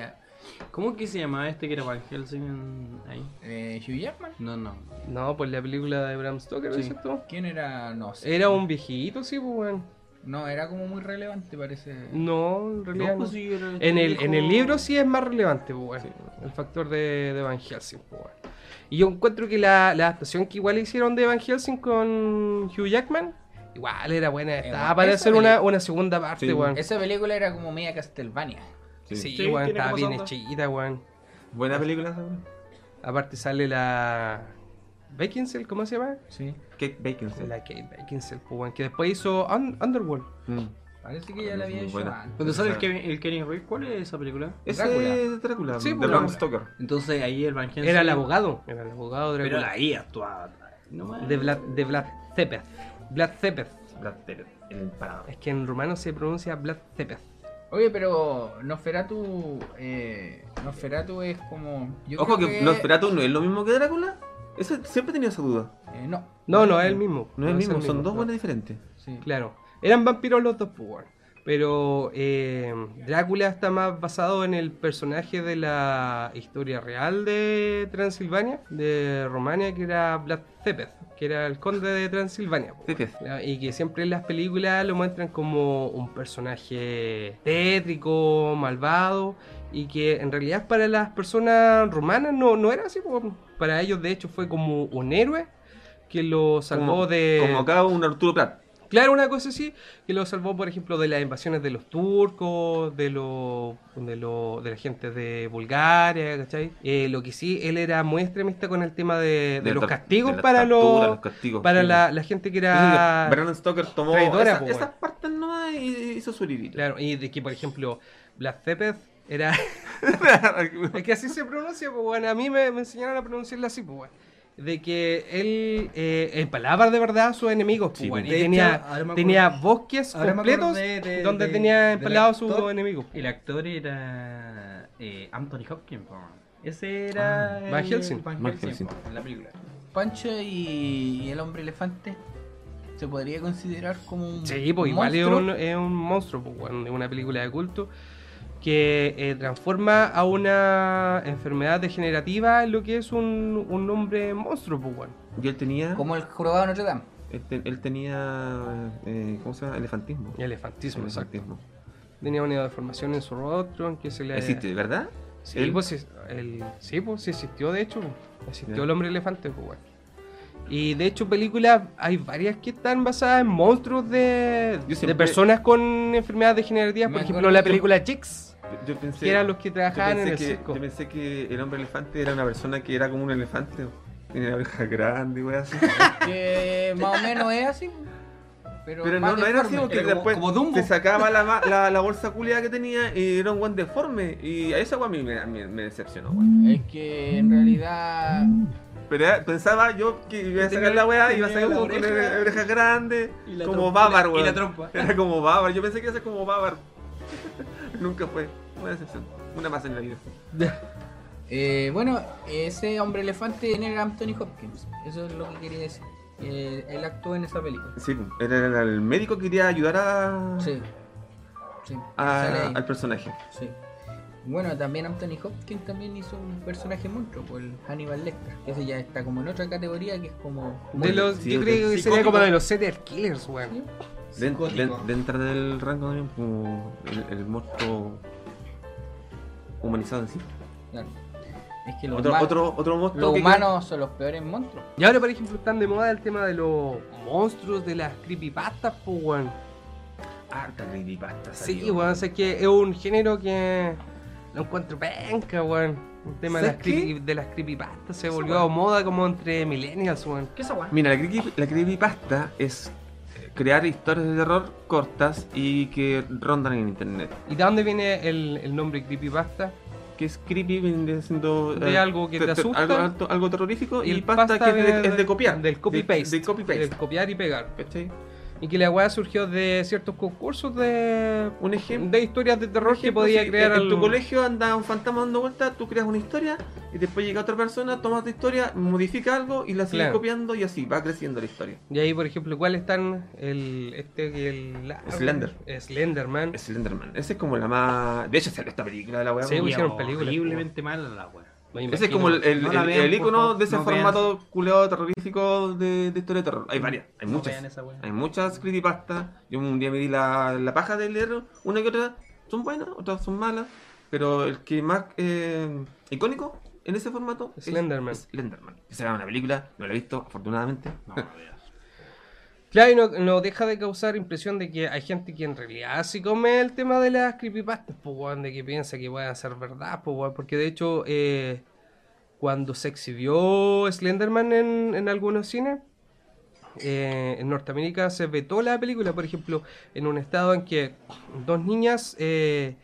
Speaker 4: ¿Cómo que se llamaba este que era Van Helsing en- ahí?
Speaker 1: eh, Hugh Jackman.
Speaker 4: No, no.
Speaker 3: No, pues la película de Bram Stoker, ¿no es
Speaker 4: Sí.
Speaker 3: ¿cierto?
Speaker 1: ¿Quién era? No sé.
Speaker 3: Era un viejito, sí, pues, weón.
Speaker 1: No, era como muy relevante, parece.
Speaker 3: No, en realidad.
Speaker 4: No,
Speaker 3: No,
Speaker 4: pues sí, era este
Speaker 3: en, el,
Speaker 4: viejo-
Speaker 3: en el libro sí es más relevante, pues, weón. El factor de, de Van Helsing, pues, weón. Y yo encuentro que la, la adaptación que igual hicieron de Van Helsing con Hugh Jackman, igual era buena. Estaba
Speaker 1: bueno,
Speaker 3: para
Speaker 1: esa
Speaker 3: hacer una,
Speaker 1: película-
Speaker 3: una segunda parte,
Speaker 2: Sí.
Speaker 3: weón.
Speaker 1: Esa película era como media Castlevania.
Speaker 2: Sí.
Speaker 3: Sí,
Speaker 4: Sí,
Speaker 3: weón,
Speaker 4: tiene
Speaker 3: estaba
Speaker 4: como
Speaker 3: bien
Speaker 4: esa onda.
Speaker 3: hechita, weón.
Speaker 2: Buena película esa, weón.
Speaker 3: Aparte sale la. Beckinsale, ¿cómo se llama?
Speaker 1: Sí.
Speaker 2: Kate Beckinsale.
Speaker 3: La Kate Beckinsale, pues, weón, que después hizo Un- Underworld.
Speaker 2: Mm.
Speaker 1: Parece que ya
Speaker 2: Es
Speaker 1: la había
Speaker 2: muy
Speaker 1: hecho
Speaker 2: buena.
Speaker 1: antes.
Speaker 4: Cuando sale el
Speaker 2: Esa-
Speaker 4: Kevin- el Kenny Reeves, ¿cuál es esa película?
Speaker 2: Ese
Speaker 1: Drácula.
Speaker 2: es Drácula,
Speaker 3: Sí,
Speaker 2: de
Speaker 3: pues,
Speaker 2: Bram
Speaker 3: Drácula.
Speaker 2: Stoker.
Speaker 4: Entonces ahí el Van Helsing
Speaker 3: Era el abogado. Era el abogado de
Speaker 4: Pero
Speaker 3: Drácula.
Speaker 4: ahí actuaba. No más.
Speaker 3: De Vlad, de Vlad Tepes. Vlad Tepes.
Speaker 2: Brad Pitt, el parador.
Speaker 3: Es que en rumano se pronuncia Vlad Tepes.
Speaker 1: Oye, pero Nosferatu, eh, Nosferatu es como... yo
Speaker 2: Ojo que,
Speaker 1: creo
Speaker 2: Nosferatu no es lo mismo que Drácula. Eso, siempre he tenido esa duda.
Speaker 1: eh, no.
Speaker 3: No, no, es el mismo.
Speaker 2: No es el mismo, son dos
Speaker 3: no.
Speaker 2: buenas diferentes.
Speaker 1: Sí.
Speaker 3: Claro. Eran vampiros los dos, pues, weón. Pero eh, Drácula está más basado en el personaje de la historia real de Transilvania, de Romania, que era Vlad Tepes, que era el conde de Transilvania. pues. po.
Speaker 2: Tepes.
Speaker 3: Ya, Y que siempre en las películas lo muestran como un personaje tétrico, malvado, y que en realidad para las personas romanas no, no era así. po. Para ellos de hecho fue como un héroe que lo salvó
Speaker 2: Como-
Speaker 3: de...
Speaker 2: Como acá un Arturo Prat.
Speaker 3: Claro, una cosa así, que lo salvó, por ejemplo, de las invasiones de los turcos, de los de, los de la gente de Bulgaria, ¿cachai? Eh, lo que sí, él era muy extremista con el tema de, de
Speaker 2: De
Speaker 3: los
Speaker 2: tor-
Speaker 3: castigos
Speaker 2: de las
Speaker 3: para
Speaker 2: torturas,
Speaker 3: los...
Speaker 2: los castigos,
Speaker 3: Para
Speaker 2: sí. pues.
Speaker 3: la, la gente que
Speaker 2: Dicen
Speaker 3: era...
Speaker 2: que Brandon Stoker tomó
Speaker 3: traidora,
Speaker 2: esa-
Speaker 3: po,
Speaker 2: esas
Speaker 3: weón.
Speaker 2: partes no y hizo su librito.
Speaker 3: Claro, y de que, por ejemplo, Blas Ceped era... Es que así se pronuncia, pues bueno, a mí me, me enseñaron a pronunciarla así, pues bueno. De que él eh, empalaba de verdad a sus enemigos, pues
Speaker 2: Sí,
Speaker 3: bueno,
Speaker 2: pues.
Speaker 3: y
Speaker 6: De hecho,
Speaker 3: tenía,
Speaker 6: ahora me
Speaker 3: tenía
Speaker 6: acuerdo-
Speaker 3: bosques
Speaker 6: ahora me
Speaker 3: completos
Speaker 6: acordé de-
Speaker 3: donde
Speaker 6: de-
Speaker 3: tenía
Speaker 6: del
Speaker 3: empalados a sus
Speaker 6: actor.
Speaker 3: enemigos.
Speaker 4: El actor era eh, Anthony Hopkins. po. Ese era. el-
Speaker 3: Van Helsing.
Speaker 4: Van
Speaker 2: Van
Speaker 4: Helsing,
Speaker 2: Helsing.
Speaker 4: po, en la película.
Speaker 1: Pancho y, y el hombre elefante se podría considerar como
Speaker 6: Mm.
Speaker 1: un.
Speaker 3: Sí, pues igual es
Speaker 1: monstruo?
Speaker 3: un, es un monstruo, pues, weón, es una película de culto que eh, transforma a una enfermedad degenerativa en lo que es un, un hombre monstruo, pues weón.
Speaker 2: Y él tenía.
Speaker 1: Como el jorobado de Notre Dame.
Speaker 2: Él, te- él tenía. eh, ¿Cómo se llama? Elefantismo.
Speaker 3: Elefantismo, exacto.
Speaker 2: Elefantismo.
Speaker 3: Tenía una deformación en su rostro, en que se le...
Speaker 2: Existe, ¿verdad?
Speaker 3: Sí,
Speaker 2: ¿Él?
Speaker 3: pues, sí, el, sí, pues sí existió, de hecho. pues. Existió
Speaker 2: Ya.
Speaker 3: el hombre elefante, pues, weón. Y de hecho, películas, hay varias que están basadas en monstruos de,
Speaker 2: Yo
Speaker 3: de
Speaker 2: siempre-
Speaker 3: personas con enfermedades degenerativas. Por
Speaker 1: Me
Speaker 3: ejemplo,
Speaker 1: acuerdo
Speaker 3: la
Speaker 1: que-
Speaker 3: película Chicks,
Speaker 2: Yo- Yo pensé.
Speaker 3: que eran los que
Speaker 2: yo
Speaker 3: trabajaban en
Speaker 2: pensé
Speaker 3: el
Speaker 2: que,
Speaker 3: circo.
Speaker 2: yo pensé que el hombre elefante era una persona que era como un elefante. weón. Tiene la oreja grande, wey, así.
Speaker 1: Que más o menos es así. Pero,
Speaker 2: Pero
Speaker 1: más
Speaker 2: no, no era así,
Speaker 1: deforme.
Speaker 2: porque
Speaker 6: Era como-
Speaker 2: después
Speaker 6: como Dumbo.
Speaker 2: se sacaba la, ma- la, la bolsa culiada que tenía y era un buen deforme. Y a esa weón me, me, me decepcionó, weón.
Speaker 1: Es que en realidad.
Speaker 2: Pero era- pensaba yo que iba a sacar la weá y iba a sacar
Speaker 6: tenía
Speaker 2: como
Speaker 6: la
Speaker 2: con
Speaker 6: oreja.
Speaker 2: oreja, oreja grande,
Speaker 6: Y la
Speaker 2: como
Speaker 6: trompa, y la-
Speaker 2: bávar,
Speaker 6: y
Speaker 2: weón.
Speaker 6: la trompa.
Speaker 2: Era como bávar, yo pensé que iba a ser como bávar. Nunca fue. Una decepción. Una más en la vida.
Speaker 1: Eh, bueno, ese hombre elefante era Anthony Hopkins. Eso es lo que quería decir. Eh, él actuó en esa película.
Speaker 2: Sí, era el, el médico que quería ayudar a,
Speaker 1: Sí. Sí.
Speaker 2: a-
Speaker 1: sale ahí.
Speaker 2: Ah, al personaje.
Speaker 1: Sí. Bueno, también Anthony Hopkins también hizo un personaje monstruo, por el Hannibal Lecter. que Ese ya está como en otra categoría que es como...
Speaker 3: De los,
Speaker 2: Sí,
Speaker 3: yo
Speaker 2: de-
Speaker 3: creo que sería
Speaker 6: psicótico.
Speaker 3: como de los serial killers, weón.
Speaker 2: Den-
Speaker 6: Psicótico.
Speaker 2: den- dentro del rango también como el, el monstruo humanizado en sí.
Speaker 1: Claro. Es que los,
Speaker 2: Otro,
Speaker 1: huma-
Speaker 2: otro, otro monstruo.
Speaker 1: los
Speaker 2: que-
Speaker 1: humanos son los peores monstruos.
Speaker 3: Y ahora, por ejemplo, están de moda el tema de los monstruos, de las creepypastas, pues, weón.
Speaker 2: Harta creepypasta
Speaker 3: Sí,
Speaker 2: salió.
Speaker 3: weón, sé que es un género que lo encuentro penca, weón. El tema de las,
Speaker 2: ¿Sabes qué?
Speaker 3: creepy, de las creepypastas se volvió a moda como entre millennials, weón.
Speaker 6: ¿Qué es esa weá?
Speaker 2: Mira, la, creepy- la creepypasta es eh, crear historias de terror cortas y que rondan en internet.
Speaker 3: ¿Y de dónde viene el, el nombre creepypasta?
Speaker 2: Que es creepy viene siendo...
Speaker 3: De
Speaker 2: eh,
Speaker 3: algo que te asusta.
Speaker 2: Algo, algo- algo terrorífico y,
Speaker 3: el
Speaker 2: pasta, que es
Speaker 3: viene
Speaker 2: de, es de copiar.
Speaker 3: Del copy-paste.
Speaker 2: De, de copy-paste.
Speaker 3: Del Eh, copiar y pegar.
Speaker 2: ¿cachai?
Speaker 3: Y que la weá surgió de ciertos concursos de,
Speaker 2: Un ejemplo...
Speaker 3: de historias de terror que
Speaker 2: ejemplo,
Speaker 3: podía
Speaker 2: si
Speaker 3: crear
Speaker 2: en, en tu
Speaker 3: al-
Speaker 2: colegio anda un fantasma dando vueltas, tú creas una historia y después llega otra persona, toma tu historia, modifica algo y la sigues
Speaker 3: Claro.
Speaker 2: copiando y así va creciendo la historia.
Speaker 3: Y ahí, por ejemplo, ¿cuál están? El, este que el... la-
Speaker 2: Slender.
Speaker 3: Slenderman.
Speaker 2: Slenderman, esa es como la más... De hecho salió esta película de la weá.
Speaker 3: Sí,
Speaker 2: weón.
Speaker 3: weón. hicieron películas,
Speaker 4: Horriblemente mala la wea.
Speaker 3: Me
Speaker 2: Ese es
Speaker 3: imagino.
Speaker 2: como el, el,
Speaker 4: No la
Speaker 2: el-
Speaker 4: vean,
Speaker 2: el
Speaker 4: por
Speaker 2: icono
Speaker 4: favor,
Speaker 2: de ese
Speaker 4: no
Speaker 2: formato culeado terrorífico de, de historia de terror. Hay varias, hay
Speaker 4: No
Speaker 2: muchas.
Speaker 4: vean esa wea.
Speaker 2: Hay muchas creepypastas. Yo un día me di la, la paja de leer una que otra. Son buenas, otras son malas. Pero el que más eh, icónico en ese formato es
Speaker 3: Slenderman.
Speaker 2: es Slenderman. Que será una película, no la he visto, afortunadamente.
Speaker 4: No, no veas.
Speaker 3: Claro, y no, no deja de causar impresión de que hay gente que en realidad sí come el tema de las creepypastas, pues, weón, de que piensa que pueden ser verdad, pues, weón, porque de hecho, eh, cuando se exhibió Slenderman en, en algunos cines, eh, en Norteamérica se vetó la película, por ejemplo, en un estado en que dos niñas eh,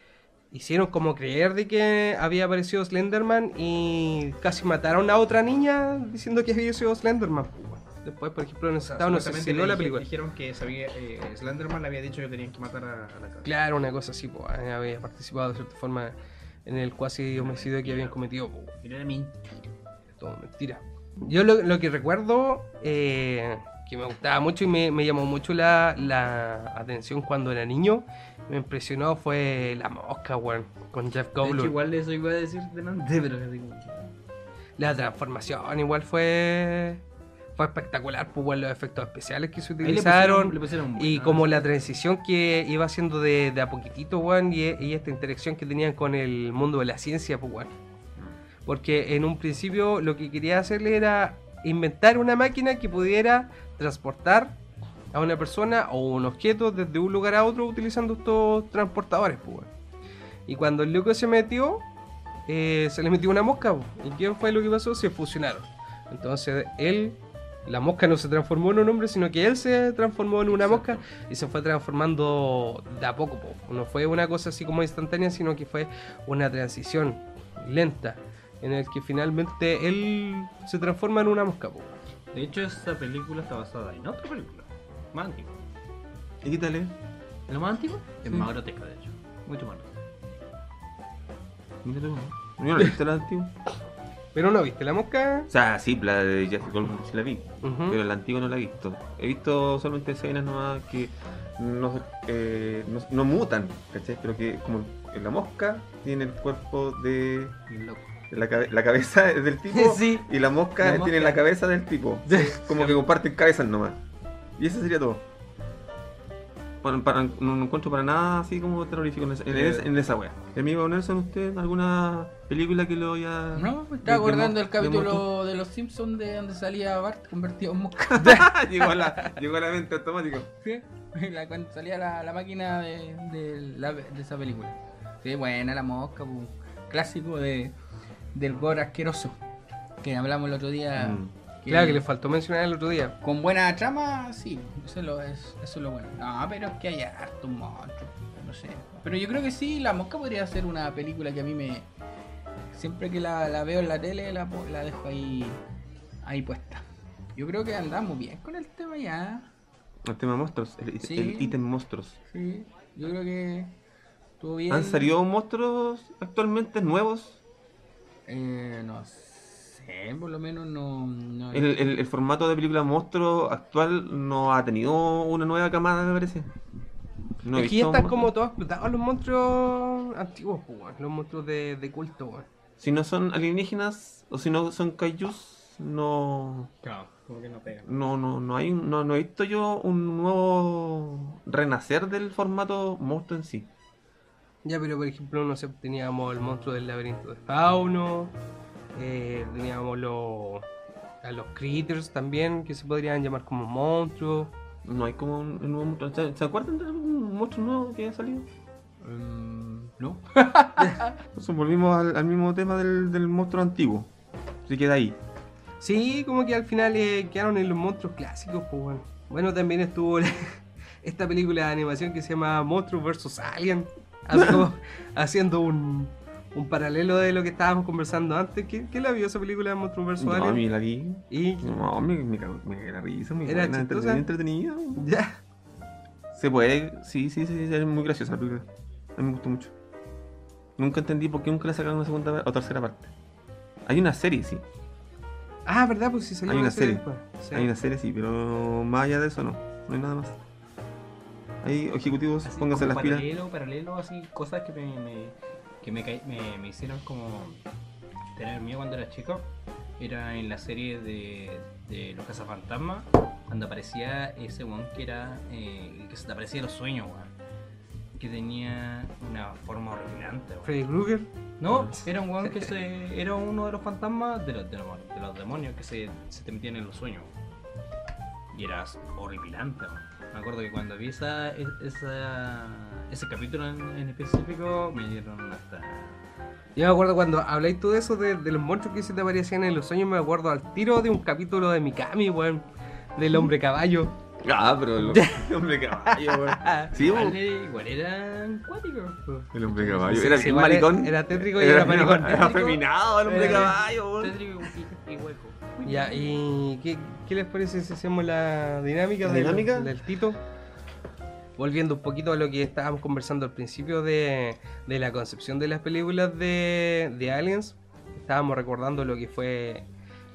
Speaker 3: hicieron como creer de que había aparecido Slenderman y casi mataron a otra niña diciendo que había sido Slenderman. pues, weón. Después, por ejemplo, en ese estado no se
Speaker 4: Supuestamente
Speaker 3: exhibió
Speaker 4: le
Speaker 3: la
Speaker 4: dije-
Speaker 3: película.
Speaker 4: Dijeron que sabía, eh, Slenderman le había dicho que tenían que matar a, a la cabra.
Speaker 3: Claro, una cosa así, po, eh, había participado de cierta forma en el cuasi homicidio que habían cometido, po,
Speaker 4: Pero era mentira.
Speaker 3: todo mentira. Yo lo, lo que recuerdo, eh, que me gustaba mucho y me, me llamó mucho la, la atención cuando era niño. Me impresionó fue La Mosca, weón, con Jeff
Speaker 4: De hecho,
Speaker 3: Goldblum.
Speaker 4: igual de eso iba a decir delante, pero así como que-
Speaker 3: La transformación igual fue, fue espectacular, pues weón, los efectos especiales que se
Speaker 4: Ahí le pusieron-
Speaker 3: utilizaron.
Speaker 4: le pusieron
Speaker 3: Y
Speaker 4: buena,
Speaker 3: como
Speaker 4: sí.
Speaker 3: la transición que iba haciendo de, de a poquitito, weón, y, y esta interacción que tenían con el mundo de la ciencia, pues, weón. Porque en un principio lo que quería hacerle era inventar una máquina que pudiera transportar a una persona o un objeto desde un lugar a otro utilizando estos transportadores, pues, weón. Y cuando el loco se metió, eh, se le metió una mosca, po. ¿y qué fue lo que pasó? Se fusionaron. Entonces él, la mosca no se transformó en un hombre, sino que él se transformó en una mosca y se fue transformando de a poco. po. No fue una cosa así como instantánea, sino que fue una transición lenta en el que finalmente él se transforma en una mosca. po.
Speaker 4: De hecho, esa película está basada en otra película. Más antigua.
Speaker 2: Y quítale.
Speaker 4: ¿En lo más antiguo? En Magroteca, de hecho. Mucho más. antiguo.
Speaker 2: Mira tú. Yo no la he visto la antigua.
Speaker 3: Pero no, ¿viste la mosca?
Speaker 2: O sea, sí, la de Jeff Goldblum sí la vi.
Speaker 3: Ujú.
Speaker 2: Pero la antigua no la he visto. He visto solamente escenas nomás que no, eh, no, no mutan, ¿cachai? Pero que como en la mosca tiene el cuerpo de.
Speaker 4: Loco.
Speaker 2: La, cabe- la cabeza es del tipo
Speaker 4: Sí.
Speaker 2: y la mosca,
Speaker 4: La
Speaker 2: tiene
Speaker 4: mosca.
Speaker 2: la cabeza del tipo. Como que comparten cabezas nomás. Y eso sería todo. Para- para- no, no encuentro para nada así como terrorífico en esa,
Speaker 4: Eh.
Speaker 2: en esa- en esa wea. Amigo Nelson, ¿usted alguna película que lo haya.?
Speaker 1: No, me
Speaker 2: de- de
Speaker 1: estaba acordando
Speaker 2: mo-
Speaker 1: del
Speaker 2: de
Speaker 1: capítulo de los Simpsons de donde salía Bart convertido en mosca.
Speaker 2: llegó, a la, llegó a la mente automático.
Speaker 1: La- cuando salía la, la máquina de, de la- de esa película. Sí, buena la mosca, pu. clásico de, del gore asqueroso que hablamos el otro
Speaker 4: Ah.
Speaker 1: día.
Speaker 2: Mm.
Speaker 3: Claro que le faltó mencionar el otro día.
Speaker 1: Con buena trama, sí, eso es, lo, es- eso es lo bueno. No, pero es que hay harto monstruo, no sé. Pero yo creo que sí, La Mosca podría ser una película que a mí me... Siempre que la, la veo en la tele, la, po- la dejo ahí, ahí puesta. Yo creo que andamos bien con el tema ya.
Speaker 2: El tema monstruos, el,
Speaker 1: Sí.
Speaker 2: el ítem monstruos.
Speaker 1: Sí, yo creo que estuvo bien.
Speaker 2: ¿Han salido monstruos actualmente nuevos?
Speaker 1: Eh, no sé, por lo menos no... no-
Speaker 2: El, el- el formato de película monstruo actual no ha tenido una nueva camada, me parece. No he
Speaker 3: es que ya
Speaker 2: visto
Speaker 3: están
Speaker 2: monstruos.
Speaker 3: como todos explotados los monstruos antiguos, po, weón, los monstruos de, de culto. weón.
Speaker 2: Si no son alienígenas o si no son kaijus, no,
Speaker 4: Claro, como que no pega.
Speaker 2: no, no, no hay, un- no, no he visto yo un nuevo renacer del formato monstruo en sí.
Speaker 3: Ya, pero por ejemplo, no sé, teníamos el monstruo del laberinto de Fauno, eh, teníamos los, a los critters también, que se podrían llamar como monstruos.
Speaker 2: No hay como un, un nuevo monstruo. ¿Se, se acuerdan de algún monstruo nuevo que ha salido?
Speaker 1: Mm, no.
Speaker 2: Entonces volvimos al, al mismo tema del, del monstruo antiguo. Se queda ahí.
Speaker 3: Sí, como que al final eh, quedaron en los monstruos clásicos, pues bueno. Bueno, también estuvo la- esta película de animación que se llama Monstruos vs. Alien, así como haciendo un, un paralelo de lo que estábamos conversando antes. ¿Qué, qué la vio esa película de Monstruos vs.
Speaker 2: No,
Speaker 3: Alien?
Speaker 2: me la vi.
Speaker 3: Y
Speaker 2: No, me, me, cago- me cagué la risa, me
Speaker 3: Era
Speaker 2: buena,
Speaker 3: chistosa.
Speaker 2: entretenida, entretenida.
Speaker 3: ya,
Speaker 2: Se puede, sí, sí, sí, sí, es muy graciosa la película. A mí me gustó mucho. Nunca entendí por qué nunca le sacaron una segunda par- o tercera parte. Hay una serie, sí.
Speaker 3: Ah, ¿verdad? Pues sí, salió
Speaker 2: Hay una serie.
Speaker 3: después. Sí.
Speaker 2: Hay una serie, sí, pero más allá de eso no. No hay nada más. Ahí, ejecutivos,
Speaker 4: Así
Speaker 2: pónganse
Speaker 4: como
Speaker 2: las pilas.
Speaker 4: Paralelo, paralelo, así, cosas que me, me- que me, ca- me- me hicieron como tener miedo cuando era chico. Era en la serie de, de Los Cazafantasmas, cuando aparecía ese weón que era eh, el que se te aparecía en los sueños, weón. Que tenía una forma horripilante, weón.
Speaker 3: Freddy Krueger.
Speaker 4: No, era un weón que se. Era uno de los fantasmas de los, de los, de los demonios que se, se te metían en los sueños. Y eras horripilante, weón. Me acuerdo que cuando vi esa, e, esa, ese capítulo en, en específico, me dieron hasta.
Speaker 3: Yo me acuerdo cuando habláis tú de eso, de, de los monstruos que se te aparecían en los sueños, me acuerdo al tiro de un capítulo de Mikami, weón,
Speaker 4: ¿Mm?
Speaker 3: del hombre caballo.
Speaker 2: Ah, pero el el hombre caballo, weón. Sí,
Speaker 4: Igual,
Speaker 2: weón.
Speaker 4: era- igual eran cuáticos. po.
Speaker 2: El hombre caballo.
Speaker 3: Sí,
Speaker 2: Era
Speaker 3: sí,
Speaker 2: bien
Speaker 3: igual era-
Speaker 2: maricón.
Speaker 3: era tétrico y era maricón.
Speaker 2: Era afeminado el hombre
Speaker 3: Era-
Speaker 2: caballo, weón.
Speaker 4: Tétrico y, y hueco.
Speaker 3: Ya, ¿y qué, qué les parece si hacemos la dinámica,
Speaker 2: ¿La
Speaker 3: del,
Speaker 2: dinámica?
Speaker 3: del Tito? Volviendo un poquito a lo que estábamos conversando al principio de, de la concepción de las películas de, de Aliens, estábamos recordando lo que fue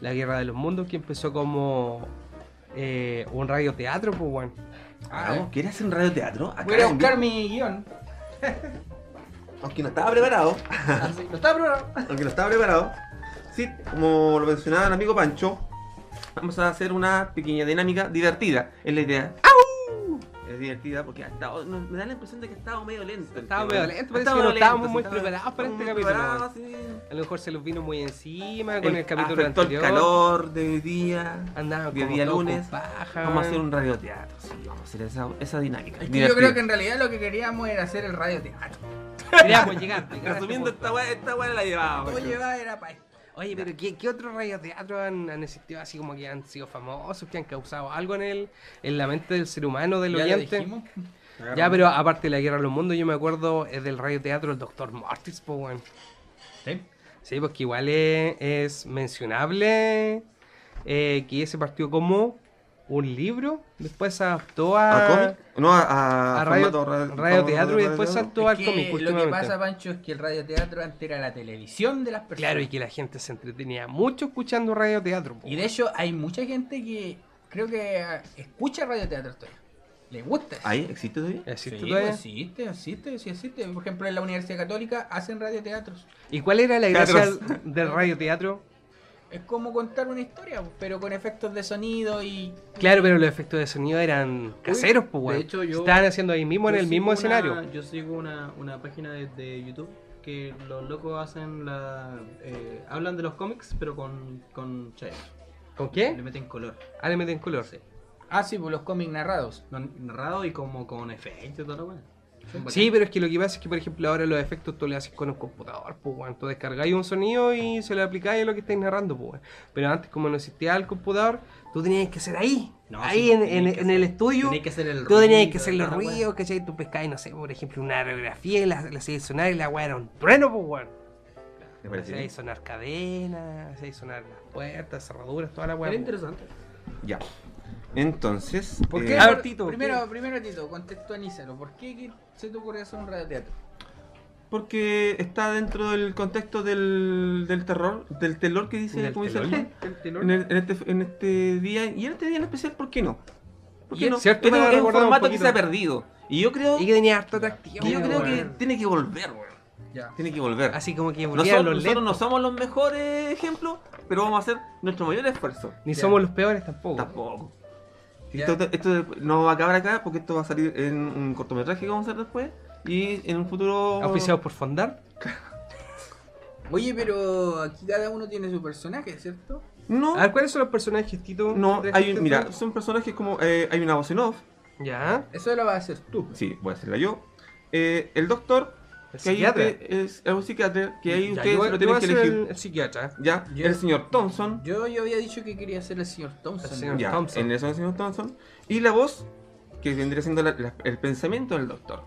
Speaker 3: la Guerra de los Mundos, que empezó como eh, un radioteatro, pues, weón.
Speaker 1: Ah,
Speaker 2: Hagamos, ¿Quieres hacer un radioteatro? Acá
Speaker 1: Voy a ir a
Speaker 2: en
Speaker 1: buscar mi guión.
Speaker 2: vivo. Aunque no estaba preparado.
Speaker 3: Ah,
Speaker 1: No está probado.
Speaker 2: Aunque no estaba preparado. Sí, como lo mencionaba el amigo Pancho, vamos a hacer una pequeña dinámica divertida. Es la idea. ¡Au! Es divertida porque ha estado- no, me da la impresión de que ha estado medio lento. el
Speaker 3: Estaba
Speaker 2: tema. ¿eh?
Speaker 3: medio lento,
Speaker 2: Ha
Speaker 3: parece
Speaker 2: estado
Speaker 3: que no
Speaker 2: lento,
Speaker 3: estábamos
Speaker 2: sí,
Speaker 3: muy
Speaker 2: estaba-
Speaker 3: preparados para
Speaker 2: estábamos
Speaker 3: este
Speaker 2: muy preparados,
Speaker 3: capítulo,
Speaker 2: sí.
Speaker 3: A lo mejor se los vino muy encima con el, capítulo
Speaker 2: afectó
Speaker 3: anterior.
Speaker 2: el calor de hoy día.
Speaker 3: Andaban
Speaker 2: de
Speaker 3: como
Speaker 2: día
Speaker 3: todos con
Speaker 2: lunes.
Speaker 3: paja,
Speaker 2: Vamos a hacer
Speaker 3: weón.
Speaker 2: un radioteatro. Sí, vamos a hacer esa, esa dinámica.
Speaker 1: Es que yo
Speaker 2: Divertida.
Speaker 1: creo que en realidad lo que queríamos era hacer el radioteatro.
Speaker 3: Queríamos llegar. llegar a
Speaker 2: Resumiendo,
Speaker 3: este punto.
Speaker 2: esta weá esta weá la llevaba.
Speaker 1: Todo llevaba era para esto.
Speaker 3: Oye, pero ¿qué, qué otros radioteatros han, han existido así como que han sido famosos, que han causado algo en el, en la mente del ser humano, del
Speaker 1: Ya lo
Speaker 3: oyente?
Speaker 1: dijimos.
Speaker 3: Ya, pero aparte de la Guerra de los Mundos, yo me acuerdo es del radioteatro el Doctor Mortis, pues, weón.
Speaker 1: Sí.
Speaker 3: Sí, porque igual es, es mencionable eh, que ese partió como un libro, después se adaptó a,
Speaker 2: ¿A cómic? No, a, a,
Speaker 3: a radio,
Speaker 2: formato ra-
Speaker 3: radioteatro y después
Speaker 2: radioteatro.
Speaker 3: saltó
Speaker 1: Es
Speaker 3: al
Speaker 1: que
Speaker 3: cómic.
Speaker 1: lo que
Speaker 3: últimamente.
Speaker 1: pasa, Pancho, es que el radioteatro antes era la televisión de las personas.
Speaker 3: Claro, y que la gente se entretenía mucho escuchando radioteatro. po.
Speaker 1: Y de hecho, hay mucha gente que creo que ah, escucha radioteatro todavía. Le gusta.
Speaker 2: ¿Ahí existe todavía?
Speaker 3: ¿Existe
Speaker 1: sí,
Speaker 3: todavía?
Speaker 1: pues, existe, existe, sí existe. Por ejemplo, en la Universidad Católica hacen radioteatros.
Speaker 3: ¿Y cuál era la gracia
Speaker 2: Teatros.
Speaker 3: del- del radioteatro?
Speaker 1: Es como contar una historia, pues, pero con efectos de sonido y.
Speaker 3: Claro, pero los efectos de sonido eran caseros, pues, weón.
Speaker 4: de hecho, yo-
Speaker 3: Estaban haciendo ahí mismo en
Speaker 4: Yo
Speaker 3: el
Speaker 4: sigo
Speaker 3: mismo
Speaker 4: una-
Speaker 3: escenario.
Speaker 4: Yo sigo una, una página de, de YouTube que los locos hacen la. eh, hablan de los cómics, pero con, con chayas.
Speaker 3: ¿Con
Speaker 4: Le
Speaker 3: qué?
Speaker 4: meten color.
Speaker 3: Ah, le meten color. Sí,
Speaker 1: Ah, sí, pues los cómics narrados.
Speaker 4: No, narrado y como con efecto y toda la weá. Son bacanes.
Speaker 3: pero es que lo que pasa es que, por ejemplo, ahora los efectos tú le haces con un computador, pues, weón. Tú descargáis un sonido y se lo aplicáis a lo que estáis narrando, pues, weón. Pero antes, como no existía el computador, tú tenías que hacer ahí.
Speaker 4: No,
Speaker 3: ahí
Speaker 4: sí,
Speaker 3: en,
Speaker 4: tenías
Speaker 3: en-
Speaker 4: que
Speaker 3: en
Speaker 4: hacer-
Speaker 3: el estudio.
Speaker 4: tenías que hacer el
Speaker 3: Tú tenías
Speaker 4: ruido,
Speaker 3: que hacer los
Speaker 4: toda la weá.
Speaker 3: ruidos, ¿cachai? Tú pescabas, no sé, por ejemplo, una aerografía y la, la hacías sonar y la weá era un trueno, pues, weón.
Speaker 2: Me parece
Speaker 3: Hacías
Speaker 2: bien.
Speaker 3: sonar cadenas, hacías sonar las puertas, cerraduras, toda la weá.
Speaker 4: Era
Speaker 3: pues.
Speaker 4: interesante.
Speaker 2: Ya. Entonces.
Speaker 3: ¿Por
Speaker 2: eh,
Speaker 3: qué? A ver, Tito,
Speaker 1: Primero, primero, Tito, contextualízalo. ¿Por qué que se te ocurrió hacer un radioteatro?
Speaker 2: Porque está dentro del contexto del, del terror, del telor que dice,
Speaker 3: Del
Speaker 2: como dice
Speaker 3: telor.
Speaker 2: el- en, el- en este, en este día. Y en este día en especial, ¿por qué no? ¿Por
Speaker 3: Y
Speaker 2: qué
Speaker 3: es
Speaker 2: no?
Speaker 3: cierto,
Speaker 2: Este
Speaker 3: me
Speaker 2: es un
Speaker 3: recordaba un
Speaker 2: formato que
Speaker 3: poquito.
Speaker 2: se ha perdido. Y yo creo,
Speaker 3: Y
Speaker 2: y
Speaker 3: que tenía harto atractivo.
Speaker 2: yo creo que
Speaker 3: weón.
Speaker 2: tiene que volver, weón.
Speaker 1: Ya.
Speaker 2: Tiene que volver.
Speaker 3: Así como que
Speaker 2: Nosotros,
Speaker 3: volvían los E
Speaker 2: nosotros
Speaker 3: lentes.
Speaker 2: no somos los mejores ejemplos, pero vamos a hacer nuestro mayor esfuerzo.
Speaker 3: Ni
Speaker 1: Ya.
Speaker 3: somos los peores tampoco.
Speaker 2: Tampoco.
Speaker 1: Ya.
Speaker 2: Esto, esto no va a acabar acá porque esto va a salir en un cortometraje que vamos a hacer después y en un futuro.
Speaker 3: Auspiciados por Fondar.
Speaker 1: Oye, pero aquí cada uno tiene su personaje, ¿cierto?
Speaker 2: No,
Speaker 3: A ver, ¿cuáles son los personajes, Tito?
Speaker 2: no,
Speaker 3: Ah, ¿Tres
Speaker 2: hay
Speaker 3: que
Speaker 2: un, mira,
Speaker 3: tú?
Speaker 2: son personajes como. eh, hay una voz en off,
Speaker 3: Ya.
Speaker 1: Eso lo vas a hacer tú.
Speaker 2: sí, voy a hacerla yo. Eh, el doctor,
Speaker 3: El
Speaker 2: que ahí
Speaker 3: psiquiatra.
Speaker 2: usted es es un psiquiatra, que ahí
Speaker 3: Ya,
Speaker 2: ustedes
Speaker 3: yo-
Speaker 2: lo
Speaker 3: yo
Speaker 2: tienen
Speaker 3: voy
Speaker 2: que
Speaker 3: a ser
Speaker 2: elegir.
Speaker 3: El, el psiquiatra.
Speaker 2: Ya,
Speaker 1: Yo-
Speaker 2: el señor Thompson,
Speaker 1: Yo, yo había dicho que quería ser el señor Thompson.
Speaker 3: El señor-
Speaker 2: ya,
Speaker 3: Thompson.
Speaker 2: en eso el señor Thompson, y la voz, que vendría siendo la- la- el pensamiento del doctor,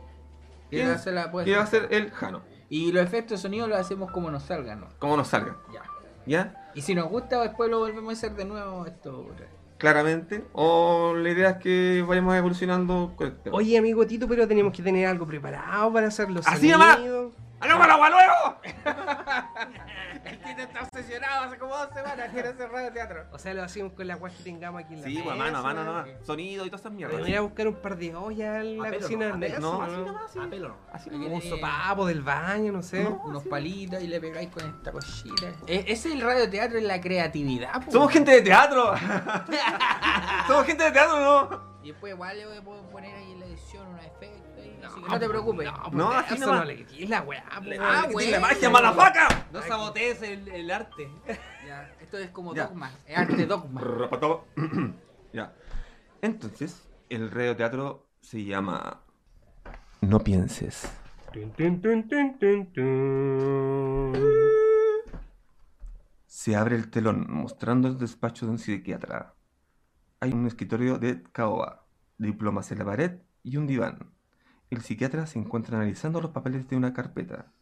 Speaker 1: Que va a ser la apuesta.
Speaker 2: que va a ser el Jano,
Speaker 1: Y los efectos de sonido los hacemos como nos salgan, ¿no?
Speaker 2: como nos salga,
Speaker 1: Ya.
Speaker 2: ¿ya?
Speaker 1: Y si nos gusta, después lo volvemos a hacer de nuevo esto. otra vez.
Speaker 2: claramente. O la idea es que vayamos evolucionando con el tema.
Speaker 3: Oye, amigo Tito, pero tenemos que tener algo preparado para hacer los
Speaker 2: Así nomás.
Speaker 3: sonidos.
Speaker 2: ¡Hagamos el agua nuevo!
Speaker 3: O sea, lo hacemos con la guas que tengamos aquí en la
Speaker 2: Sí, pues,
Speaker 3: mesa.
Speaker 2: a mano, a mano, no, Sonido y todas esas mierdas.
Speaker 3: Vamos a ir a buscar un par de ollas en la
Speaker 4: Papel,
Speaker 3: cocina
Speaker 4: no,
Speaker 3: del Nelson,
Speaker 2: no,
Speaker 3: ¿no?
Speaker 2: así nomás, así.
Speaker 4: A pelo.
Speaker 2: Así
Speaker 1: Aquí
Speaker 2: nomás.
Speaker 3: Un
Speaker 1: tiene
Speaker 3: sopapo del baño, no sé.
Speaker 2: No.
Speaker 1: Eh, Unos palitos y le pegáis con esta cosita. E- ese es el radioteatro en la creatividad, po.
Speaker 2: Somos gente de teatro. Somos gente de teatro, ¿no?
Speaker 1: Y después igual le voy a poder poner ahí en la edición unos efectos. ahí, así que no te preocupes.
Speaker 3: No,
Speaker 2: No,
Speaker 3: pues,
Speaker 2: así
Speaker 3: eso
Speaker 2: nomás.
Speaker 3: no le quites la weá, pues.
Speaker 1: Ah,
Speaker 2: Sí, la
Speaker 1: bueno.
Speaker 2: magia, malafaca.
Speaker 4: No sabotees el, el arte.
Speaker 1: Ya, esto es como
Speaker 2: Ya.
Speaker 1: dogma. Es arte dogma.
Speaker 2: Rapataba. ya. Entonces, el radioteatro se llama. No pienses.
Speaker 3: Tun, tun, tun, tun, tun, tun.
Speaker 2: Se abre el telón, mostrando el despacho de un psiquiatra. Hay un escritorio de caoba, diplomas en la pared y un diván. El psiquiatra se encuentra analizando los papeles de una carpeta.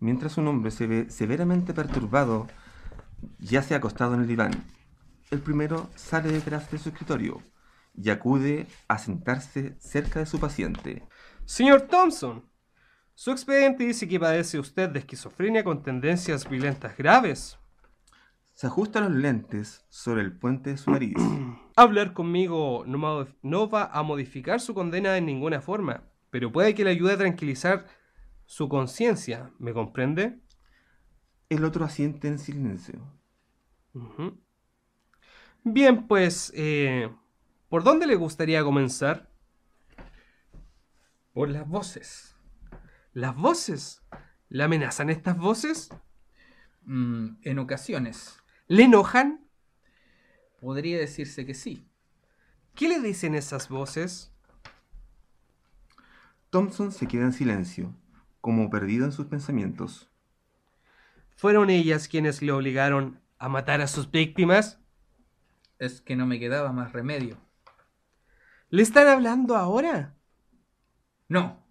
Speaker 2: Mientras un hombre se ve severamente perturbado, ya se ha acostado en el diván. El primero sale detrás de su escritorio y acude a sentarse cerca de su paciente.
Speaker 3: Señor Thompson, su expediente dice que padece usted de esquizofrenia con tendencias violentas graves.
Speaker 2: Se ajusta los lentes sobre el puente de su nariz.
Speaker 3: Hablar conmigo no ma- no va a modificar su condena en ninguna forma, pero puede que le ayude a tranquilizar su conciencia, ¿me comprende?
Speaker 2: El otro asiente en silencio.
Speaker 3: Ujú. Bien, pues, eh, ¿por dónde le gustaría comenzar?
Speaker 1: Por las voces.
Speaker 3: Las voces. ¿Le amenazan estas voces?
Speaker 1: Mm, en ocasiones,
Speaker 3: ¿Le enojan?
Speaker 1: podría decirse que sí.
Speaker 3: ¿Qué le dicen esas voces?
Speaker 2: Thompson se queda en silencio, como perdido en sus pensamientos.
Speaker 3: ¿Fueron ellas quienes le obligaron a matar a sus víctimas?
Speaker 1: Es que no me quedaba más remedio.
Speaker 3: ¿Le están hablando ahora?
Speaker 1: No,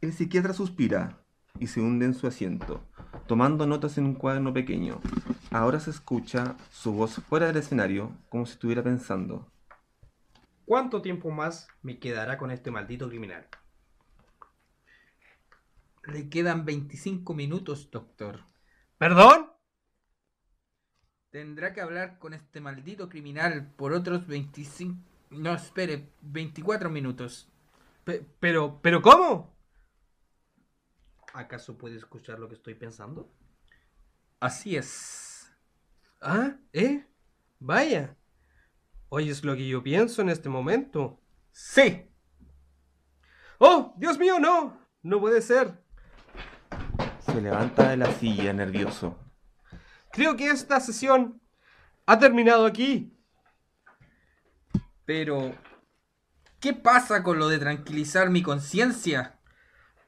Speaker 2: El psiquiatra suspira y se hunde en su asiento, tomando notas en un cuaderno pequeño. Ahora se escucha su voz fuera del escenario, como si estuviera pensando.
Speaker 4: ¿Cuánto tiempo más me quedará con este maldito criminal?
Speaker 1: le quedan 25 minutos, doctor.
Speaker 3: ¿Perdón?
Speaker 1: Tendrá que hablar con este maldito criminal por otros 25... No, espere, 24 minutos.
Speaker 3: Pe- pero, pero ¿cómo?
Speaker 4: ¿Acaso puede escuchar lo que estoy pensando?
Speaker 1: Así es.
Speaker 3: Ah, ¿eh? Vaya. Oyes lo que yo pienso en este momento.
Speaker 1: Sí.
Speaker 3: ¡Oh, Dios mío, no! No puede ser.
Speaker 2: Se levanta de la silla nervioso.
Speaker 3: Creo que esta sesión ha terminado aquí.
Speaker 1: Pero... ¿Qué pasa con lo de tranquilizar mi conciencia?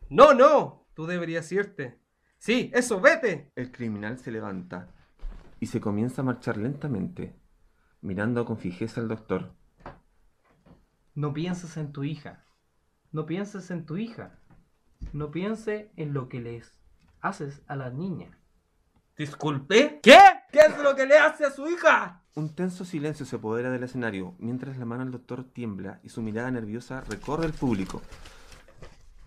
Speaker 3: No, no, tú deberías irte. Sí, eso, vete.
Speaker 2: El criminal se levanta y se comienza a marchar lentamente, mirando con fijeza al doctor.
Speaker 4: No pienses en tu hija. No pienses en tu hija. No piense en lo que les haces a la niña.
Speaker 1: Disculpe.
Speaker 3: ¿Qué?
Speaker 1: ¿Qué es lo que le hace a su hija?
Speaker 2: Un tenso silencio se apodera del escenario mientras la mano del doctor tiembla y su mirada nerviosa recorre el público.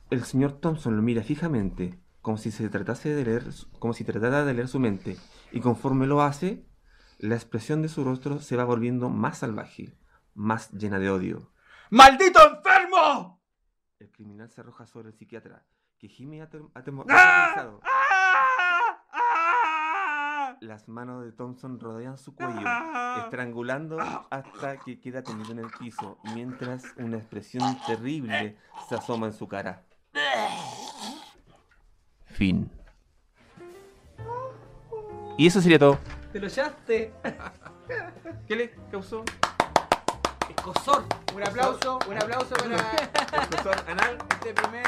Speaker 2: El señor Thompson lo mira fijamente, como si se tratase de leer, su- como si tratara de leer su mente, y conforme lo hace, la expresión de su rostro se va volviendo más salvaje, más llena de odio.
Speaker 1: ¡Maldito enfermo!
Speaker 2: El criminal se arroja sobre el psiquiatra, que gime atem- atemor-
Speaker 3: ¡Ah!
Speaker 2: atemorizado.
Speaker 3: ¡Ah! ¡Ah!
Speaker 2: Las manos de Thompson rodean su cuello,
Speaker 3: Ah.
Speaker 2: estrangulando hasta que queda tendido en el piso, mientras una expresión terrible se asoma en su cara. Fin. Y eso sería todo.
Speaker 4: ¡Te lo echaste!
Speaker 7: ¿Qué le causó?
Speaker 4: ¡Escosor!
Speaker 1: Un aplauso, un aplauso para
Speaker 7: Profesor Anal.
Speaker 1: este primer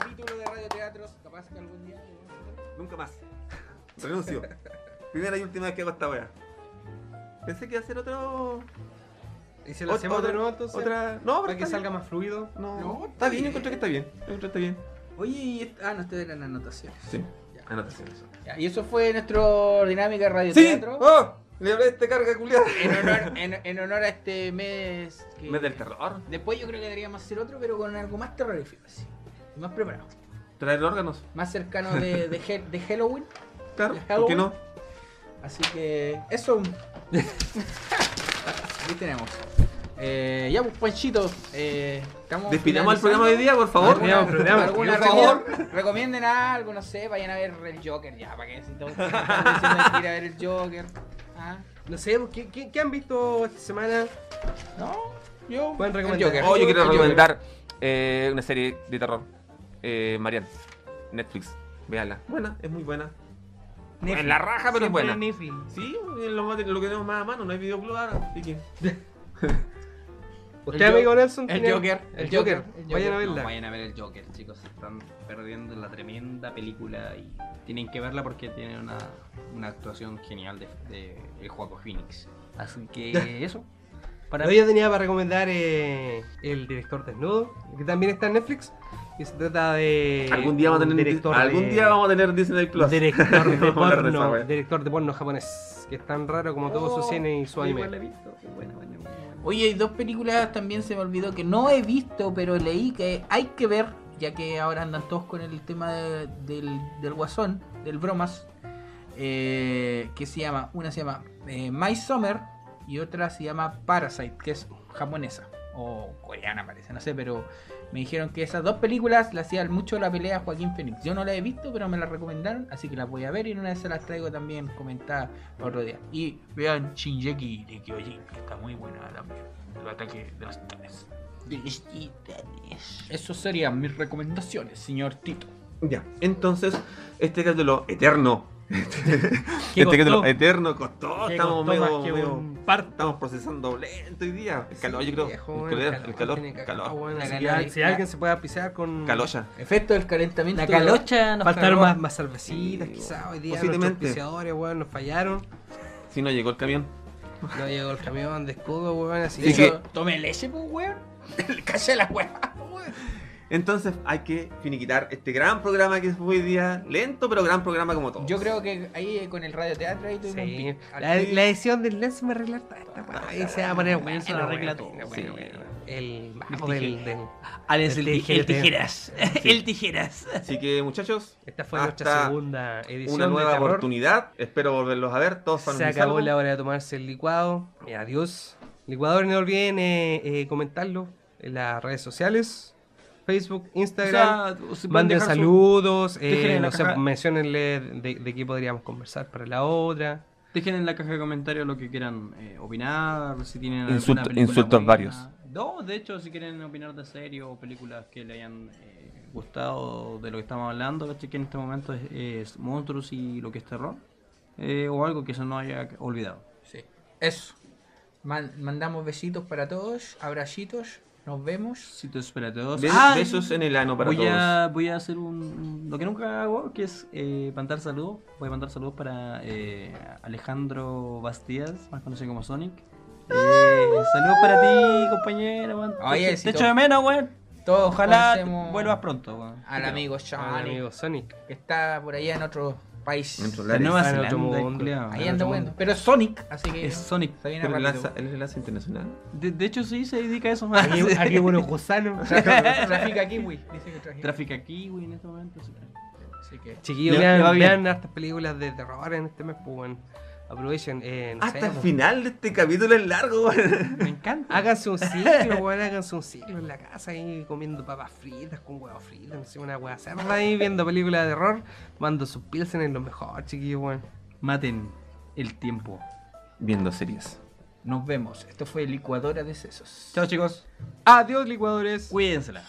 Speaker 1: capítulo de radioteatros. Capaz que algún día...
Speaker 2: Nunca más. Renuncio. Primera y última vez que hago esta wea. Pensé que iba a hacer otro.
Speaker 3: ¿Y si lo
Speaker 2: ot-
Speaker 3: hacemos
Speaker 2: otra-
Speaker 3: de nuevo entonces?
Speaker 2: Otra. No, pero
Speaker 3: Para que
Speaker 2: está
Speaker 3: salga
Speaker 2: bien.
Speaker 3: más fluido.
Speaker 2: No,
Speaker 1: No,
Speaker 2: está bien, encontré que está bien. Encontré que está bien.
Speaker 1: Oye, y est- ah, no, ustedes eran anotaciones.
Speaker 2: Sí.
Speaker 1: Ya.
Speaker 2: Anotaciones.
Speaker 1: Ya, y eso fue nuestro Dinámica Radio
Speaker 2: ¡Sí!
Speaker 1: Teatro.
Speaker 2: ¡Oh! Le hablé de este carga culiada.
Speaker 1: En, honor, en, en honor a este mes. que-
Speaker 2: Mes del terror.
Speaker 1: Después yo creo que deberíamos hacer otro, pero con algo más terrorífico, así. Más preparado.
Speaker 2: Traer órganos.
Speaker 1: Más cercano de, de, Hel- de Halloween.
Speaker 2: Claro,
Speaker 1: ¿Y
Speaker 2: ¿por qué
Speaker 1: Halloween?
Speaker 2: no?
Speaker 1: Así que eso. Aquí tenemos. Eh, ya, pues, Panchito. eh, estamos
Speaker 2: Despidamos el
Speaker 1: finalizando.
Speaker 2: programa de hoy día, por favor.
Speaker 1: ¿Alguna,
Speaker 3: Despidamos el programa.
Speaker 1: alguna
Speaker 2: Por favor.
Speaker 1: recomienda- recomienden algo, no sé, vayan a ver el Joker ya, para que si todos están diciendo que ir a ver el Joker. Ah,
Speaker 3: No sé, pues, ¿qué, qué, qué han visto esta semana?
Speaker 1: no, yo.
Speaker 3: Pueden
Speaker 1: el
Speaker 3: recomendar.
Speaker 1: Joker.
Speaker 7: Oh, yo
Speaker 1: El
Speaker 7: quiero
Speaker 1: Joker.
Speaker 7: recomendar eh, una serie de terror. Eh, Marian. Netflix. Véanla. Buena, es muy buena.
Speaker 1: Netflix.
Speaker 7: En la
Speaker 2: Ah,
Speaker 7: raja, pero es buena.
Speaker 4: Nifi.
Speaker 7: Sí, es lo, más- lo que tenemos más a mano, no hay videoclub ahora. Así que.
Speaker 3: ¿Usted,
Speaker 1: El
Speaker 3: amigo Nelson?
Speaker 1: El
Speaker 3: tiene-
Speaker 1: Joker,
Speaker 3: El Joker. Vayan a
Speaker 4: No,
Speaker 3: verla.
Speaker 4: vayan a ver el Joker, chicos. Están perdiendo la tremenda película y tienen que verla porque tiene una, una actuación genial de, de el Joaco Phoenix. Así que eso. Para
Speaker 3: Yo ya tenía para recomendar eh, El director desnudo, que también está en Netflix. Y se trata de.
Speaker 2: algún día vamos a
Speaker 3: Eh, un
Speaker 2: tener
Speaker 3: director
Speaker 2: algún
Speaker 3: de-
Speaker 2: día vamos a tener Disney Plus.
Speaker 3: Director de
Speaker 2: Vamos a hablar de esa
Speaker 3: porno.
Speaker 2: wea.
Speaker 3: director de porno japonés. Que es tan raro como todo
Speaker 1: Oh,
Speaker 3: su cine y su anime.
Speaker 4: Igual la he visto. Buena, buena, buena.
Speaker 1: Oye, hay dos películas también se me olvidó que no he visto, pero leí que hay que ver, ya que ahora andan todos con el tema de- del, del guasón, del bromas, eh, que se llama, una se llama eh, My Summer y otra se llama Parasite, que es japonesa o coreana parece, no sé, pero me dijeron que esas dos películas las hacían mucho la pelea Joaquín Phoenix. Yo no la he visto, pero me la recomendaron, así que las voy a ver y en una de esas las traigo también comentada para otro día. Y vean Shinjeki de Kyojin, que está muy buena también, el ataque de los titanes. Eso serían mis recomendaciones, señor Tito.
Speaker 2: Ya, entonces, este capítulo eterno.
Speaker 1: ¿Qué
Speaker 2: este
Speaker 1: costó?
Speaker 2: capítulo eterno costó.
Speaker 4: ¿Qué
Speaker 2: Estamos
Speaker 4: costó más
Speaker 2: medio-
Speaker 4: que
Speaker 2: medio-
Speaker 4: un
Speaker 2: Estamos procesando lento hoy día. El calor, yo creo.
Speaker 3: Viejo,
Speaker 2: el calor,
Speaker 3: calor
Speaker 2: el calor,
Speaker 3: tiene que- Ah,
Speaker 2: calor.
Speaker 3: bueno,
Speaker 1: La
Speaker 3: así que
Speaker 1: calor-
Speaker 3: si alguien se puede pisar con.
Speaker 2: Caloya.
Speaker 1: Efecto del calentamiento.
Speaker 3: La calocha
Speaker 1: nos
Speaker 3: Faltaron
Speaker 1: cagó.
Speaker 3: más, más cervecitas,
Speaker 2: Sí,
Speaker 3: quizás.
Speaker 2: bueno,
Speaker 3: Hoy día los
Speaker 2: posiblemente.
Speaker 3: auspiciadores, weón, nos fallaron.
Speaker 2: Si no llegó el camión.
Speaker 3: No llegó el camión de escudo, weón, así
Speaker 2: Y
Speaker 3: que.
Speaker 1: Yo tomé leche, pues, weón. Calle la weá.
Speaker 3: pues,
Speaker 2: Entonces hay que finiquitar este gran programa que es hoy día. Lento, pero gran programa como todo.
Speaker 1: Yo creo que ahí con el radioteatro ahí tuvimos un
Speaker 3: Sí. Ah,
Speaker 1: pic.
Speaker 3: La, la edición del Lens me arregla esta, esta weá, ahí se va a poner bueno,
Speaker 4: se lo arregla
Speaker 3: weón,
Speaker 4: todo,
Speaker 3: bueno,
Speaker 4: sí.
Speaker 3: bueno. El mago del, del.
Speaker 4: Alex
Speaker 3: el tij- el
Speaker 4: tijeras. El tijeras.
Speaker 2: Así que, muchachos,
Speaker 3: Esta fue nuestra
Speaker 2: Hasta
Speaker 3: segunda edición.
Speaker 2: una
Speaker 3: de
Speaker 2: nueva
Speaker 3: terror.
Speaker 2: oportunidad. Espero volverlos a ver. Todos
Speaker 3: Se
Speaker 2: sanos y
Speaker 3: acabó
Speaker 2: salvos.
Speaker 3: la hora de tomarse el licuado. Y adiós. Licuador, no olviden eh, eh, comentarlo en las redes sociales. Facebook, Instagram.
Speaker 4: O sea, si pueden
Speaker 3: Manden
Speaker 4: dejar su-
Speaker 3: saludos, eh,
Speaker 4: dejen en la
Speaker 3: no sé,
Speaker 4: caja-
Speaker 3: menciónenle de, de qué podríamos conversar para la otra.
Speaker 4: Dejen en la caja de comentarios lo que quieran eh, opinar, si tienen alguna
Speaker 5: Insulto-
Speaker 4: película
Speaker 5: insultos
Speaker 4: buena.
Speaker 5: varios.
Speaker 4: No, de hecho, si quieren opinar de series o películas que le hayan eh, gustado de lo que estamos hablando, ¿cachai? que en este momento es, es monstruos y lo que es terror, eh, o algo que se nos haya olvidado.
Speaker 1: Sí. Eso. Man- mandamos besitos para todos, abracitos, nos vemos.
Speaker 4: Si te espera, te dos.
Speaker 2: Be-
Speaker 4: ¡Ay!
Speaker 2: Besos en el ano para
Speaker 4: ¡Ah! voy
Speaker 2: todos.
Speaker 4: A, voy a hacer un, lo que nunca hago, que es eh, mandar saludos. Voy a mandar saludos para eh, Alejandro Bastías, más conocido como Sonic. Eh, saludos para ti, compañero. weón.
Speaker 1: Oye,
Speaker 4: te,
Speaker 1: si
Speaker 4: te
Speaker 1: to-
Speaker 4: echo de menos, weón.
Speaker 1: Todos
Speaker 4: Ojalá te-
Speaker 1: conocemos
Speaker 4: vuelvas pronto, weón.
Speaker 1: al amigo
Speaker 3: Al
Speaker 1: Johnny,
Speaker 3: amigo Sonic.
Speaker 1: que está por allá en otro país.
Speaker 2: Dentro del
Speaker 4: La Nueva
Speaker 3: Ah, en otro
Speaker 4: Zelanda, el
Speaker 3: mundo.
Speaker 4: culiao.
Speaker 1: Ahí anda bueno. Pero es Sonic, así que
Speaker 4: Es Sonic.
Speaker 1: se viene
Speaker 2: Pero el
Speaker 1: rápido.
Speaker 2: enlace, el enlace internacional.
Speaker 4: De, de hecho, sí, se dedica a eso.
Speaker 3: Aquí, aquí unos gusanos.
Speaker 1: Trafica kiwi, dice que trafica.
Speaker 4: Trafica kiwi en este momento. sí.
Speaker 1: Así que
Speaker 3: Chiquillos,
Speaker 4: Le- le va
Speaker 3: vean,
Speaker 4: bien.
Speaker 3: vean hartas películas de terror en este mes, pues, weón. Aprovechen. eh, no sé,
Speaker 2: Hasta el
Speaker 3: pues,
Speaker 2: final de este capítulo es largo.
Speaker 4: Me encanta.
Speaker 3: Háganse un ciclo, weón, háganse un ciclo en la casa ahí comiendo papas fritas con huevos fritos, no sé, una hueá cerda ahí viendo películas de terror, mando sus pilsen en lo mejor, chiquillos, weón.
Speaker 4: Maten el tiempo.
Speaker 2: Viendo series.
Speaker 1: nos vemos. Esto fue Licuadora de Sesos.
Speaker 4: Chao, chicos.
Speaker 3: Adiós, licuadores.
Speaker 4: Cuídensela.